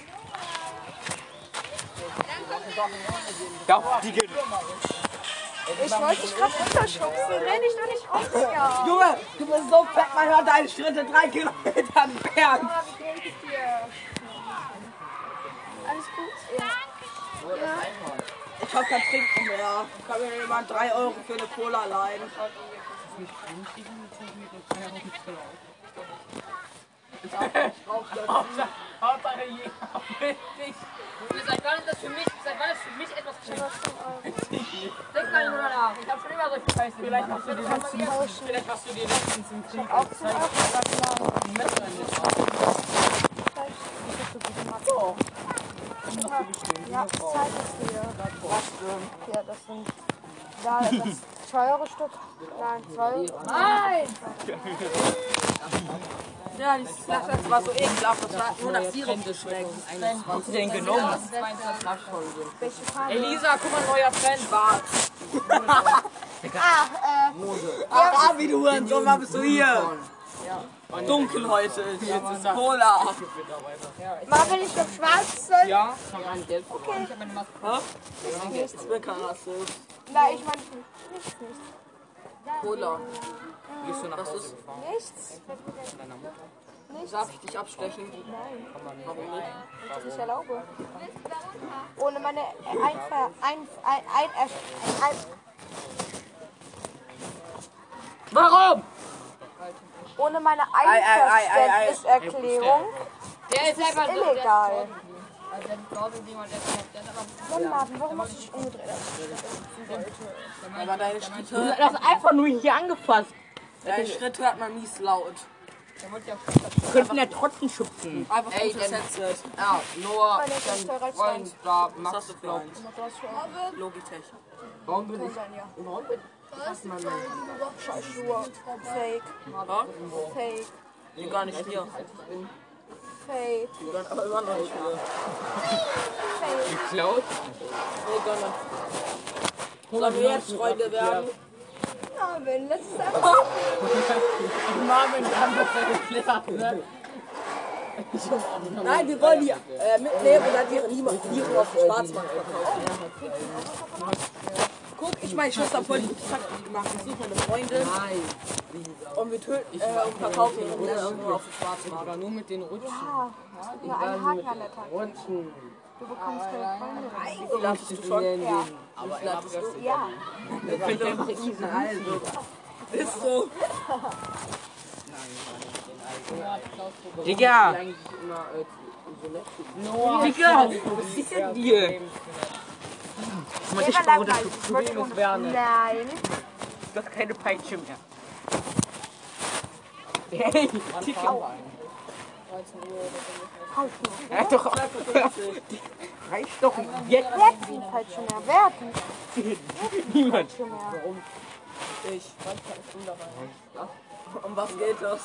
Speaker 8: Doch, die geht.
Speaker 2: Ich wollte dich gerade runterschubsen. Dreh dich doch nicht um, Digga.
Speaker 8: Junge, du bist so fett, man hört deine Schritte drei Kilometer entfernt.
Speaker 2: Wie geht es dir? Alles gut?
Speaker 8: Ich hab kein Trinken mehr. Kann mir jemand 3 Euro für eine Cola leihen? Hauptsache, jeder will dich.
Speaker 3: Seit wann ist das für mich, seit wann ist für mich etwas geschenkt? Denk mal nur nach. Ich hab schon immer solche Scheiße.
Speaker 8: Vielleicht machst du die letzten, vielleicht machst du die letzten zum Krieg. Auch zu
Speaker 9: Ja, das sind. Da, das 2 Euro Stück. Nein, 2 Euro.
Speaker 8: Ja, die Flasche das war so ekelhaft, das war nur nach Sirup geschmeckt. Hast du den genommen? Elisa, guck mal, neuer Trend. Schwarz. Ach, äh. Ach, wie du Hurensohn, wann bist du hier? Dunkel heute, jetzt ist Cola.
Speaker 2: Marvin, ich glaube, schwarz soll.
Speaker 8: Ja, von einem Geld Okay. Ich hab meine Maske. Hä? Nichts Bekanntes.
Speaker 2: Nein, ich meine,
Speaker 8: Cola. Gehst du nach Was ist?
Speaker 2: nichts.
Speaker 8: Darf ich dich abstechen?
Speaker 2: Ich erlaube. Ohne meine Einver. Ein. Ein. Ein. ein, ein
Speaker 8: Warum?
Speaker 2: ohne meine
Speaker 8: ei, ei, ei, ei.
Speaker 2: Einverständniserklärung
Speaker 3: Der ist einfach so.
Speaker 2: illegal.
Speaker 3: Also, der glaube ich, jemand, der der ist einfach
Speaker 2: Mann, Marvin, warum hast du dich umgedreht?
Speaker 8: Aber deine Schritte,
Speaker 3: Das ist einfach nur hier angefasst.
Speaker 8: deine Schritte hat man mies laut.
Speaker 3: Der wurde ja
Speaker 8: Könnten ja trotzdem schubsen. Einfach
Speaker 3: Ey, denn-
Speaker 8: untersetzt.
Speaker 3: Ja, nur
Speaker 2: Meine Eltern sind teurer als deine.
Speaker 3: Freund, da
Speaker 8: Was
Speaker 3: Max
Speaker 8: hast du für
Speaker 3: glaubt.
Speaker 8: eins? Logitech.
Speaker 3: Warum bin ich
Speaker 2: Fake,
Speaker 8: Ja?
Speaker 2: fake,
Speaker 8: Die gar nicht hier.
Speaker 2: fake,
Speaker 8: Die gar aber immer noch nicht hier.
Speaker 2: fake.
Speaker 3: geklaut?
Speaker 8: Nee, gar nicht. Sollen wir jetzt Freunde werden?
Speaker 2: Marvin, lass es einfach.
Speaker 8: Marvin haben das ja geklärt, ne? Nein, wir wollen die äh, mitnehmen und dann deren Liebe Viren auf dem Schwarzmarkt verkaufen. Guck, ich meine Schwester voll die Taktik gemacht. Ich suche meine Freundin. Nein. Und wir töten äh, und verkaufen ihre Liebe irgendwo auf dem Schwarzmarkt. Oder nur mit den Rutschen.
Speaker 2: Nur einen Haken an der Tag. Du bekommst keine Freunde.
Speaker 8: Glaubst du schon? Ja. Aber glaubst du?
Speaker 2: Ja.
Speaker 8: Ich bin doch präzise. Also. Ist so. Digga! Digga, was ist denn hier?
Speaker 2: Jeder langweilig. Ich wollte nur- Nein.
Speaker 8: Du hast keine Peitsche mehr. Hey, Digga! Ja, [LAUGHS] doch. Reicht doch jetzt
Speaker 2: Wer hat die falsche mehr? Wer hat die
Speaker 8: niemand.
Speaker 2: falsche mehr?
Speaker 8: Ich. Um was geht das?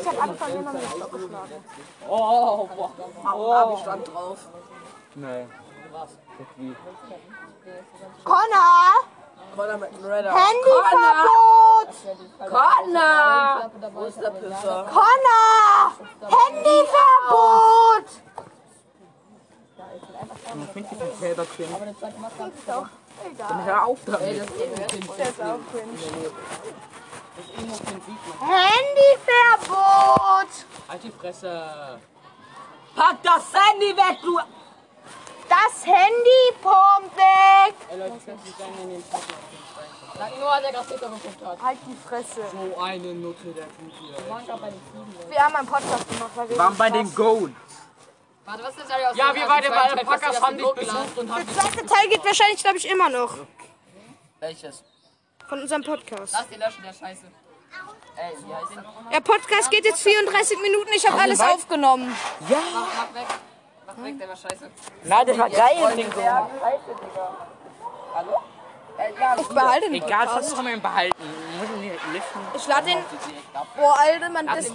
Speaker 2: Ich habe angefangen, immer mit Stock geschlagen.
Speaker 8: Oh, boah. Abi stand drauf.
Speaker 2: Connor!
Speaker 8: Connor McNoretta.
Speaker 2: Handyverbot!
Speaker 8: Connor! Wo ist der Pisser?
Speaker 2: Connor! Handyverbot!
Speaker 8: Ich finde selber cringe.
Speaker 2: Kriegst doch.
Speaker 4: Dann hör auf damit. Ey, das ist
Speaker 5: Handyverbot!
Speaker 4: Halt die Fresse. Pack das Handy weg, du...
Speaker 5: Das Handy pumpt weg!
Speaker 4: Ey, Leute, ich kann nicht rein in den Pocket.
Speaker 3: Sag nur, der gerade geguckt hat.
Speaker 5: Halt die Fresse.
Speaker 4: So eine Nutte der Küche.
Speaker 5: Wir haben einen Podcast gemacht, weil wir.
Speaker 4: Waren bei den Gold.
Speaker 3: Warte, was ist denn eigentlich aus
Speaker 4: Ja,
Speaker 3: dem-
Speaker 4: wir
Speaker 3: aus
Speaker 4: beide
Speaker 3: dem
Speaker 4: bei
Speaker 3: zweiten Teil?
Speaker 4: Alpakas
Speaker 3: Hast du
Speaker 4: haben
Speaker 3: das
Speaker 4: dich
Speaker 3: hochgeladen?
Speaker 4: besucht und haben dich...
Speaker 2: Zweite Teil geht wahrscheinlich, glaube ich, immer noch.
Speaker 4: Welches?
Speaker 2: Von unserem Podcast.
Speaker 3: Lass den löschen, der Scheiße.
Speaker 4: Ey, wie heißt
Speaker 2: Der
Speaker 4: der?
Speaker 2: Podcast geht jetzt 34 Minuten. Ich habe alles aufgenommen.
Speaker 4: Ja!
Speaker 3: Mach weg. Mach weg, der war scheiße.
Speaker 4: Nein, das war geil, Ding.
Speaker 2: Ich behalte den.
Speaker 4: Egal, versuch mal ihn behalten. Muss ihn nicht listen.
Speaker 2: Ich lade den.
Speaker 4: Ich glaub,
Speaker 2: Boah, Alter, man, das,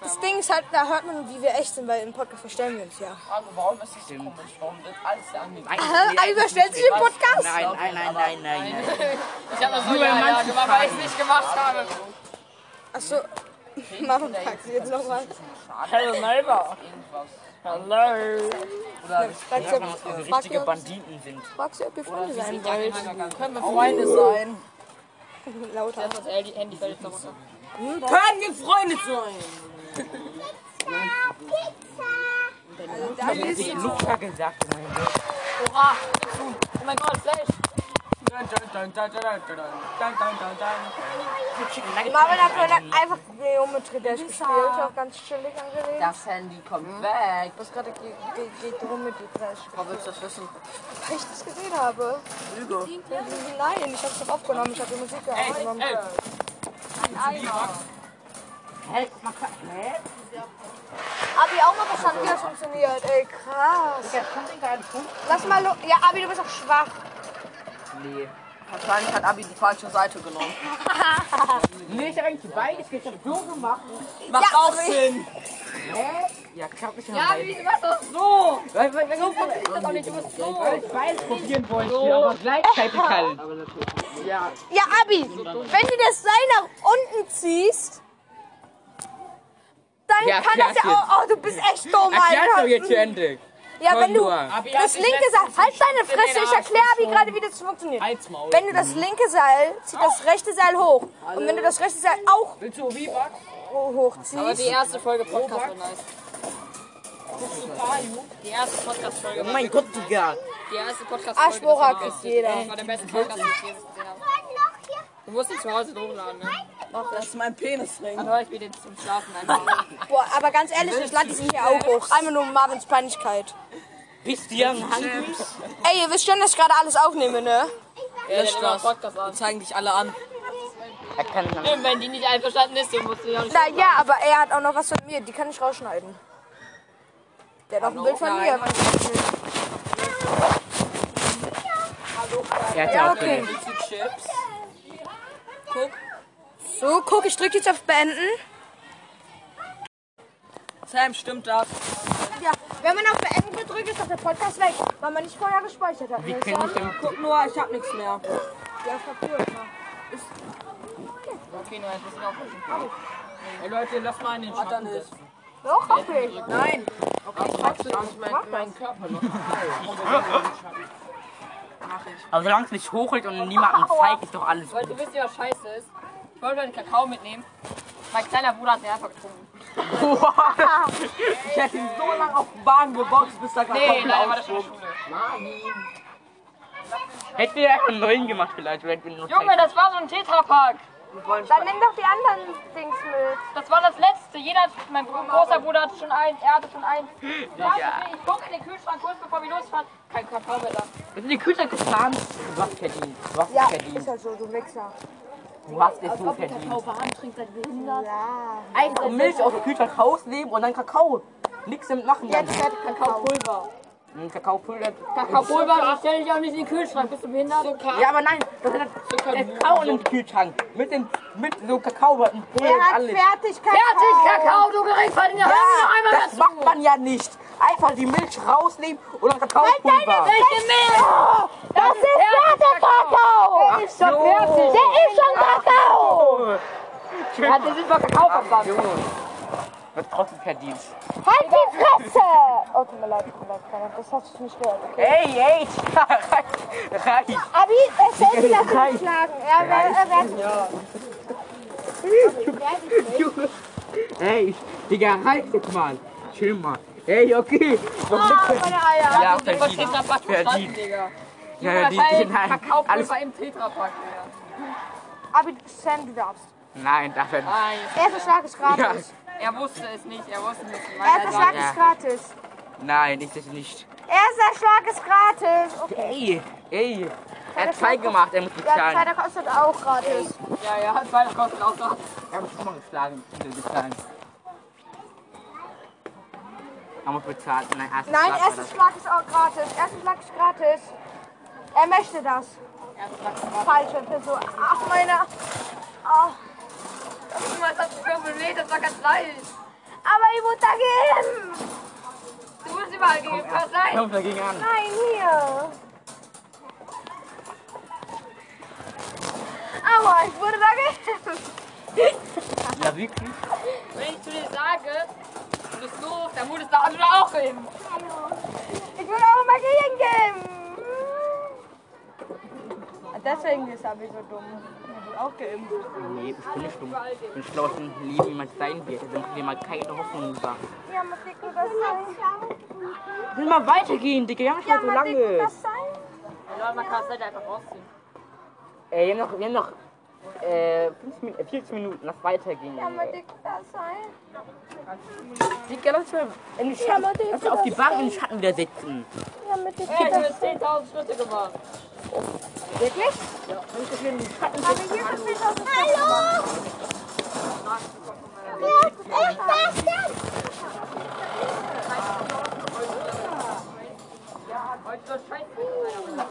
Speaker 2: das Ding ist halt, da hört man, wie wir echt sind, weil im Podcast verstellen wir uns ja.
Speaker 4: Also warum ist das so komisch? Warum wird alles so angenehm?
Speaker 2: Ah, überstellt sich im Podcast?
Speaker 4: Nein, nein, nein, nein, nein, nein.
Speaker 3: Ich hab das nur ja, ja, gemacht, weil ich es nicht gemacht habe.
Speaker 2: [LAUGHS] Achso. Mama packt sie jetzt nochmal.
Speaker 4: Hallo Neighbor. Hallo. Oder
Speaker 2: Fragt sie, ob- fragt
Speaker 4: richtige
Speaker 2: sie, ob-
Speaker 4: Banditen sind.
Speaker 2: fragt sie, ob ihr Freunde sein wollt.
Speaker 4: Können wir Freunde sein?
Speaker 2: Lauter.
Speaker 3: Das Handy fällt jetzt runter.
Speaker 4: Können wir Freunde sein?
Speaker 2: Also, da ist
Speaker 4: Die Luca gesagt, mein Gott.
Speaker 3: Oha! Oh mein Gott, Flash!
Speaker 2: Marvin hat heute einfach Geometry Dash gespielt, auch ganz chillig angelegt.
Speaker 4: Das Handy kommt weg.
Speaker 2: Was gerade ge- ge- geht rum mit die Dash.
Speaker 4: Warum willst du das wissen?
Speaker 2: Weil ich das gesehen habe.
Speaker 4: Lüge.
Speaker 2: Nein, ich hab's doch aufgenommen, ich hab die Musik aufgenommen. Äh.
Speaker 4: Hä? Man kann- Hä?
Speaker 2: Abi, auch mal verstanden, wie das funktioniert. Ey, krass.
Speaker 4: Ja, kommt denn da ein Punkt?
Speaker 2: Lass mal lo- Ja, Abi, du bist auch schwach.
Speaker 4: Nee. Wahrscheinlich hat Abi die falsche Seite genommen. [LAUGHS] nee, ich hab eigentlich beides geschafft. So gemacht. Macht auch Sinn. Hä? Ja, klappt nicht Ja, wie, du machst doch so. Weil, weil, weil, so funktioniert das auch nicht. Du musst so. Weil ich beides probieren wollte, aber gleichzeitig halt.
Speaker 2: Ja, Abi, wenn du das Seil nach unten ziehst, dann
Speaker 4: Ja,
Speaker 2: kann das ja
Speaker 4: erklär's
Speaker 2: auch. Oh, du bist echt dumm,
Speaker 4: Erklär's doch
Speaker 2: Alter.
Speaker 4: jetzt hier endlich.
Speaker 2: Ja, wenn du
Speaker 4: Kondur. Abi,
Speaker 2: das linke Seil. Halt deine Fresse, ich erkläre Abi gerade, wie das funktioniert.
Speaker 4: Halsmaul.
Speaker 2: Wenn du das linke Seil, zieh das rechte Seil hoch. Und wenn du das rechte Seil auch
Speaker 4: Willst du V-Bucks?
Speaker 3: Aber die
Speaker 2: hochziehst.
Speaker 3: erste Folge Podcast war nice. Die erste Podcast-Folge
Speaker 4: Oh
Speaker 3: war
Speaker 4: mein Gott, Digga.
Speaker 3: Die erste Podcast-Folge.
Speaker 2: Aschborak
Speaker 3: das war-
Speaker 2: ist jeder.
Speaker 3: Das war der beste Podcast, den ich je gesehen habe. Du musst ihn zu Hause hochladen, ne?
Speaker 4: Das ist mein Penisring.
Speaker 3: Dann höre ich mir den zum Schlafen [LAUGHS] einfach.
Speaker 2: Boah, aber ganz ehrlich, ich lade diesen hier auch hoch. Einmal nur um Marvins Peinlichkeit.
Speaker 4: Bist du ein Hang?
Speaker 2: Ey, ihr wisst schon, dass ich gerade alles aufnehme, ne?
Speaker 4: Lösch das.
Speaker 3: Podcast an.
Speaker 4: Zeigen dich alle an. Er kann nicht.
Speaker 3: Wenn die nicht einverstanden ist, dann musst du ja auch nicht.
Speaker 2: Na ja, aber er hat auch noch was von mir, die kann ich rausschneiden. Der hat auch ein Bild von mir.
Speaker 4: Er hat
Speaker 2: Ja,
Speaker 4: ja auch
Speaker 2: okay.
Speaker 4: keine Chips.
Speaker 2: So, guck, ich drücke jetzt auf Beenden.
Speaker 4: Sam, stimmt das?
Speaker 2: Ja, wenn man auf Beenden gedrückt ist, ist der Podcast weg, weil man nicht vorher gespeichert hat. Wie
Speaker 4: Kenn ich denn? Guck nur, ich hab nichts
Speaker 2: Ja,
Speaker 4: mehr.
Speaker 2: Papier.
Speaker 3: Okay, nur jetzt müssen wir aufpassen.
Speaker 4: Ey Leute, lass mal in den Schatten setzen.
Speaker 2: Doch, hoffe ich.
Speaker 4: Nein. Okay, ich mach das. Mein, mein Körper noch. Aber solange es nicht hochhält und niemandem zeigt, ist doch alles
Speaker 3: Weil du wisst ja, was scheiße ist. Ich wollte einen Kakao mitnehmen. Mein kleiner Bruder hat den einfach getrunken.
Speaker 4: Wow. [LAUGHS] Ich hätte ihn so lange auf den Bahn geboxt, bis da gerade
Speaker 3: Nee, leider war das schon in der Schule.
Speaker 4: Hätten wir einfach einen neuen gemacht vielleicht, wenn wir nur
Speaker 3: Junge, das war so ein Tetrapack.
Speaker 2: Dann nimm doch die anderen Dings mit.
Speaker 3: Das war das letzte. Jeder, hat- mein Bro- großer Bruder hatte schon eins, er hatte schon eins. Ich guck in den Kühlschrank kurz bevor wir losfahren. Kein Kakao mehr da.
Speaker 4: Wir sind in den Kühlschrank gefahren. Du hast verdient. Du hast
Speaker 2: Ja, ist
Speaker 4: verdient.
Speaker 2: ja so, du Wichser.
Speaker 4: Du hast es
Speaker 3: Also
Speaker 4: so verdient. Einfach Milch aus dem Kühlschrank rausnehmen und dann Kakao. Nix damit machen. Dann.
Speaker 3: Kakaopulver.
Speaker 4: Ein Kakaopulver.
Speaker 3: Kakaopulver, das stell dich auch nicht in den Kühlschrank. Bist du behindert?
Speaker 4: Ja, aber nein, das ist das Kakao in dem Kühlschrank. Mit, dem, mit so Kakao, mit dem Pulver und alles.
Speaker 2: Fertigkeit.
Speaker 3: Fertig, Kakao, du Geringverdiener. Hör mir noch einmal
Speaker 4: Das
Speaker 3: dazu.
Speaker 4: macht man ja nicht. Einfach die Milch rausnehmen und dann Kakaopulver.
Speaker 3: Welche Milch? Das ist
Speaker 4: Ach so.
Speaker 3: Der ist schon Kakao. Ja, das ist mal Kakao verpackt.
Speaker 4: Junge. Wird trotzdem verdient.
Speaker 5: Halt die Fresse! Oh, tut mir leid, tut mir leid, Karin. Das hast du nicht gehört.
Speaker 4: Ey, [LAUGHS]
Speaker 5: Okay.
Speaker 4: ey, reich, reich.
Speaker 5: Abi, erzähl sie, dass du mich schlagen. Er wäre, er wäre.
Speaker 4: [LAUGHS] Ey, Digga, halt jetzt mal. Chill mal. Ey, okay.
Speaker 5: Oh, meine Eier.
Speaker 4: Ja,
Speaker 3: Was steht
Speaker 4: verdient.
Speaker 3: da fast verstanden,
Speaker 4: Verdient.
Speaker 3: Digga?
Speaker 4: Ja, ja, die, die, nein, alles.
Speaker 3: Kakaopulver im Tetrapack, Digga.
Speaker 5: Abi, Sam, du darfst.
Speaker 4: Nein, dafür nicht.
Speaker 3: Nein,
Speaker 5: Erster Schlag ist gratis.
Speaker 3: er wusste es nicht, er wusste es nicht.
Speaker 5: Erster Schlag
Speaker 4: Ja.
Speaker 5: ist gratis.
Speaker 4: Nein, ich das nicht.
Speaker 5: Erster Schlag ist gratis. Okay. also
Speaker 4: Ey, ey. Er hat zwei gemacht, er muss
Speaker 5: Ja,
Speaker 4: bezahlen.
Speaker 5: zweiter kostet auch gratis.
Speaker 3: Ja, ja, zweiter kostet auch noch.
Speaker 4: Er muss immer geschlagen, er muss bezahlen. Er muss bezahlen. Nein, erster
Speaker 5: Nein,
Speaker 4: Schlag war
Speaker 5: erster Schlag ist auch gratis. Erster Schlag ist gratis. Er möchte das. Falsche Person. Ach, meine. Ach.
Speaker 3: Was hast du formuliert? Das war ganz leicht.
Speaker 5: Aber ich muss da gehen.
Speaker 3: Du musst überall gehen, was
Speaker 4: das.
Speaker 3: leicht.
Speaker 4: Komm, dagegen an.
Speaker 5: Nein, hier. Aua, ich wurde da gehen.
Speaker 4: Ja, wirklich?
Speaker 3: Wenn ich zu dir sage, du bist doof, dann wurdest du andere auch hin.
Speaker 5: Ich wurde auch mal gehen gehen. Deswegen ist Abi so dumm. Ich wurde auch geimpft.
Speaker 4: Nee, ich bin nicht dumm. Ich bin schlauer, als ein Leben jemand sein wird. Also muss dir mal keine Hoffnung sagen.
Speaker 5: Ja, mal dick wird das sein.
Speaker 4: Will mal weitergehen, Digga. Wir haben nicht
Speaker 5: Ja,
Speaker 4: mal so
Speaker 5: mal dick wird
Speaker 4: lange.
Speaker 5: das sein.
Speaker 3: Man kann es nicht einfach rausziehen.
Speaker 4: Ey, Äh, wir haben noch, wir haben noch äh, 5 Min- äh, 40 Minuten. Lass weitergehen.
Speaker 5: Ja, mal
Speaker 4: Junge.
Speaker 5: dick wird das sein.
Speaker 4: Digga, lass mal in den Schatten. Lass mal auf die Bank in den Schatten wieder sitzen.
Speaker 5: Ja, mal dick
Speaker 3: Hey, du
Speaker 5: wird
Speaker 3: hast
Speaker 5: das
Speaker 3: 10.000 Schritte gemacht.
Speaker 5: Wirklich? Aber hier ist es Hallo! Ja, ich weiß das.
Speaker 3: Heute wird scheiße.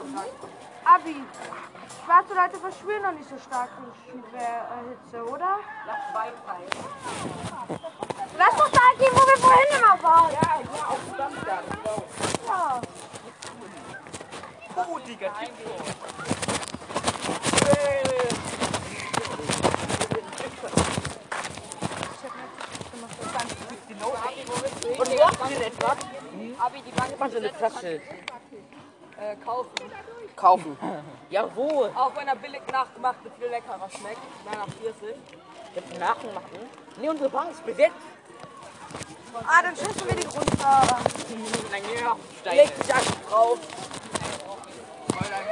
Speaker 5: Abi, schwarze Leute verschwören noch nicht so stark in Schülerhitze, oder? Lass doch da gehen, wo wir vorhin immer waren. Ja, ja, auf
Speaker 4: Und was denn etwas? Mal so eine Flasche
Speaker 10: äh, kaufen.
Speaker 4: kaufen. Jawohl.
Speaker 10: Auch wenn er billig nachgemacht wird, viel leckerer schmeckt. Mehr nach Pfirsich.
Speaker 4: Jetzt nachmachen. Nee, unsere Bank ist besetzt.
Speaker 5: Ah, dann schützen wir die runter.
Speaker 4: Leg das drauf.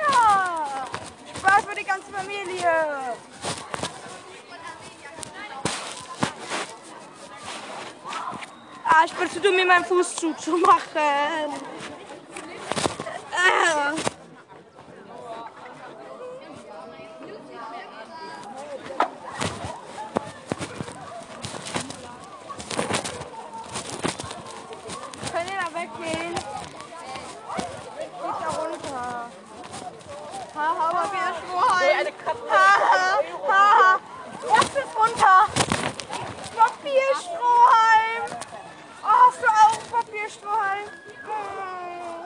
Speaker 5: Ja! Spaß für die ganze Familie!
Speaker 2: Ah, ich bin zu dumm, mir meinen Fuß zuzumachen. Ah.
Speaker 5: Können wir da weggehen? Geht da runter. Haha, aber wieder Schwein. Haha, haha. Lass es runter. Papierstrohhalm. Oh, hast du auch einen Papierstrohhalm? Hm.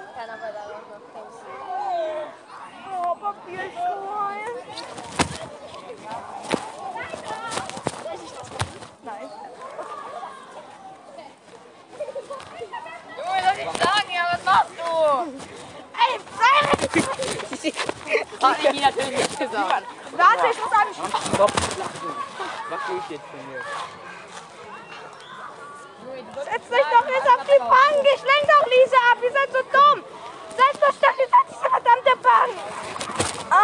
Speaker 5: Oh, Papierstrohhalm.
Speaker 3: Junge, soll ich sagen? Ja, was machst du?
Speaker 5: Ey, sei weg.
Speaker 3: Hat ich natürlich nicht gesagt.
Speaker 5: Warte, ich muss an.
Speaker 4: Stopp. Was sehe ich jetzt von mir?
Speaker 5: Setz dich doch nicht auf die Bank. Ich lenk doch Lisa ab. Ihr seid so dumm. Setz doch statt, ihr seid diese verdammte Bank.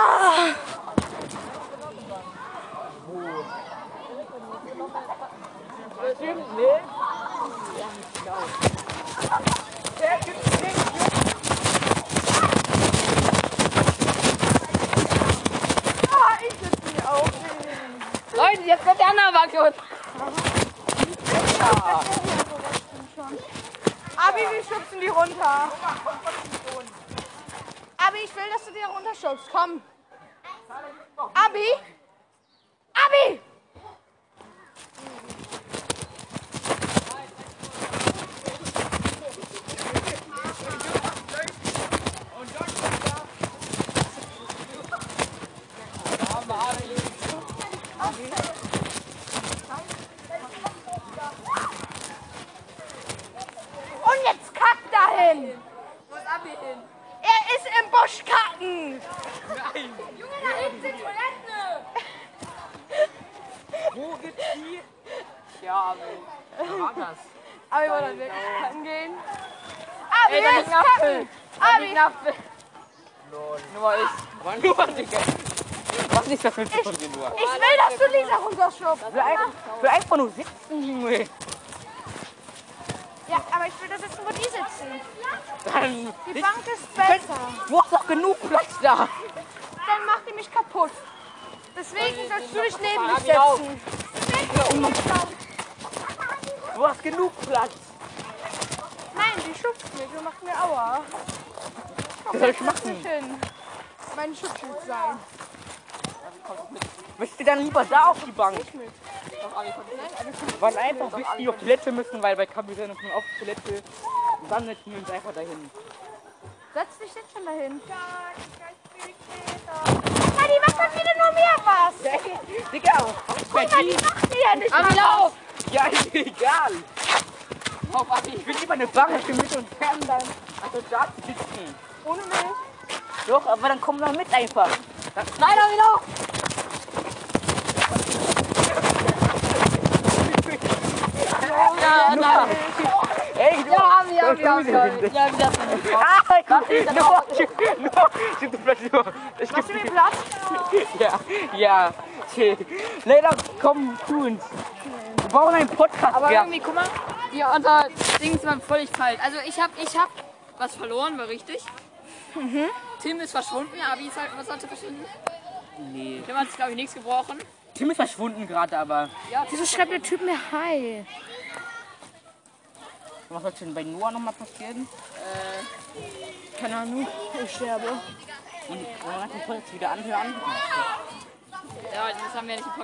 Speaker 3: Leute, jetzt wird der andere Wacklos.
Speaker 5: Abi, wir schubsen die runter. Abi, ich will, dass du die runterschubst. Komm. Abi? Abi!
Speaker 2: hin?
Speaker 10: Wo ist Abi hin?
Speaker 2: Er ist im Busch kacken.
Speaker 10: Junge, da hinten sind Toiletten!
Speaker 4: [LAUGHS] Wo gibt's die? Ja, aber. Wer war das?
Speaker 5: Aber wir wollen wirklich kacken gehen.
Speaker 10: Abi, Ey, da liegt ein Apfel! Da liegt ein Apfel!
Speaker 3: Nur ich.
Speaker 4: Aber [LAUGHS] nur, Digga. Was ist das mit von dir nur?
Speaker 5: Ich will, dass du Lisa runterschubst.
Speaker 4: Ich will einfach nur sitzen, Junge.
Speaker 5: Ja, aber ich will da sitzen, wo die sitzen.
Speaker 4: Dann.
Speaker 5: Die Bank ist besser.
Speaker 4: Du hast doch genug Platz da.
Speaker 5: Dann macht die mich kaputt. Deswegen sollst du dich neben mich
Speaker 4: Fabi auf.
Speaker 5: setzen.
Speaker 4: Du hast genug Platz.
Speaker 5: Nein, die schubst mich und macht mir Aua.
Speaker 4: Was soll ich
Speaker 5: Nicht
Speaker 4: machen?
Speaker 5: hin. Mein Schutzschild sein.
Speaker 4: Müsst ihr dann lieber da auf die Bank? Weil einfach bis die auf Toilette müssen, weil bei Kapitän ist man auf Toilette. Und dann setzen wir uns einfach dahin.
Speaker 5: Setz dich jetzt schon dahin. Na, die macht dann wieder nur mehr was.
Speaker 4: Digga, bei
Speaker 5: Na, die
Speaker 4: die?
Speaker 5: macht die ja nicht
Speaker 3: Abi,
Speaker 5: mal was.
Speaker 3: lauf!
Speaker 4: Ja, [LAUGHS] ist egal. Auf Abi, ich will lieber eine Bank mit und fern dann. Also da zu sitzen.
Speaker 5: Ohne mich.
Speaker 4: Doch, aber dann komm doch mit einfach. Dann
Speaker 3: Nein, Abi, lauf!
Speaker 4: [LAUGHS]
Speaker 3: Ja, nein.
Speaker 4: Ey, du,
Speaker 3: Ja, Abi, Abi,
Speaker 4: Ja,
Speaker 3: Abi, Abi. Ja, wie das denn?
Speaker 4: Ah, ich komm, no, no, siebte Platz, no. Ich geb dir Platz. [LAUGHS] Ja, ja. Chill. Leider komm zu uns. Wir brauchen einen Podcast.
Speaker 3: Aber
Speaker 4: ja.
Speaker 3: irgendwie, guck mal, ja, unser Ding ist mal völlig falsch. Also ich hab, ich hab was verloren, war richtig.
Speaker 5: Mhm.
Speaker 3: Tim ist verschwunden, ja, Abi ist halt, was hat er verschwunden?
Speaker 4: Nee.
Speaker 3: Tim hat sich, glaube ich, nichts gebrochen.
Speaker 4: Tim ist verschwunden gerade, aber.
Speaker 2: Wieso schreibt der Typ mir Hi?
Speaker 4: Was wird denn bei Noah nochmal passieren?
Speaker 2: Äh, Keine Ahnung. Ich sterbe.
Speaker 4: Und wir wollen den Podcast wieder anhören.
Speaker 3: Ja, das haben wir nicht im Podcast.